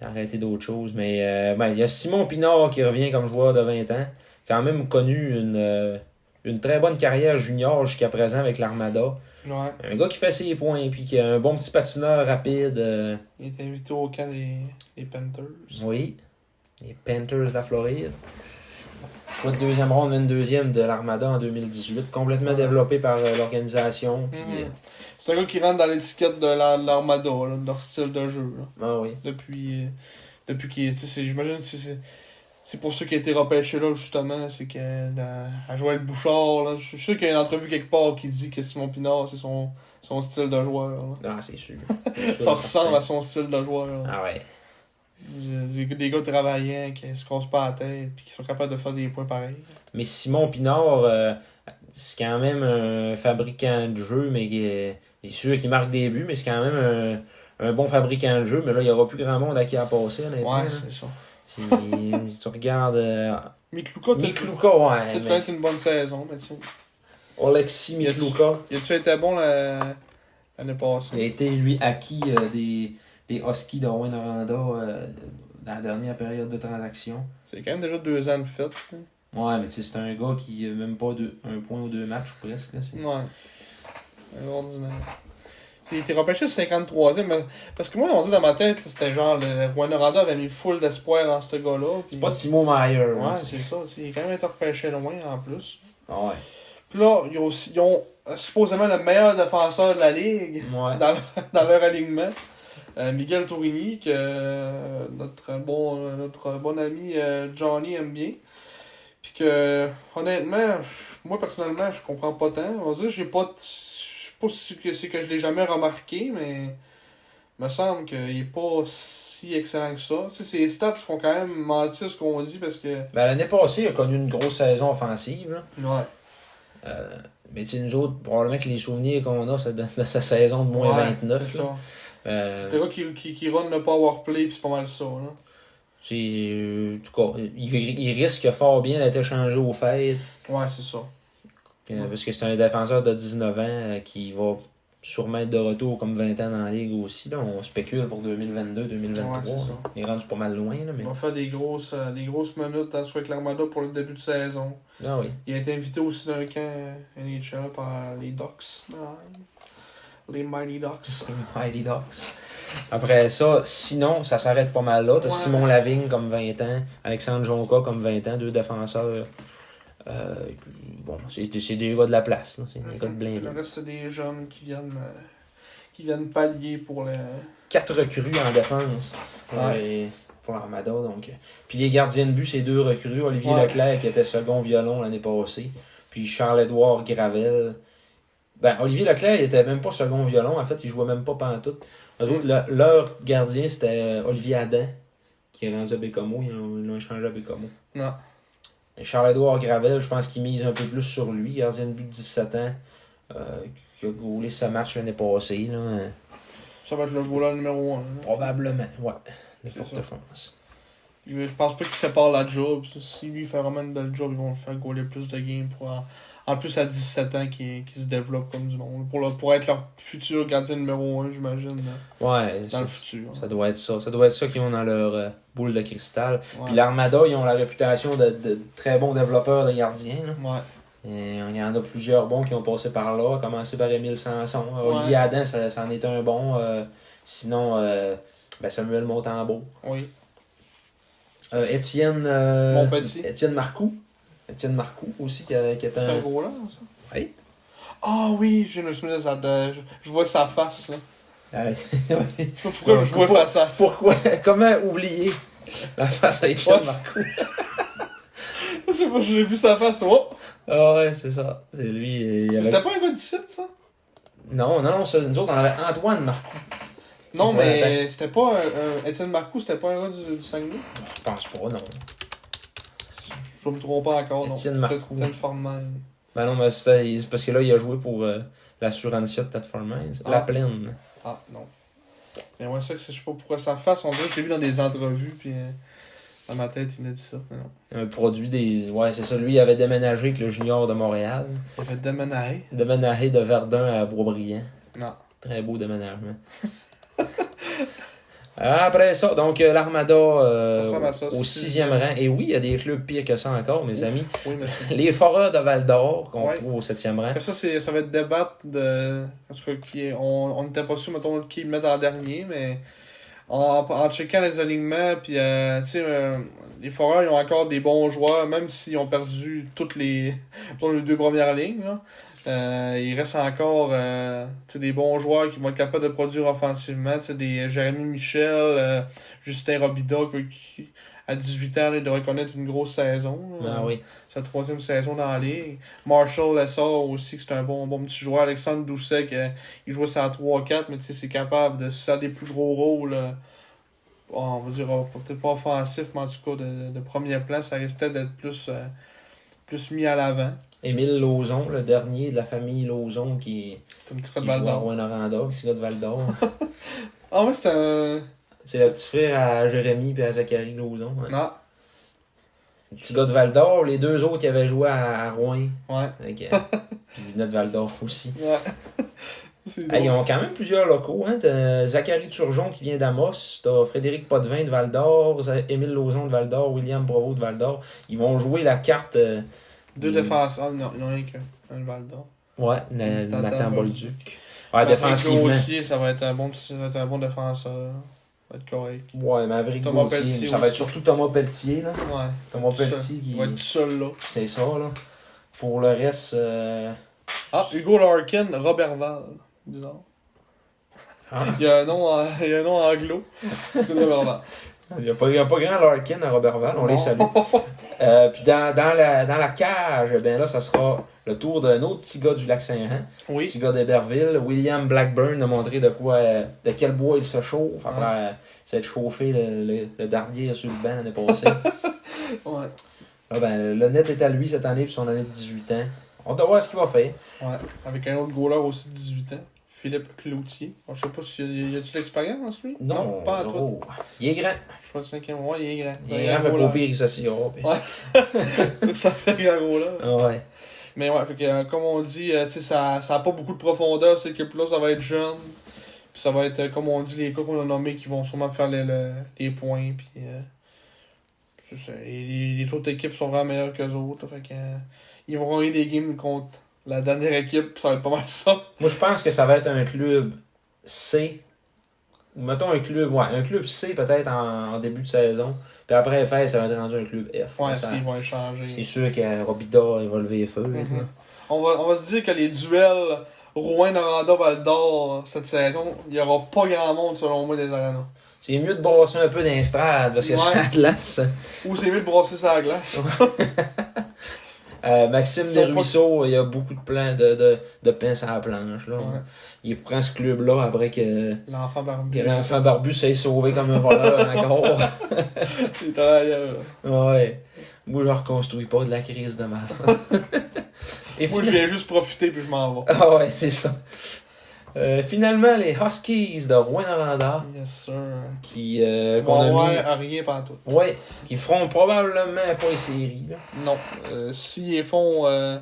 Speaker 2: Ça aurait été d'autres choses. Mais euh, ben, il y a Simon Pinard qui revient comme joueur de 20 ans. Quand même connu une, euh, une très bonne carrière junior jusqu'à présent avec l'Armada.
Speaker 1: Ouais,
Speaker 2: Un gars qui fait ses points, puis qui a un bon petit patineur rapide. euh,
Speaker 1: il était invité au camp des, des Panthers.
Speaker 2: oui. Les Panthers de la Floride. choix de deuxième ronde, 22e de l'Armada en 2018, complètement développé par euh, l'organisation. puis,
Speaker 1: Mhm.
Speaker 2: euh,
Speaker 1: C'est un gars qui rentre dans l'étiquette de la- de l'Armada, là, de leur style de jeu. là.
Speaker 2: ah oui.
Speaker 1: Depuis, euh, depuis qu'il est. tu sais, c'est- J'imagine que c'est- c'est- c'est pour ça qu'il a été repêché là, justement. C'est que la- à Joël Bouchard, là, je suis sûr qu'il y a une entrevue quelque part qui dit que Simon Pinard, c'est son, son style de joueur. là.
Speaker 2: Ah, c'est sûr.
Speaker 1: [LAUGHS] Ça ressemble à son style de joueur. là.
Speaker 2: Ah ouais.
Speaker 1: Des des gars travaillants qui se cassent pas la tête puis qui sont capables de faire des points pareils.
Speaker 2: Mais Simon Pinard, euh, c'est quand même un fabricant de jeu, mais qui est, il est sûr qu'il marque des buts, mais c'est quand même un, un bon fabricant de jeu. Mais là, il n'y aura plus grand monde à qui à passer, honnêtement.
Speaker 1: Ouais, c'est ça.
Speaker 2: Si, [LAUGHS] si tu regardes. Euh,
Speaker 1: Mikluka, peut-être
Speaker 2: Mikluka, ouais.
Speaker 1: peut-être
Speaker 2: mais-
Speaker 1: être une bonne saison, mais tiens.
Speaker 2: Oleksiy
Speaker 1: Y a-tu-
Speaker 2: Mikluka.
Speaker 1: Il a-tu été bon la- l'année
Speaker 2: Il
Speaker 1: passée?
Speaker 2: a été, lui, acquis euh, des, des Huskies de Rouen Aranda euh, dans la dernière période de transaction.
Speaker 1: C'est quand même déjà deux ans de fait. tu sais.
Speaker 2: Ouais, mais tu sais, c'est un gars qui n'a même pas deux, un point ou deux matchs ou presque. là, c'est-
Speaker 1: Ouais. Un ordinaire. C'est- Il était repêché 53e. mais- Parce que moi, on dit dans ma tête, là, c'était genre, le Juan Aranda avait mis full d'espoir en ce gars-là. puis-
Speaker 2: Pas Timo Meyer. là,
Speaker 1: Mm. Ouais,
Speaker 2: c'est-
Speaker 1: c'est hein, ça. tu sais, Il est quand même été repêché loin en plus.
Speaker 2: Ah Ouais.
Speaker 1: Puis là, ils ont, aussi- ils ont euh, supposément le meilleur défenseur de la ligue
Speaker 2: Ouais.
Speaker 1: dans, leur- [LAUGHS] dans leur alignement. Euh, Miguel Tourini, que euh, notre, bon, euh, notre bon ami euh, Johnny aime bien. Puis que, honnêtement, je- moi personnellement, je comprends pas tant. On va dire, j'ai pas. t- Je sais pas si que- c'est que je l'ai jamais remarqué, mais. Il me semble qu'il est pas si excellent que ça. Tu sais, ses stats font quand même mentir ce qu'on dit parce que.
Speaker 2: Ben, L'année passée, il a connu une grosse saison offensive. là.
Speaker 1: Ouais.
Speaker 2: Euh, mais tu sais, nous autres, probablement que les souvenirs qu'on a, c'est de, de sa saison de moins 29.
Speaker 1: C'est
Speaker 2: là.
Speaker 1: ça.
Speaker 2: Euh,
Speaker 1: C'est un gars qui, qui, qui run le power play, pis c'est pas mal ça. Là.
Speaker 2: c'est- euh, en tout cas, il, il risque fort bien d'être échangé au fait.
Speaker 1: Ouais, c'est ça.
Speaker 2: Euh,
Speaker 1: Ouais.
Speaker 2: Parce que c'est un défenseur de 19 ans euh, qui va sûrement être de retour comme 20 ans dans la ligue aussi. Là. On spécule pour 2022, 2023.
Speaker 1: Ouais, c'est ça.
Speaker 2: Il est rendu pas mal loin, là, mais.
Speaker 1: Il va faire des grosses, euh, des grosses minutes dans ce avec l'Armada pour le début de saison.
Speaker 2: Ah oui.
Speaker 1: Il a été invité aussi d'un camp euh, NHL par les Ducks. Ouais. Les Mighty Ducks.
Speaker 2: Mighty Ducks. Après ça, sinon, ça s'arrête pas mal là. T'as
Speaker 1: Ouais.
Speaker 2: Simon Lavigne comme 20 ans, Alexandre Jonca comme 20 ans, deux défenseurs. Euh, bon, c'est c'est des gars de la place, là. c'est des gars de
Speaker 1: Puis Le
Speaker 2: blindés.
Speaker 1: reste, c'est des jeunes qui viennent, euh, qui viennent pallier pour le.
Speaker 2: Quatre recrues en défense pour
Speaker 1: Ouais.
Speaker 2: les- pour l'Armada. Donc. Puis les gardiens de but, c'est deux recrues. Olivier
Speaker 1: Ouais.
Speaker 2: Leclerc qui était second violon l'année passée. Puis Charles-Édouard Gravel. Ben, Olivier Leclerc, il était même pas second violon. En fait, il jouait même pas pantoute. Eux autres, le- leur gardien, c'était euh, Olivier Adam, qui est rendu à Bécomo. Ils l'ont ils l'ont échangé à Bécomo.
Speaker 1: Non.
Speaker 2: Et Charles-Édouard Gravel, je pense qu'il mise un peu plus sur lui. Gardien de but de 17 ans, euh, qui a goulé sa marche l'année passée. Là.
Speaker 1: Ça va être le goaler numéro 1.
Speaker 2: Probablement, ouais. De
Speaker 1: C'est
Speaker 2: fortes
Speaker 1: ça.
Speaker 2: chances.
Speaker 1: Je pense pas qu'il sépare la job. Si lui fait vraiment une belle job, ils vont le faire gauler plus de games pour en, en plus à 17 ans qui, qui se développe comme du monde. Pour, le- pour être leur futur gardien numéro 1, j'imagine, là,
Speaker 2: Ouais,
Speaker 1: dans
Speaker 2: ça,
Speaker 1: le futur.
Speaker 2: ça doit être ça. Ça doit être ça qu'ils ont dans leur euh, boule de cristal.
Speaker 1: Ouais.
Speaker 2: Puis l'Armada, ils ont la réputation de, de très bons développeurs de gardiens. là.
Speaker 1: Ouais.
Speaker 2: Et Il y en a plusieurs bons qui ont passé par là, à commencer par Émile Sanson. Euh,
Speaker 1: Ouais.
Speaker 2: Olivier Adam, ça, ça en est un bon. euh, sinon, euh, ben Samuel Montembeau.
Speaker 1: Oui.
Speaker 2: Euh, Étienne, euh,
Speaker 1: Mon petit.
Speaker 2: Étienne Marcoux. Étienne Marcoux aussi, qui, a- qui est
Speaker 1: C'est un
Speaker 2: un...
Speaker 1: gros là, ça?
Speaker 2: Euh, Oui.
Speaker 1: Ah oui, je me souviens de ça. de- je, je vois sa face, là. [LAUGHS]
Speaker 2: Ouais.
Speaker 1: Je sais pas pourquoi
Speaker 2: Ah, [LAUGHS] Ouais,
Speaker 1: je vois
Speaker 2: pourquoi-
Speaker 1: face à...
Speaker 2: Pourquoi? Comment oublier la face à Étienne
Speaker 1: Ouais,
Speaker 2: Marcoux?
Speaker 1: [LAUGHS] Je sais pas, j'ai vu sa face. Oh!
Speaker 2: Ah ouais, c'est ça. C'est lui. il y avait-
Speaker 1: C'était pas un gars du site, ça?
Speaker 2: Non, non, non, ça, nous autres, on avait Antoine Marcoux.
Speaker 1: Non,
Speaker 2: Ouais, ben.
Speaker 1: mais c'était pas un, un- Étienne Marcoux, c'était pas un gars du, du Saguenay?
Speaker 2: Je pense pas, non.
Speaker 1: Je me trompe pas encore, non.
Speaker 2: Étienne
Speaker 1: Peut-être-
Speaker 2: Marcoux.
Speaker 1: Peut-être Forman.
Speaker 2: Ben non, mais c'était- c'est parce que là, il a joué pour euh, la Surantia de Ted Formans.
Speaker 1: Ah.
Speaker 2: La Plaine.
Speaker 1: Ah, non. Mais ouais, ça, que c'est- je sais pas pourquoi sa face, on dirait que j'ai vu dans des entrevues, puis euh, dans ma tête, il m'a dit ça, mais non.
Speaker 2: Un produit des. Ouais, c'est ça. Lui, il avait déménagé avec le junior de Montréal.
Speaker 1: Il fait déménager.
Speaker 2: Déménagé de Verdun à Boisbriand.
Speaker 1: Non.
Speaker 2: Très beau déménagement. [LAUGHS] Après ça, donc euh, l'Armada euh,
Speaker 1: Ça ressemble à ça,
Speaker 2: au
Speaker 1: sixième.
Speaker 2: sixième rang. Et oui, il y a des clubs pires que ça encore,
Speaker 1: Ouf.
Speaker 2: mes amis.
Speaker 1: Oui, monsieur.
Speaker 2: Les Foreurs de Val d'Or, qu'on
Speaker 1: Ouais.
Speaker 2: trouve au septième rang.
Speaker 1: Après ça, c'est, ça va être débattre de. Parce que qui est- on on n'était pas sûr, mettons, qui le mettre en dernier, mais en, en checkant les alignements, puis euh, tu sais, euh, les Foreurs, ils ont encore des bons joueurs, même s'ils ont perdu toutes les, [LAUGHS] dans les deux premières lignes. là. Euh, il reste encore euh, tu sais, des bons joueurs qui vont être capables de produire offensivement. Tu sais, des Jérémy Michel, euh, Justin Robida, qui, qui, à 18 ans, là, il devrait connaître une grosse saison. là.
Speaker 2: Ah oui.
Speaker 1: Sa troisième saison dans la ligue. Marshall Lessard aussi, que c'est un bon, bon petit joueur. Alexandre Doucet, qui, euh, il jouait ça à 3-4, mais tu sais, c'est capable de ça des plus gros rôles. euh, on va dire, euh, peut-être pas offensif, mais en tout cas, de, de premier plan, ça risque peut-être d'être plus, euh, plus mis à l'avant.
Speaker 2: Émile Lauzon, le dernier de la famille Lauzon qui,
Speaker 1: C'est un petit peu
Speaker 2: qui joue
Speaker 1: de balle
Speaker 2: à
Speaker 1: d'or.
Speaker 2: Rouen-Oranda, petit gars de Val
Speaker 1: [LAUGHS]
Speaker 2: d'Or.
Speaker 1: Ah ouais, c'est un.
Speaker 2: C'est le petit frère à Jérémy et à Zachary Lauzon. hein.
Speaker 1: Non,
Speaker 2: Le petit gars de Val d'Or, les deux autres qui avaient joué à, à Rouen.
Speaker 1: ouais. [LAUGHS]
Speaker 2: Fait que, puis ils venaient de Val d'Or aussi.
Speaker 1: Ouais. [LAUGHS] c'est
Speaker 2: Hey, ils
Speaker 1: drôle.
Speaker 2: ont quand même plusieurs locaux. Hein. T'as Zachary Turgeon qui vient d'Amos, t'as Frédéric Potvin de Val d'Or, Za- Émile Lauzon de Val d'Or, William Bravo de Val d'Or. Ils vont jouer la carte. euh,
Speaker 1: Deux
Speaker 2: du-
Speaker 1: défenseurs. Ah, non, ils n'ont rien qu'un. Un Val d'Or.
Speaker 2: Ouais, Na-
Speaker 1: Mmh, Nathan
Speaker 2: Nathan
Speaker 1: Bolduc.
Speaker 2: Bolduc. Ouais,
Speaker 1: Maverick
Speaker 2: Ah, défensivement.
Speaker 1: Gauthier, ça va être un bon, petit- ça va être un bon défenseur. Ça va être correct.
Speaker 2: Ouais, Maverick
Speaker 1: Thomas
Speaker 2: Gauthier.
Speaker 1: Pelletier
Speaker 2: Ça va être
Speaker 1: aussi.
Speaker 2: surtout Thomas Pelletier. Là.
Speaker 1: Ouais.
Speaker 2: Thomas
Speaker 1: Tout seul.
Speaker 2: Pelletier qui.
Speaker 1: Il va être tout seul là.
Speaker 2: C'est ça, là. Pour le reste. euh,
Speaker 1: Ah, Hugo Larkin, Robert Val. Bizarre.
Speaker 2: Ah.
Speaker 1: Il y a un nom, en- [LAUGHS] il y a un nom anglo. C'est Robert Val.
Speaker 2: Il n'y a, pas- il y a pas grand Larkin à Robertval, on les
Speaker 1: Non.
Speaker 2: salue. [LAUGHS] Euh, puis dans, dans, la, dans la cage, ben là, ça sera le tour d'un autre petit gars du lac Saint-Jean,
Speaker 1: Oui.
Speaker 2: petit gars d'Héberville, William Blackburn, de montrer de quoi, euh, de quel bois il se chauffe. Après,
Speaker 1: Ouais.
Speaker 2: euh, s'être chauffé le, le, le dernier sur le banc l'année [LAUGHS] passée. là,
Speaker 1: Ouais.
Speaker 2: ben, le net est à lui cette année, puis son année de 18 ans. On doit voir ce qu'il va faire.
Speaker 1: Ouais. Avec un autre goaler aussi de 18 ans. Philippe Cloutier. Bon, je sais pas s'il y a- y a-tu de l'expérience, lui pas à toi.
Speaker 2: zéro. Il est grand.
Speaker 1: Je crois que cinquième mois, il est grand.
Speaker 2: Il est grand,
Speaker 1: Un
Speaker 2: fait
Speaker 1: goaler.
Speaker 2: qu'au pire, il s'assira. puis-
Speaker 1: Ouais. [LAUGHS] ça fait gros là.
Speaker 2: Ah ouais.
Speaker 1: Mais ouais, fait que, euh, comme on dit, euh, tu sais, ça n'a pas beaucoup de profondeur, cette équipe-là, ça va être jeune. Puis ça va être, euh, comme on dit, les gars qu'on a nommés qui vont sûrement faire les, le- les points. Puis euh, c'est ça. Et les, les autres équipes sont vraiment meilleures que les autres. Fait que, euh, ils vont gagner des games contre la dernière équipe, puis ça va être pas mal ça.
Speaker 2: Moi, je pense que ça va être un club C. Ou Mettons un club, ouais, un club C peut-être en, en début de saison. Puis après FS, ça va être rendu un club F.
Speaker 1: Ouais,
Speaker 2: Ça-
Speaker 1: ils vont
Speaker 2: c'est
Speaker 1: échanger.
Speaker 2: sûr que Robida il va lever les feux.
Speaker 1: Mhm.
Speaker 2: là.
Speaker 1: On va, on va se dire que les duels Rouen-Noranda-Val d'Or cette saison, il n'y aura pas grand monde selon moi des arenas.
Speaker 2: C'est mieux de brasser un peu d'instrade parce que
Speaker 1: Ouais.
Speaker 2: c'est Atlas.
Speaker 1: Ou c'est mieux de brasser ça à la glace.
Speaker 2: Euh, Maxime
Speaker 1: Ils sont
Speaker 2: Desruisseaux, il y a beaucoup de plans de, de, de pinces à la planche. Là.
Speaker 1: Ouais.
Speaker 2: Il prend ce club-là après que,
Speaker 1: L'enfant
Speaker 2: que
Speaker 1: barbu.
Speaker 2: l'enfant barbu s'est sauvé comme un voleur
Speaker 1: [LAUGHS]
Speaker 2: encore.
Speaker 1: Il est allé ailleurs.
Speaker 2: Ouais. Moi, je reconstruis pas de la crise de merde.
Speaker 1: [LAUGHS]
Speaker 2: Et
Speaker 1: Moi, je viens juste profiter puis je m'en vais.
Speaker 2: Ah ouais, c'est ça. Euh, finalement, les Huskies de Rouen-Noranda
Speaker 1: Yes, sir.
Speaker 2: qui, euh,
Speaker 1: Qu'on
Speaker 2: qu'on a mis-
Speaker 1: à rien partout.
Speaker 2: Ouais, qui feront probablement pas les séries. là.
Speaker 1: Non. Euh, S'ils font euh,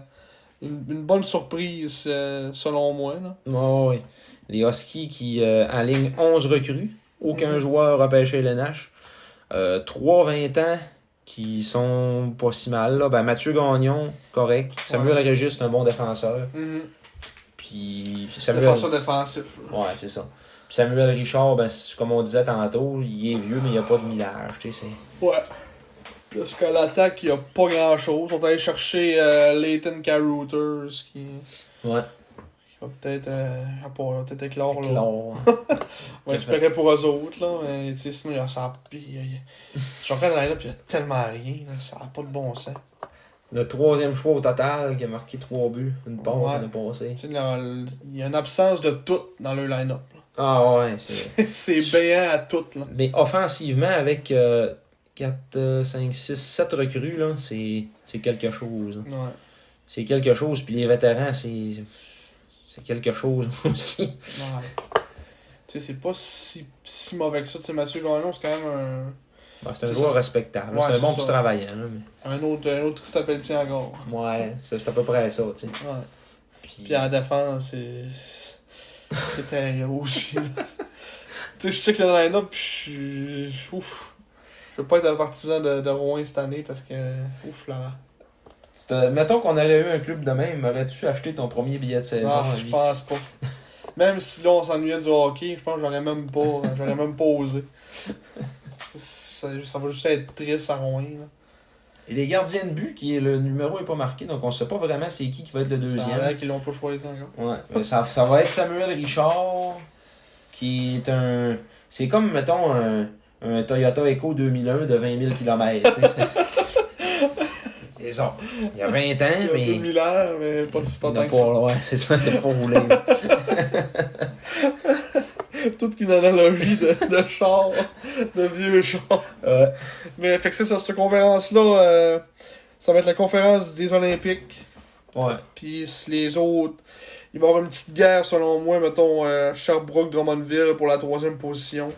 Speaker 1: une, une bonne surprise, euh, selon moi, là.
Speaker 2: Ouais, ouais. Les Huskies qui euh, alignent 11 recrues. Aucun joueur a pêché LNH. Euh, 3 20 ans qui sont pas si mal. Là. Ben, Mathieu Gagnon, correct. Samuel Régis, c'est un bon défenseur.
Speaker 1: Mm-hmm.
Speaker 2: Puis Samuel...
Speaker 1: Défenseur défensif. là.
Speaker 2: Ouais, c'est ça. Puis Samuel Richard, ben, c'est- comme on disait tantôt, il est vieux, mais il n'y a pas de millage. tu sais, c'est-
Speaker 1: Ouais. Parce qu'à l'attaque, il n'y a pas grand chose. On va aller chercher euh, Leighton Carouters qui,
Speaker 2: Ouais.
Speaker 1: qui va peut-être euh, je sais pas, il va peut-être éclore. là.
Speaker 2: Clore.
Speaker 1: On va espérer pour eux autres, là. Mais tu sais, sinon, il y a ça. puis, il y a- il y a- [LAUGHS] Je suis en train d'aller là, puis il y a tellement rien. là, Ça n'a pas de bon sens.
Speaker 2: [LAUGHS] Le troisième choix au total qui a marqué trois buts, une passe
Speaker 1: Ouais.
Speaker 2: l'année passée.
Speaker 1: Tu sais, leur- Il y a une absence de tout dans le line-up. [LAUGHS]
Speaker 2: Ah ouais, c'est. [LAUGHS]
Speaker 1: C'est béant à tout. Là.
Speaker 2: Mais offensivement, avec euh, 4, 5, 6, 7 recrues, là, c'est c'est quelque chose. hein.
Speaker 1: Ouais.
Speaker 2: C'est quelque chose. Puis les vétérans, c'est. C'est quelque chose [LAUGHS] aussi.
Speaker 1: Tu sais, c'est pas si, si mauvais que ça. Tu sais, Mathieu Gagnon, c'est quand même
Speaker 2: Bon, c'est un
Speaker 1: C'est
Speaker 2: joueur
Speaker 1: ça.
Speaker 2: respectable.
Speaker 1: Ouais,
Speaker 2: c'est un
Speaker 1: c'est
Speaker 2: bon
Speaker 1: ça.
Speaker 2: petit travaillant. Là, mais...
Speaker 1: un, un autre, un autre Tristan Pelletier encore.
Speaker 2: Ouais, c'est c'est à peu près ça, tu sais.
Speaker 1: Ouais.
Speaker 2: Puis- euh,
Speaker 1: Puis en défense, c'est. C'est terrible aussi. là. tu sais, je check le line-up, puis je suis- Ouf. Je veux pas être un partisan de, de Rouen cette année parce que. Ouf là.
Speaker 2: Tu te- euh, Mettons qu'on aurait eu un club de même, aurais-tu acheté ton premier billet de saison?
Speaker 1: Ah,
Speaker 2: à
Speaker 1: je
Speaker 2: vie?
Speaker 1: pense pas. Même si là on s'ennuyait du hockey, je pense que hein, j'aurais même pas. J'aurais même pas osé. Ça, ça va juste être triste à Rouen. là.
Speaker 2: Et les gardiens de but, qui est le numéro est pas marqué, donc on sait pas vraiment c'est qui qui va être le
Speaker 1: Ça a l'air
Speaker 2: deuxième.
Speaker 1: qu'ils l'ont pas choisi encore.
Speaker 2: Ouais, mais ça, ça va être Samuel Richard, qui est un. C'est comme, mettons, un, un Toyota Echo 2001 de 20 000 km.
Speaker 1: [LAUGHS]
Speaker 2: c'est c'est ça. Il y a 20 ans,
Speaker 1: Il y a
Speaker 2: mais.
Speaker 1: 2000 heures, mais pas, pas
Speaker 2: il n'a
Speaker 1: tant que ça.
Speaker 2: ouais, c'est ça, il
Speaker 1: [LAUGHS]
Speaker 2: faut rouler.
Speaker 1: Toute une analogie de, de char, de vieux char.
Speaker 2: Ouais.
Speaker 1: Mais fait que c'est ça, cette conférence-là, euh, ça va être la conférence des Olympiques.
Speaker 2: Ouais.
Speaker 1: Puis s- les autres, il va y avoir une petite guerre selon moi, mettons euh, Sherbrooke, Drummondville pour la troisième position.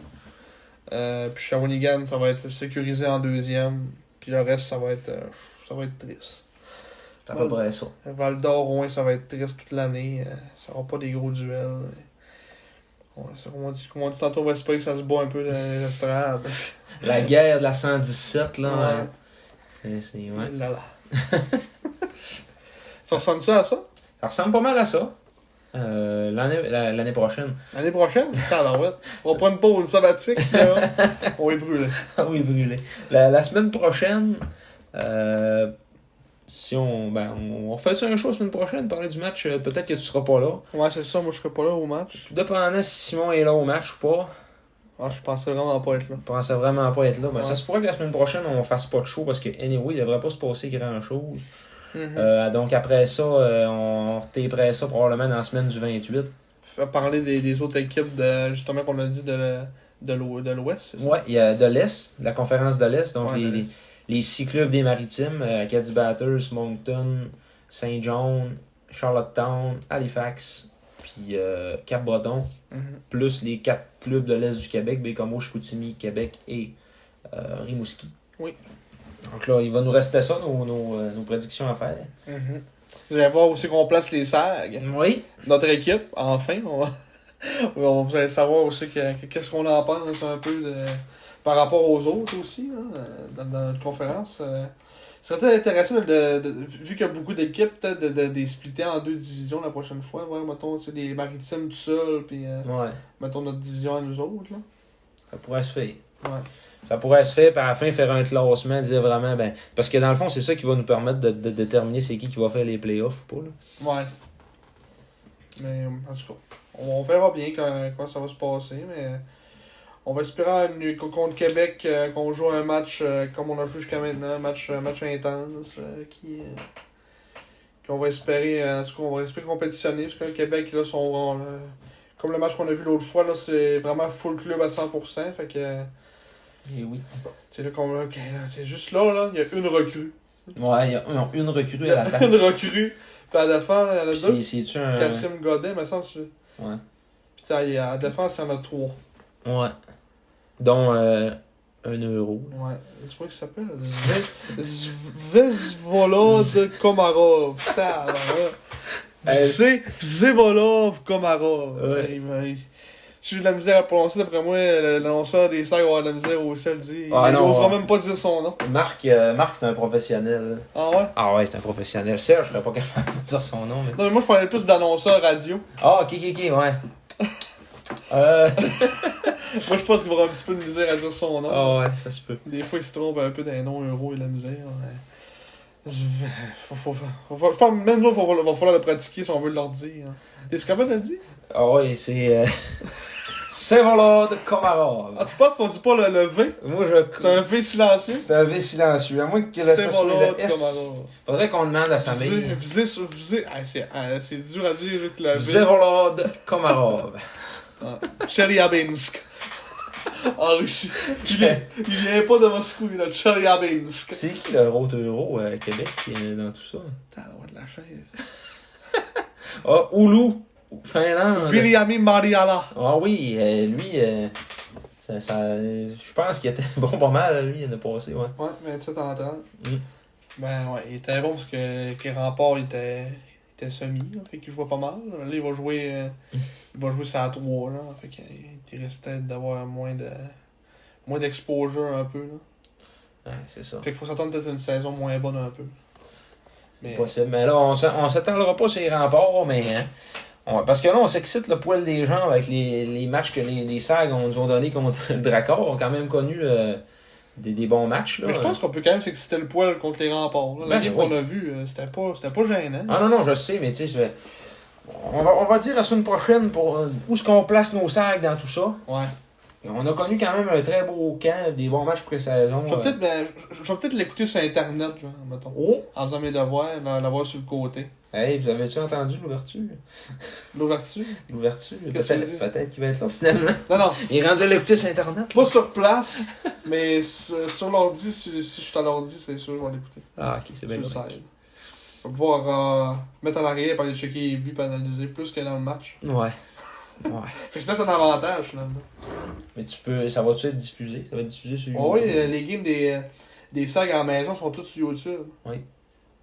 Speaker 1: Euh, puis Shawinigan, ça va être sécurisé en deuxième. Puis le reste, ça va être, euh, ça va être triste.
Speaker 2: C'est à peu près ça.
Speaker 1: Val d'Or, Rouen, ça va être triste toute l'année. Euh, ça aura pas des gros duels. Ouais, c'est comme, on dit, comme on dit tantôt, on va espérer que ça se bat un peu dans les estrades.
Speaker 2: La guerre de la 117, là.
Speaker 1: Ouais.
Speaker 2: euh, c'est- c'est- ouais.
Speaker 1: Là, [LAUGHS] là. ça ressemble ça à ça?
Speaker 2: Ça ressemble pas mal à ça. Euh, l'année- la- L'année prochaine.
Speaker 1: L'année prochaine? Tabarouette. On va prendre une pause, une sabbatique. là. on est brûlé.
Speaker 2: Ah oui, brûlé. La, la semaine prochaine, euh, si on. Ben, on refait ça un show la semaine prochaine, parler du match, euh, peut-être que tu seras pas là.
Speaker 1: Ouais, c'est ça, moi je serais pas là au match.
Speaker 2: Tout dépendant si Simon est là au match ou pas.
Speaker 1: Ah, je pensais vraiment pas être là.
Speaker 2: Je pensais vraiment pas être là. Mais ça
Speaker 1: Ouais.
Speaker 2: se pourrait que la semaine prochaine, on fasse pas de show parce que, anyway, il devrait pas se passer grand chose.
Speaker 1: Mhm.
Speaker 2: Euh, donc après ça, euh, on retéprait ça probablement dans la semaine du 28.
Speaker 1: Fait Euh, parler des, des autres équipes, de, justement, qu'on a dit de, le- de l'O- de l'Ouest, c'est ça?
Speaker 2: Ouais, il y a de l'Est, la conférence de l'Est, donc
Speaker 1: Ouais,
Speaker 2: les,
Speaker 1: de
Speaker 2: les, les six clubs des maritimes, euh, Acadie Batters, Moncton, Saint John, Charlottetown, Halifax, puis euh, Cap-Breton,
Speaker 1: Mhm.
Speaker 2: plus les quatre clubs de l'Est du Québec, Bécamo, Chicoutimi, Québec et euh, Rimouski.
Speaker 1: Oui.
Speaker 2: Donc là, il va nous rester ça, nos, nos, euh, nos prédictions à faire.
Speaker 1: Mhm. Je vais voir aussi qu'on place les SAG.
Speaker 2: Oui.
Speaker 1: Notre équipe, enfin, on va. [LAUGHS] on- Vous allez savoir aussi que- que- qu'est-ce qu'on en pense un peu de, par rapport aux autres aussi, hein, euh, dans, dans notre conférence. euh. Ce serait peut-être intéressant, de, de- vu qu'il y a beaucoup d'équipes, peut-être de, de, de les splitter en deux divisions la prochaine fois. Ouais, mettons, tu sais, les maritimes tout seul, puis euh,
Speaker 2: Ouais,
Speaker 1: mettons notre division à nous autres. Là.
Speaker 2: ça pourrait se faire.
Speaker 1: Ouais.
Speaker 2: Ça pourrait se faire, puis à la fin, faire un classement, dire vraiment, ben, parce que dans le fond, c'est ça qui va nous permettre de, de déterminer c'est qui qui va faire les playoffs ou pas. Là.
Speaker 1: Ouais. Mais euh, en tout cas, on, on verra bien quand, quand ça va se passer, mais euh, on va espérer à une- contre Québec euh, qu'on joue un match euh, comme on a joué jusqu'à maintenant, un match, un match intense euh, qui euh, qu'on va espérer euh, en tout cas, on va espérer compétitionner parce que le Québec là sont on, euh, comme le match qu'on a vu l'autre fois là, c'est vraiment full club à 100% fait que euh,
Speaker 2: Et Eh oui.
Speaker 1: tu sais là qu'on ok, là, c'est juste là là, il y a une
Speaker 2: [LAUGHS]
Speaker 1: recrue.
Speaker 2: Ouais, il y a non, [LAUGHS] une recrue
Speaker 1: Il y
Speaker 2: à
Speaker 1: a
Speaker 2: l'attaque.
Speaker 1: une recrue. Puis à la fin, il y en a
Speaker 2: Puis
Speaker 1: deux.
Speaker 2: c'est- C'est-tu un.
Speaker 1: Cassim Godet, me semble. c'est-
Speaker 2: Ouais.
Speaker 1: Puis t'as- il y a- à la défense, il y en a trois.
Speaker 2: Ouais. Dont euh, un euro.
Speaker 1: Ouais. C'est quoi qu'il s'appelle Zve- Zvezvolod Komarov. Putain,
Speaker 2: Hey.
Speaker 1: C'est Zvevolod Komarov.
Speaker 2: Ouais.
Speaker 1: Hey, man. Si j'ai de la misère à prononcer, d'après moi, le- l'annonceur des Serres va avoir de la misère aussi à le dire.
Speaker 2: Ah,
Speaker 1: il
Speaker 2: non,
Speaker 1: n'osera
Speaker 2: ouais.
Speaker 1: même pas dire son nom.
Speaker 2: Marc, euh, Marc c'est un professionnel.
Speaker 1: Ah ouais
Speaker 2: Ah ouais, c'est un professionnel. Serge, je serais pas capable de dire son nom. mais-
Speaker 1: Non, mais moi, je parlais plus d'annonceur radio.
Speaker 2: Ah, ok, ok, ok, [LAUGHS] ouais. euh.
Speaker 1: Moi, je pense qu'il va avoir un petit peu de misère à dire son nom.
Speaker 2: Ah ouais, ça se peut.
Speaker 1: Des fois, ils se trompent un peu dans les noms euros et la misère. mais- Faut- faut- faut- faut- je pense même nous, il va, va falloir le pratiquer si on veut leur dire. hein. Est-ce qu'on peut le dire
Speaker 2: Ah ouais, c'est. Euh... [LAUGHS] Sevolod
Speaker 1: Ah,
Speaker 2: Komarov.
Speaker 1: tu penses qu'on dit pas le, le V
Speaker 2: Moi, je.
Speaker 1: C'est un V silencieux
Speaker 2: C'est un V silencieux. À moins que ça
Speaker 1: C'est
Speaker 2: soit
Speaker 1: mon
Speaker 2: le
Speaker 1: autre
Speaker 2: S.
Speaker 1: commandant.
Speaker 2: Faudrait qu'on demande à sa
Speaker 1: Visez,
Speaker 2: mère.
Speaker 1: visez, sur- visez. Ah, c'est ah, c'est dur à dire avec le V.
Speaker 2: Zevolod Komarov. [LAUGHS]
Speaker 1: Chelyabinsk. En Russie. Il vient, il vient pas de Moscou, il vient de Chelyabinsk.
Speaker 2: C'est qui le haut euro euh, à Québec qui est dans tout ça?
Speaker 1: Putain, on va de la chaise.
Speaker 2: [LAUGHS] Ah, Oulu, Finlande.
Speaker 1: Viliami Mariala.
Speaker 2: Ah oui, euh, lui, euh, ça, ça- je pense qu'il était [LAUGHS] bon pas mal, lui, l'année passée, ouais.
Speaker 1: Ouais, 27 en 30.
Speaker 2: Mm.
Speaker 1: Ben ouais, il était bon parce que que Rempart il était, il était semi, là, fait qu'il jouait pas mal. Là, il va jouer euh, il va jouer ça à 3 là, fait qu'il il risque peut-être d'avoir moins de moins d'exposure un peu là.
Speaker 2: Ouais, c'est ça.
Speaker 1: Fait qu'il faut s'attendre peut-être à une saison moins bonne un peu.
Speaker 2: C'est
Speaker 1: Mais-
Speaker 2: possible. Mais là, on s'en- on s'attendra pas sur les remparts, mais hein, on- parce que là, on s'excite le poil des gens avec les, les matchs que les, les SAG ont- nous ont donné contre le Dracor. On a quand même connu euh, des, des bons matchs. Là.
Speaker 1: Mais je pense qu'on peut quand même s'exciter le poil contre les remparts. là. La
Speaker 2: Ben,
Speaker 1: game
Speaker 2: oui.
Speaker 1: qu'on a vue, euh, c'était pas, c'était pas gênant.
Speaker 2: Ah non, non, je sais, mais tu sais, je vais- on va, on va dire la semaine prochaine pour euh, où est-ce qu'on place nos sacs dans tout ça.
Speaker 1: Ouais.
Speaker 2: On a connu quand même un très beau camp, des bons matchs pré-saison.
Speaker 1: Je vais
Speaker 2: euh.
Speaker 1: peut-être ben, je- je vais peut-être l'écouter sur Internet, genre, mettons.
Speaker 2: Oh!
Speaker 1: En faisant mes devoirs, la- la voir sur le côté.
Speaker 2: Hey, vous avez-tu entendu l'ouverture?
Speaker 1: L'ouverture.
Speaker 2: L'ouverture,
Speaker 1: Qu'est-ce que tu veux dire?
Speaker 2: peut-être peut-être qu'il va être là finalement.
Speaker 1: Non, non.
Speaker 2: Il est rendu à l'écouter sur Internet.
Speaker 1: Pas sur place, mais sur, sur l'ordi, si, si je suis à l'ordi, c'est sûr je vais l'écouter.
Speaker 2: Ah, ok, c'est
Speaker 1: Sur le side. Je vais pouvoir euh, mettre en arrière pour aller checker les buts et analyser plus que dans le match.
Speaker 2: Ouais. Ouais.
Speaker 1: Fait que c'est peut-être un avantage finalement.
Speaker 2: Mais tu peux. Ça va-tu être diffusé? Ça va être diffusé sur
Speaker 1: Oh, oui,
Speaker 2: YouTube?
Speaker 1: euh, les games des, des sags à la maison sont tous sur YouTube.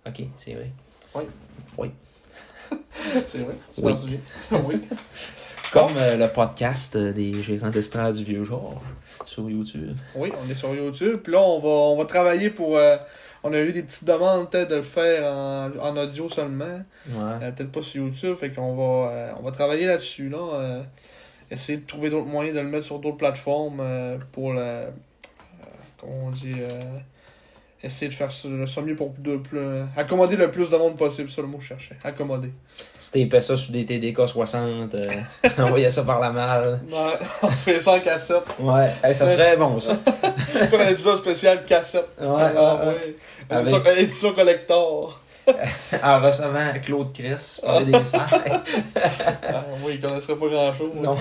Speaker 2: Ok, c'est vrai.
Speaker 1: C'est vrai. C'est
Speaker 2: Oui.
Speaker 1: dans ce jeu. [LAUGHS] Oui.
Speaker 2: Comme euh, le podcast euh, des gérants d'estrade du vieux genre sur YouTube.
Speaker 1: Oui, on est sur YouTube. Puis là, on va, on va travailler pour. euh, on a eu des petites demandes peut-être de le faire en, en audio seulement.
Speaker 2: Ouais.
Speaker 1: Euh, peut-être pas sur YouTube. Fait qu'on va, euh, on va travailler là-dessus. Là, euh, essayer de trouver d'autres moyens de le mettre sur d'autres plateformes euh, pour le. euh, comment on dit. euh, essayer de faire ce- le son mieux pour de plus, euh, accommoder le plus de monde possible. C'est le mot que je cherchais. Accommoder.
Speaker 2: Si t'épais ça sur des TDK 60, euh, [LAUGHS] envoyais ça par la malle.
Speaker 1: Ouais, [LAUGHS] on fait ça en cassette.
Speaker 2: Ouais. Hey, ça serait bon ça.
Speaker 1: On fait un épisode spécial cassette.
Speaker 2: Ouais,
Speaker 1: Ah,
Speaker 2: ouais,
Speaker 1: ouais. Édition, édition collector.
Speaker 2: [LAUGHS] ouais. En recevant Claude Chris, parler des sacs.
Speaker 1: Ah, moi, il connaisserait pas grand chose.
Speaker 2: [LAUGHS] Non.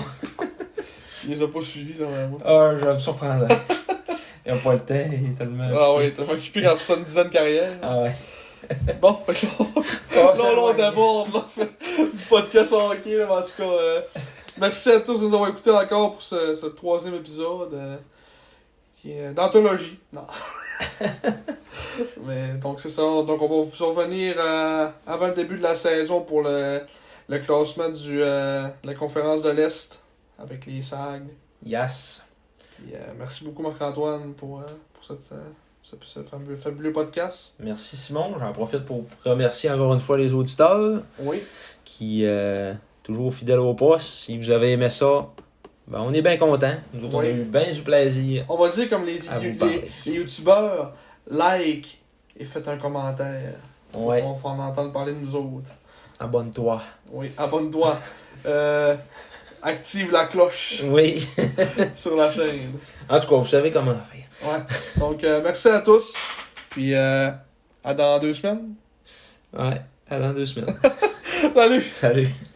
Speaker 1: Il les a pas suivis, ça, moi.
Speaker 2: Ah, je vais me surprendre. [LAUGHS] Il n'a pas le temps, il est tellement.
Speaker 1: Ah oui, t'as occupé quand tu as une dizaine de carrière.
Speaker 2: Ah ouais.
Speaker 1: Bon, fait que
Speaker 2: Oh,
Speaker 1: là, là, on aborde là, [LAUGHS] du podcast hockey, là, mais en tout cas. euh, merci à tous de nous avoir écoutés encore pour ce, ce troisième épisode euh, qui est d'anthologie. Non. mais donc, c'est ça. Donc, on va vous revenir euh, avant le début de la saison pour le, le classement du, euh, de la conférence de l'Est avec les SAG.
Speaker 2: Yes.
Speaker 1: Puis, euh, merci beaucoup Marc-Antoine pour, euh, pour cette, euh, ce, ce fameux, fabuleux podcast.
Speaker 2: Merci Simon. J'en profite pour remercier encore une fois les auditeurs
Speaker 1: Oui.
Speaker 2: qui, euh, toujours fidèles au poste. Si vous avez aimé ça, ben, on est bien contents. Nous autres, on a
Speaker 1: Oui.
Speaker 2: eu bien du plaisir
Speaker 1: On va dire comme les,
Speaker 2: à vous
Speaker 1: les,
Speaker 2: parler.
Speaker 1: les youtubeurs, like et faites un commentaire.
Speaker 2: Ouais,
Speaker 1: On va en entendre parler de nous autres.
Speaker 2: abonne-toi.
Speaker 1: Oui, abonne-toi. [LAUGHS] Euh, active la
Speaker 2: [LAUGHS]
Speaker 1: cloche
Speaker 2: Oui.
Speaker 1: sur la chaîne.
Speaker 2: En tout cas, vous savez comment faire.
Speaker 1: Ouais. Donc, euh, merci à tous. Puis, euh, à dans deux semaines.
Speaker 2: Ouais, à dans deux semaines.
Speaker 1: Salut!
Speaker 2: Salut.